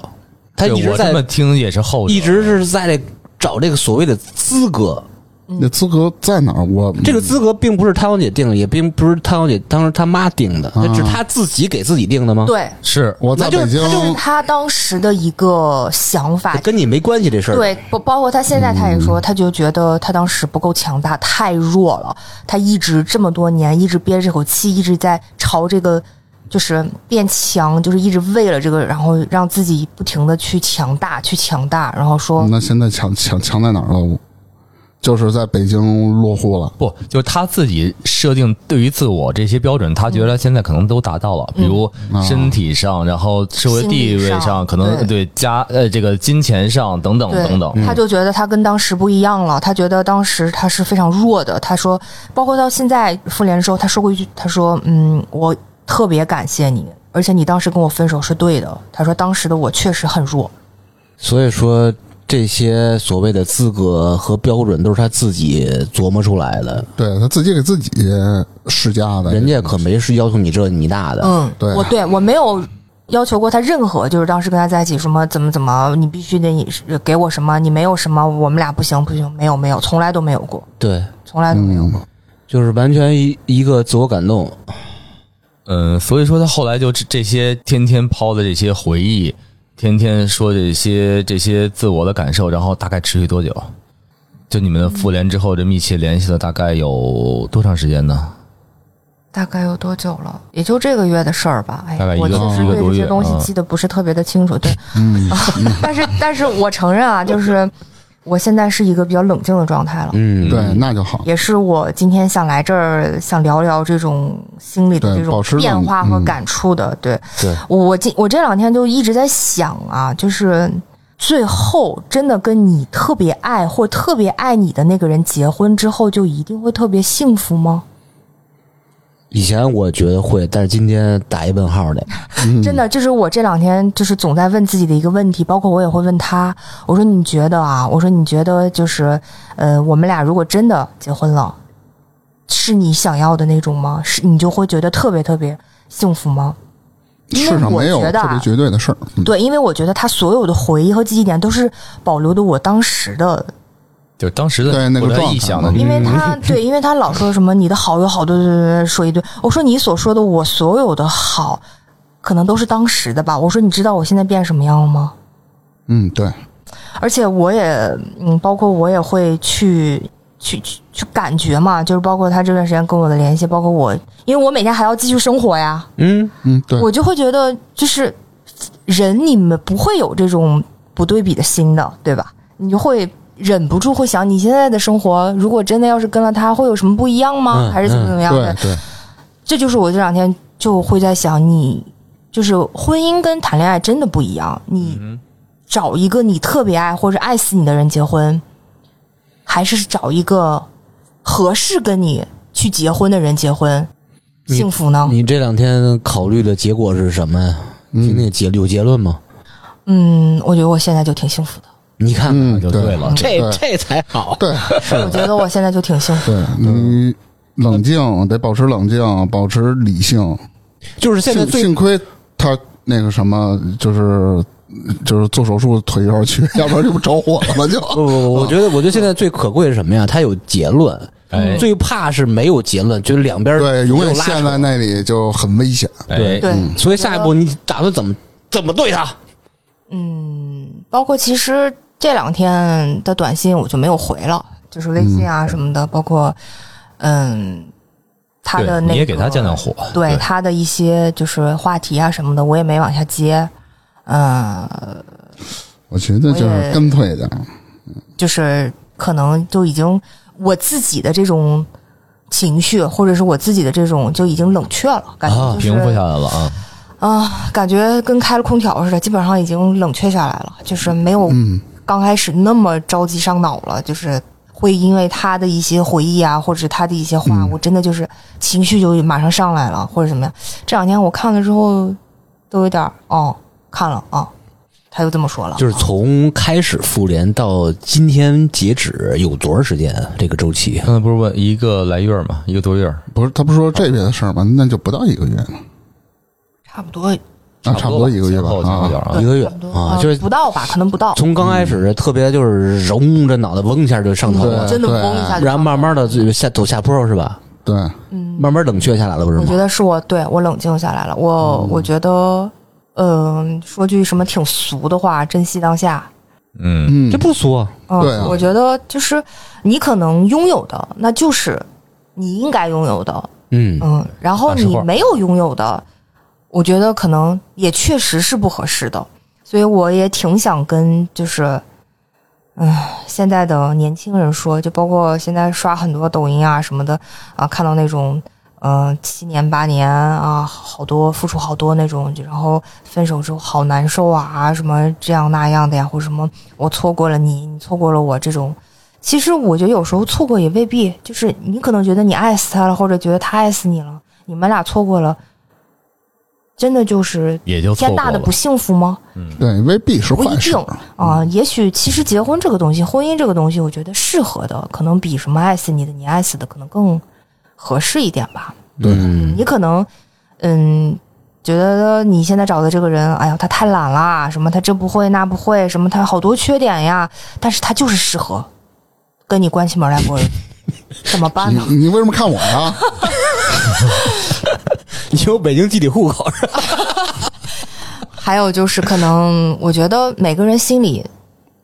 [SPEAKER 2] 他
[SPEAKER 1] 对
[SPEAKER 2] 一直
[SPEAKER 1] 我这
[SPEAKER 2] 在
[SPEAKER 1] 么听也是后者，
[SPEAKER 2] 一直是在这找这个所谓的资格。
[SPEAKER 3] 那资格在哪儿？我
[SPEAKER 2] 这个资格并不是汤小姐定的，也并不是汤小姐当时她妈定的，那是她自己给自己定的吗？，
[SPEAKER 4] 对，
[SPEAKER 1] 是
[SPEAKER 3] 我在
[SPEAKER 2] 那就
[SPEAKER 3] 北京
[SPEAKER 4] 这是他当时的一个想法。
[SPEAKER 2] 跟你没关系这事儿。，
[SPEAKER 4] 对，包包括他现在他也说，他就觉得他当时不够强大，太弱了。他一直这么多年一直憋这口气，一直在朝这个就是变强，就是一直为了这个，然后让自己不停的去强大，去强大，然后说
[SPEAKER 3] 那现在强强强在哪儿了？我就是在北京落户了。
[SPEAKER 1] 不就是他自己设定对于自我这些标准，他觉得现在可能都达到了，比如身体上，然后社会地位
[SPEAKER 4] 心理上
[SPEAKER 1] 可能
[SPEAKER 4] 对
[SPEAKER 1] 对家呃这个金钱上等等
[SPEAKER 4] 对，
[SPEAKER 1] 等等。
[SPEAKER 4] 他就觉得他跟当时不一样了，他觉得当时他是非常弱的。他说，包括到现在复联的时候，他说过一句，他说：“嗯，我特别感谢你，而且你当时跟我分手是对的。”他说当时的我确实很弱，
[SPEAKER 2] 所以说这些所谓的资格和标准都是她自己琢磨出来的，
[SPEAKER 3] 对他自己给自己施加的，
[SPEAKER 2] 人家可没是要求你这你那的。
[SPEAKER 4] 嗯，
[SPEAKER 3] 对
[SPEAKER 4] 我对我没有。要求过他任何，就是当时跟他在一起什么怎么怎么，你必须得你是给我什么，你没有什么，我们俩不行不行，没有没有，从来都没有过，
[SPEAKER 2] 对，
[SPEAKER 4] 从来都没有过。
[SPEAKER 2] 就是完全一一个自我感动。
[SPEAKER 1] 嗯，所以说他后来就这这些天天抛的这些回忆，天天说这些这些自我的感受，然后大概持续多久？就你们的复联之后，这密切联系了大概有多长时间呢？
[SPEAKER 4] 大概有多久了？也就这个月的事儿吧。哎
[SPEAKER 1] 大概，一
[SPEAKER 4] 我
[SPEAKER 1] 个
[SPEAKER 4] 其实
[SPEAKER 1] 一个
[SPEAKER 4] 对
[SPEAKER 1] 多
[SPEAKER 4] 这些
[SPEAKER 1] 月
[SPEAKER 4] 东西
[SPEAKER 1] 啊
[SPEAKER 4] 记得不是特别的清楚，对。
[SPEAKER 3] 嗯，
[SPEAKER 4] 但是，但是我承认啊，就是我现在是一个比较冷静的状态了，
[SPEAKER 2] 嗯，
[SPEAKER 3] 对，那就好。
[SPEAKER 4] 也是我今天想来这儿想聊聊这种心理的
[SPEAKER 3] 对
[SPEAKER 4] 这种
[SPEAKER 3] 保持冷
[SPEAKER 4] 变化和
[SPEAKER 3] 嗯
[SPEAKER 4] 感触的。对，
[SPEAKER 2] 对
[SPEAKER 4] 我我今我这两天就一直在想啊，就是。最后，真的跟你特别爱或特别爱你的那个人结婚之后，就一定会特别幸福吗？
[SPEAKER 2] 以前我觉得会，但是今天打一问号的。
[SPEAKER 4] 真的，这是我这两天就是总在问自己的一个问题，包括我也会问他，我说你觉得啊？我说你觉得就是，呃，我们俩如果真的结婚了，是你想要的那种吗？是你就会觉得特别特别幸福吗？因
[SPEAKER 3] 世
[SPEAKER 4] 为
[SPEAKER 3] 上
[SPEAKER 4] 我
[SPEAKER 3] 没有
[SPEAKER 4] 觉得
[SPEAKER 3] 特
[SPEAKER 4] 啊
[SPEAKER 3] 别，绝对的事儿，嗯
[SPEAKER 4] 对，因为我觉得他所有的回忆和记忆点都是保留的我当时的
[SPEAKER 1] 就是当时的
[SPEAKER 3] 对那个
[SPEAKER 1] 我的
[SPEAKER 3] 状态
[SPEAKER 1] 臆想的
[SPEAKER 3] 嘛
[SPEAKER 4] 因为他对，因为他老说什么你的好有好多，对对对说一堆。我说你所说的我所有的好，可能都是当时的吧。我说你知道我现在变什么样了吗？
[SPEAKER 3] 嗯，对，
[SPEAKER 4] 而且我也嗯，包括我也会去去去去感觉嘛，就是包括他这段时间跟我的联系，包括我，因为我每天还要继续生活呀，
[SPEAKER 2] 嗯，
[SPEAKER 3] 嗯，对，
[SPEAKER 4] 我就会觉得就是人你们不会有这种不对比的心的，对吧？你就会。忍不住会想，你现在的生活如果真的要是跟了他，会有什么不一样吗？
[SPEAKER 2] 嗯
[SPEAKER 4] 还是怎么怎么样的？
[SPEAKER 3] 对对，
[SPEAKER 4] 这就是我这两天就会在想，你就是婚姻跟谈恋爱真的不一样。你
[SPEAKER 1] 嗯
[SPEAKER 4] 找一个你特别爱或者爱死你的人结婚，还是找一个合适跟你去结婚的人结婚，
[SPEAKER 2] 你
[SPEAKER 4] 幸福呢？
[SPEAKER 2] 你这两天考虑的结果是什么呀？听听结有结论吗？
[SPEAKER 4] 嗯，我觉得我现在就挺幸福
[SPEAKER 1] [laughs]
[SPEAKER 4] 的。
[SPEAKER 2] 你看看
[SPEAKER 3] 嗯，
[SPEAKER 1] 就对了
[SPEAKER 2] 这
[SPEAKER 3] 对
[SPEAKER 2] 这才好。
[SPEAKER 3] 对
[SPEAKER 4] 我觉得我现在就挺幸福。
[SPEAKER 3] 对，你冷静，得保持冷静，保持理性。
[SPEAKER 2] 就是现在
[SPEAKER 3] 幸
[SPEAKER 2] 最
[SPEAKER 3] 幸亏他那个什么，就是就是做手术腿有点 [laughs] 瘸，要不然就不着火了嘛， [laughs] 就
[SPEAKER 2] 不不不，我觉得我觉得现在最可贵是什么呀？它有结论，
[SPEAKER 4] 嗯
[SPEAKER 1] 哎
[SPEAKER 2] 最怕是没有结论，就是两边
[SPEAKER 3] 对，永远陷在
[SPEAKER 2] 在
[SPEAKER 3] 那里就很危险。
[SPEAKER 1] 哎
[SPEAKER 5] 哎
[SPEAKER 1] 对
[SPEAKER 4] 对，
[SPEAKER 5] 嗯
[SPEAKER 2] 所以下一步你打算怎么怎么对他？
[SPEAKER 1] [laughs]
[SPEAKER 4] 嗯，包括其实这两天的短信我就没有回了，就是微信啊什么的，包括嗯，他
[SPEAKER 1] 对，
[SPEAKER 4] 的那个
[SPEAKER 1] 你也给他降降火，
[SPEAKER 4] 对他的一些就是话题啊什么的，我也没往下接，嗯、
[SPEAKER 3] 我觉得就是
[SPEAKER 4] 我也
[SPEAKER 3] 干脆点，
[SPEAKER 4] 就是可能就已经我自己的这种情绪，或者是我自己的这种就已经冷却了，感觉就是
[SPEAKER 1] 平复下来了啊。
[SPEAKER 4] 啊，感觉跟开了空调似的，基本上已经冷却下来了，就是没有
[SPEAKER 5] 嗯
[SPEAKER 4] 刚开始那么着急上脑了，就是会因为他的一些回忆啊，或者他的一些话，
[SPEAKER 5] 嗯
[SPEAKER 4] 我真的就是情绪就马上上来了，或者什么呀。这两天我看了之后，都有点儿哦，看了哦，他就这么说了，
[SPEAKER 5] 就是从开始复联到今天截止有多长时间啊？这个周期？
[SPEAKER 1] 刚才不是问一个来月嘛，一个多月，
[SPEAKER 3] 不是他不是说这边的事儿吗？那就不到一个月嘛，
[SPEAKER 4] 差不多
[SPEAKER 3] 那啊差不多一个月吧
[SPEAKER 1] 前后前后脚
[SPEAKER 3] 啊。
[SPEAKER 1] 啊
[SPEAKER 5] 一，个月
[SPEAKER 4] 差不多呃
[SPEAKER 5] 啊就是
[SPEAKER 4] 不到吧，可能不到，
[SPEAKER 5] 从刚开始特别就是嗡着脑袋嗡一下就上头了，
[SPEAKER 4] 真的
[SPEAKER 3] 对
[SPEAKER 4] 嗡一下就上来了。
[SPEAKER 5] 然后慢慢的就下走下坡是吧？
[SPEAKER 3] 对，
[SPEAKER 5] 慢慢冷却下来了不是
[SPEAKER 4] 我觉
[SPEAKER 5] 吗？
[SPEAKER 4] 得是我对我冷静下来了。我、我觉得，嗯、说句什么挺俗的话，珍惜当下。
[SPEAKER 1] 嗯，
[SPEAKER 3] 嗯
[SPEAKER 5] 这，不俗啊，
[SPEAKER 4] 嗯，
[SPEAKER 3] 对啊
[SPEAKER 4] 我觉得就是你可能拥有的，那就是你应该拥有的，
[SPEAKER 5] 嗯，
[SPEAKER 4] 嗯，然后
[SPEAKER 1] 大实
[SPEAKER 4] 你
[SPEAKER 1] 话
[SPEAKER 4] 没有拥有的，我觉得可能也确实是不合适的。所以我也挺想跟就是，嗯，现在的年轻人说，就包括现在刷很多抖音啊什么的啊，看到那种。嗯、七年八年啊，好多付出好多那种，然后分手之后好难受啊，什么这样那样的呀，或者什么我错过了你，你错过了我这种。其实我觉得有时候错过也未必，就是你可能觉得你爱死他了，或者觉得他爱死你了，你们俩错过了，真的就是
[SPEAKER 1] 也就错
[SPEAKER 4] 天
[SPEAKER 1] 过
[SPEAKER 4] 大的
[SPEAKER 1] 了
[SPEAKER 4] 不。幸福吗？
[SPEAKER 3] 对，未必是
[SPEAKER 4] 不一
[SPEAKER 3] 坏事
[SPEAKER 4] 定
[SPEAKER 3] 儿。
[SPEAKER 4] 啊、
[SPEAKER 1] 嗯
[SPEAKER 4] 也许其实结婚这个东西，婚姻这个东西，我觉得适合的可能比什么爱死你的、你爱死的可能更合适一点吧。
[SPEAKER 3] 对
[SPEAKER 4] 你可能嗯，觉得你现在找的这个人，哎呀，他太懒啦，什么他这不会那不会，什么他好多缺点呀，但是他就是适合跟你关起门来过日
[SPEAKER 1] [laughs]
[SPEAKER 4] 子，怎么办呢？
[SPEAKER 3] 你你为什么看我
[SPEAKER 4] [laughs]
[SPEAKER 3] 呀？
[SPEAKER 5] [laughs] 你有北京地理户口是吧？
[SPEAKER 4] 还有就是，可能我觉得每个人心里，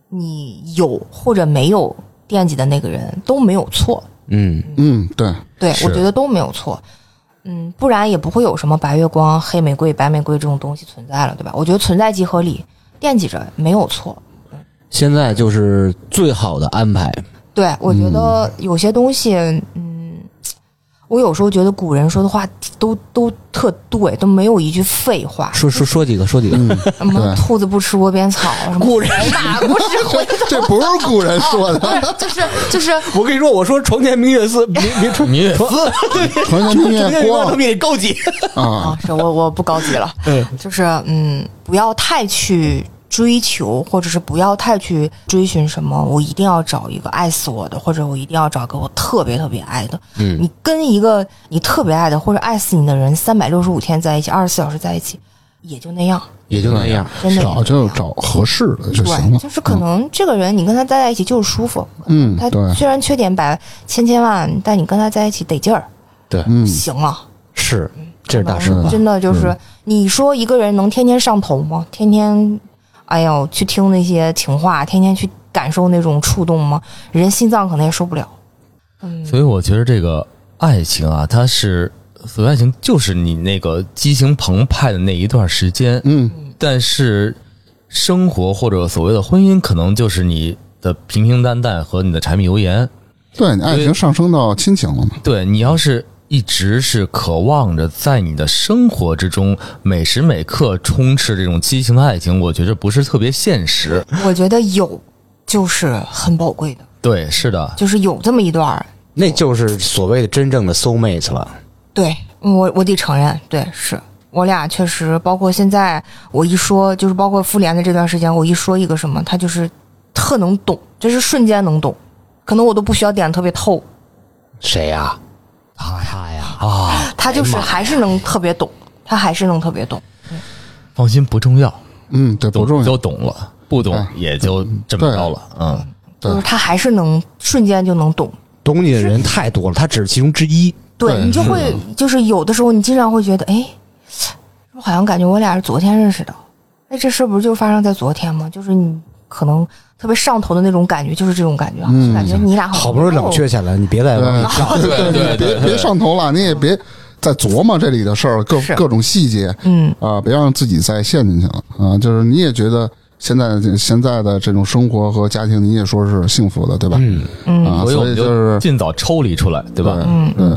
[SPEAKER 4] 你有或者没有惦记的那个人都没有错，
[SPEAKER 5] 嗯，
[SPEAKER 3] 嗯，对，
[SPEAKER 4] 对
[SPEAKER 1] 是
[SPEAKER 4] 我觉得都没有错。嗯，不然也不会有什么白月光、黑玫瑰、白玫瑰这种东西存在了，对吧？我觉得存在即合理，惦记着没有错。
[SPEAKER 5] 现在就是最好的安排，
[SPEAKER 4] 对，我觉得有些东西，嗯，我有时候觉得古人说的话都都特对，都没有一句废话。
[SPEAKER 5] 说说说几个，说几个，
[SPEAKER 4] 什么
[SPEAKER 3] 对，
[SPEAKER 4] 兔子不吃窝边草，什么古人哪不吃回头
[SPEAKER 3] 这不是古人说的，
[SPEAKER 4] [laughs] [laughs] 就是就是
[SPEAKER 5] [laughs] 我跟你说，我说床前明月思，明明床 [laughs]
[SPEAKER 1] 你
[SPEAKER 5] 床
[SPEAKER 3] 床
[SPEAKER 4] [laughs]
[SPEAKER 3] 前明月光
[SPEAKER 5] 比你高级。
[SPEAKER 3] 啊
[SPEAKER 4] 啊，，是我我不高级了，就是嗯，不要太去追求，或者是不要太去追寻什么，我一定要找一个爱死我的，或者我一定要找个我特别特别爱的。嗯，你跟一个你特别爱的或者爱死你的人，三百六十五天在一起，二十四小时在一起，也就那样，
[SPEAKER 5] 也就那样。
[SPEAKER 4] 真的也
[SPEAKER 3] 找
[SPEAKER 4] 就
[SPEAKER 3] 就找合适的就
[SPEAKER 4] 那样。
[SPEAKER 3] 行
[SPEAKER 4] 对，
[SPEAKER 3] 了
[SPEAKER 4] 就。是可能这个人你跟他待在一起就是舒服，
[SPEAKER 3] 嗯，
[SPEAKER 4] 他
[SPEAKER 3] 对，
[SPEAKER 4] 虽然缺点百千千万，但你跟他在一起得劲儿，
[SPEAKER 5] 对，
[SPEAKER 3] 嗯，
[SPEAKER 4] 行了。
[SPEAKER 5] 是，这是大实
[SPEAKER 4] 嗯
[SPEAKER 5] 话。
[SPEAKER 4] 真的就是
[SPEAKER 3] 嗯，
[SPEAKER 4] 你说一个人能天天上头吗？天天，哎呦，去听那些情话，天天去感受那种触动吗？人心脏可能也受不了。嗯，
[SPEAKER 1] 所以我觉得这个爱情啊，它是所谓爱情，就是你那个激情澎湃的那一段时间，
[SPEAKER 3] 嗯，
[SPEAKER 1] 但是生活或者所谓的婚姻，可能就是你的平平淡淡和你的柴米油盐。
[SPEAKER 3] 对你爱情上升到亲情了嘛？
[SPEAKER 1] 对你要是一直是渴望着在你的生活之中每时每刻充斥这种激情的爱情，我觉着不是特别现实。
[SPEAKER 4] 我觉得有就是很宝贵的，
[SPEAKER 1] 对，是的，
[SPEAKER 4] 就是有这么一段儿，
[SPEAKER 5] 那就是所谓的真正的 soul mate 了。
[SPEAKER 4] 对我我得承认，对是。我俩确实，包括现在，我一说就是包括复联的这段时间，我一说一个什么，他就是特能懂，就是瞬间能懂，可能我都不需要点得特别透，
[SPEAKER 5] 谁呀？他他呀啊！
[SPEAKER 4] 他就是还是能特别懂，他还是能特别懂。
[SPEAKER 1] 放心不重要，
[SPEAKER 3] 嗯，对，不
[SPEAKER 1] 懂
[SPEAKER 3] 重要
[SPEAKER 1] 就。懂了，不懂
[SPEAKER 3] 哎
[SPEAKER 1] 也就这么着了。嗯。
[SPEAKER 3] 对
[SPEAKER 4] 就是他还是能瞬间就能懂。
[SPEAKER 5] 懂你的人太多了，他只是其中之一。
[SPEAKER 4] 对
[SPEAKER 3] 对
[SPEAKER 4] 你就是会，就是有的时候你经常会觉得，哎，我好像感觉我俩是昨天认识的，哎，这事儿不是就发生在昨天吗？就是你可能特别上头的那种感觉，就是这种感觉，啊，就感觉你俩
[SPEAKER 5] 好不容易冷却。下来，你别再往里上。
[SPEAKER 1] 对对
[SPEAKER 3] 别别上头了，你也别再琢磨这里的事儿，各
[SPEAKER 4] 是
[SPEAKER 3] 各种细节
[SPEAKER 4] 嗯，
[SPEAKER 3] 啊，别让自己再陷进去了啊。就是你也觉得现在现在的这种生活和家庭，你也说是幸福的，对吧？
[SPEAKER 2] 嗯，
[SPEAKER 3] 啊，
[SPEAKER 1] 所以我
[SPEAKER 3] 所
[SPEAKER 1] 们
[SPEAKER 3] 以就是
[SPEAKER 1] 尽早抽离出来，对吧？
[SPEAKER 3] 对对，就是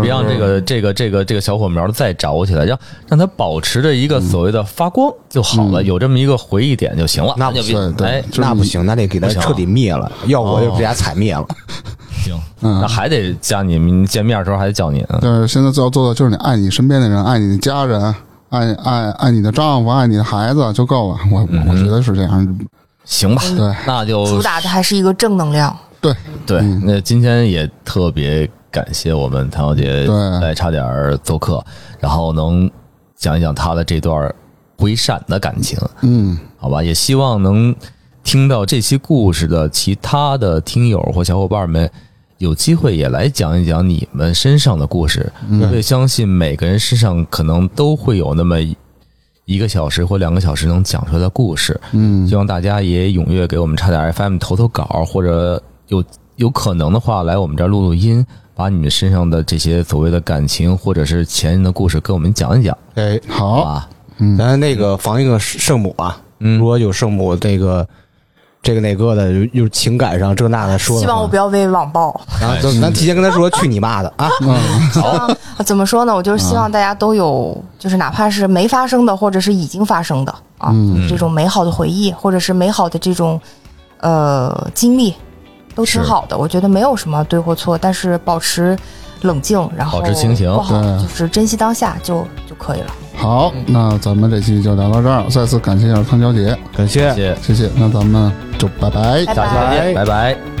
[SPEAKER 1] 别让这个这个这个这个小火苗再着起来，让让它保持着一个所谓的发光就好了，有这么一个回忆点就行了。
[SPEAKER 2] 那
[SPEAKER 1] 就
[SPEAKER 2] 不
[SPEAKER 3] 对对，
[SPEAKER 1] 哎
[SPEAKER 3] 就是
[SPEAKER 2] 那不
[SPEAKER 3] 你
[SPEAKER 2] 行，那得给它
[SPEAKER 1] 不行啊
[SPEAKER 2] 彻底灭了，要我就给它踩灭了。
[SPEAKER 1] 行，
[SPEAKER 3] 嗯
[SPEAKER 1] 那还得加你们见面的时候还得叫你。嗯
[SPEAKER 3] 但是现在最要做的就是你爱你身边的人，爱你的家人，爱爱爱你的丈夫，爱你的孩子就够了。我
[SPEAKER 1] 嗯
[SPEAKER 3] 我觉得是这样，
[SPEAKER 1] 行吧，
[SPEAKER 3] 对
[SPEAKER 1] 那就
[SPEAKER 4] 主打的还是一个正能量。
[SPEAKER 3] 对，
[SPEAKER 1] 对。
[SPEAKER 3] 嗯
[SPEAKER 1] 那今天也特别感谢我们谭小姐
[SPEAKER 3] 对
[SPEAKER 1] 来差点儿做客，然后能讲一讲她的这段回闪的感情。
[SPEAKER 3] 嗯，
[SPEAKER 1] 好吧，也希望能听到这期故事的其他的听友或小伙伴们，有机会也来讲一讲你们身上的故事。
[SPEAKER 3] 嗯
[SPEAKER 1] 我也相信每个人身上可能都会有那么一个小时或两个小时能讲出来的故事。
[SPEAKER 3] 嗯
[SPEAKER 1] 希望大家也踊跃给我们差点 FM 投投稿，或者有有可能的话来我们这儿录录音，把你们身上的这些所谓的感情或者是前任的故事跟我们讲一讲，
[SPEAKER 2] 哎，
[SPEAKER 1] 好
[SPEAKER 3] 好，
[SPEAKER 1] 吧？
[SPEAKER 3] 嗯
[SPEAKER 2] 咱那个防一个圣母啊，
[SPEAKER 1] 嗯
[SPEAKER 2] 如果有圣母这个这个那个的，有有情感上这那的说的话，
[SPEAKER 4] 希望我不要被网暴。
[SPEAKER 2] 然后咱咱提前跟他说，去你妈的啊！
[SPEAKER 4] 啊 [laughs] 怎么说呢？我就是
[SPEAKER 1] 嗯
[SPEAKER 4] 希望大家都有，就是哪怕是没发生的，或者是已经发生的啊，
[SPEAKER 1] 嗯
[SPEAKER 4] 这种美好的回忆，或者是美好的这种呃经历，都挺
[SPEAKER 1] 是
[SPEAKER 4] 好的。我觉得没有什么对或错，但是保持冷静，然后
[SPEAKER 1] 保持清醒嗯
[SPEAKER 4] 不好
[SPEAKER 3] 对
[SPEAKER 4] 就是珍惜当下就就可以了。
[SPEAKER 3] 好，那咱们这期就聊到这儿，再次感谢一下汤小姐，
[SPEAKER 2] 感谢
[SPEAKER 1] 谢谢，
[SPEAKER 3] 谢谢，那咱们就拜拜。
[SPEAKER 4] 拜
[SPEAKER 1] 下期再见，拜拜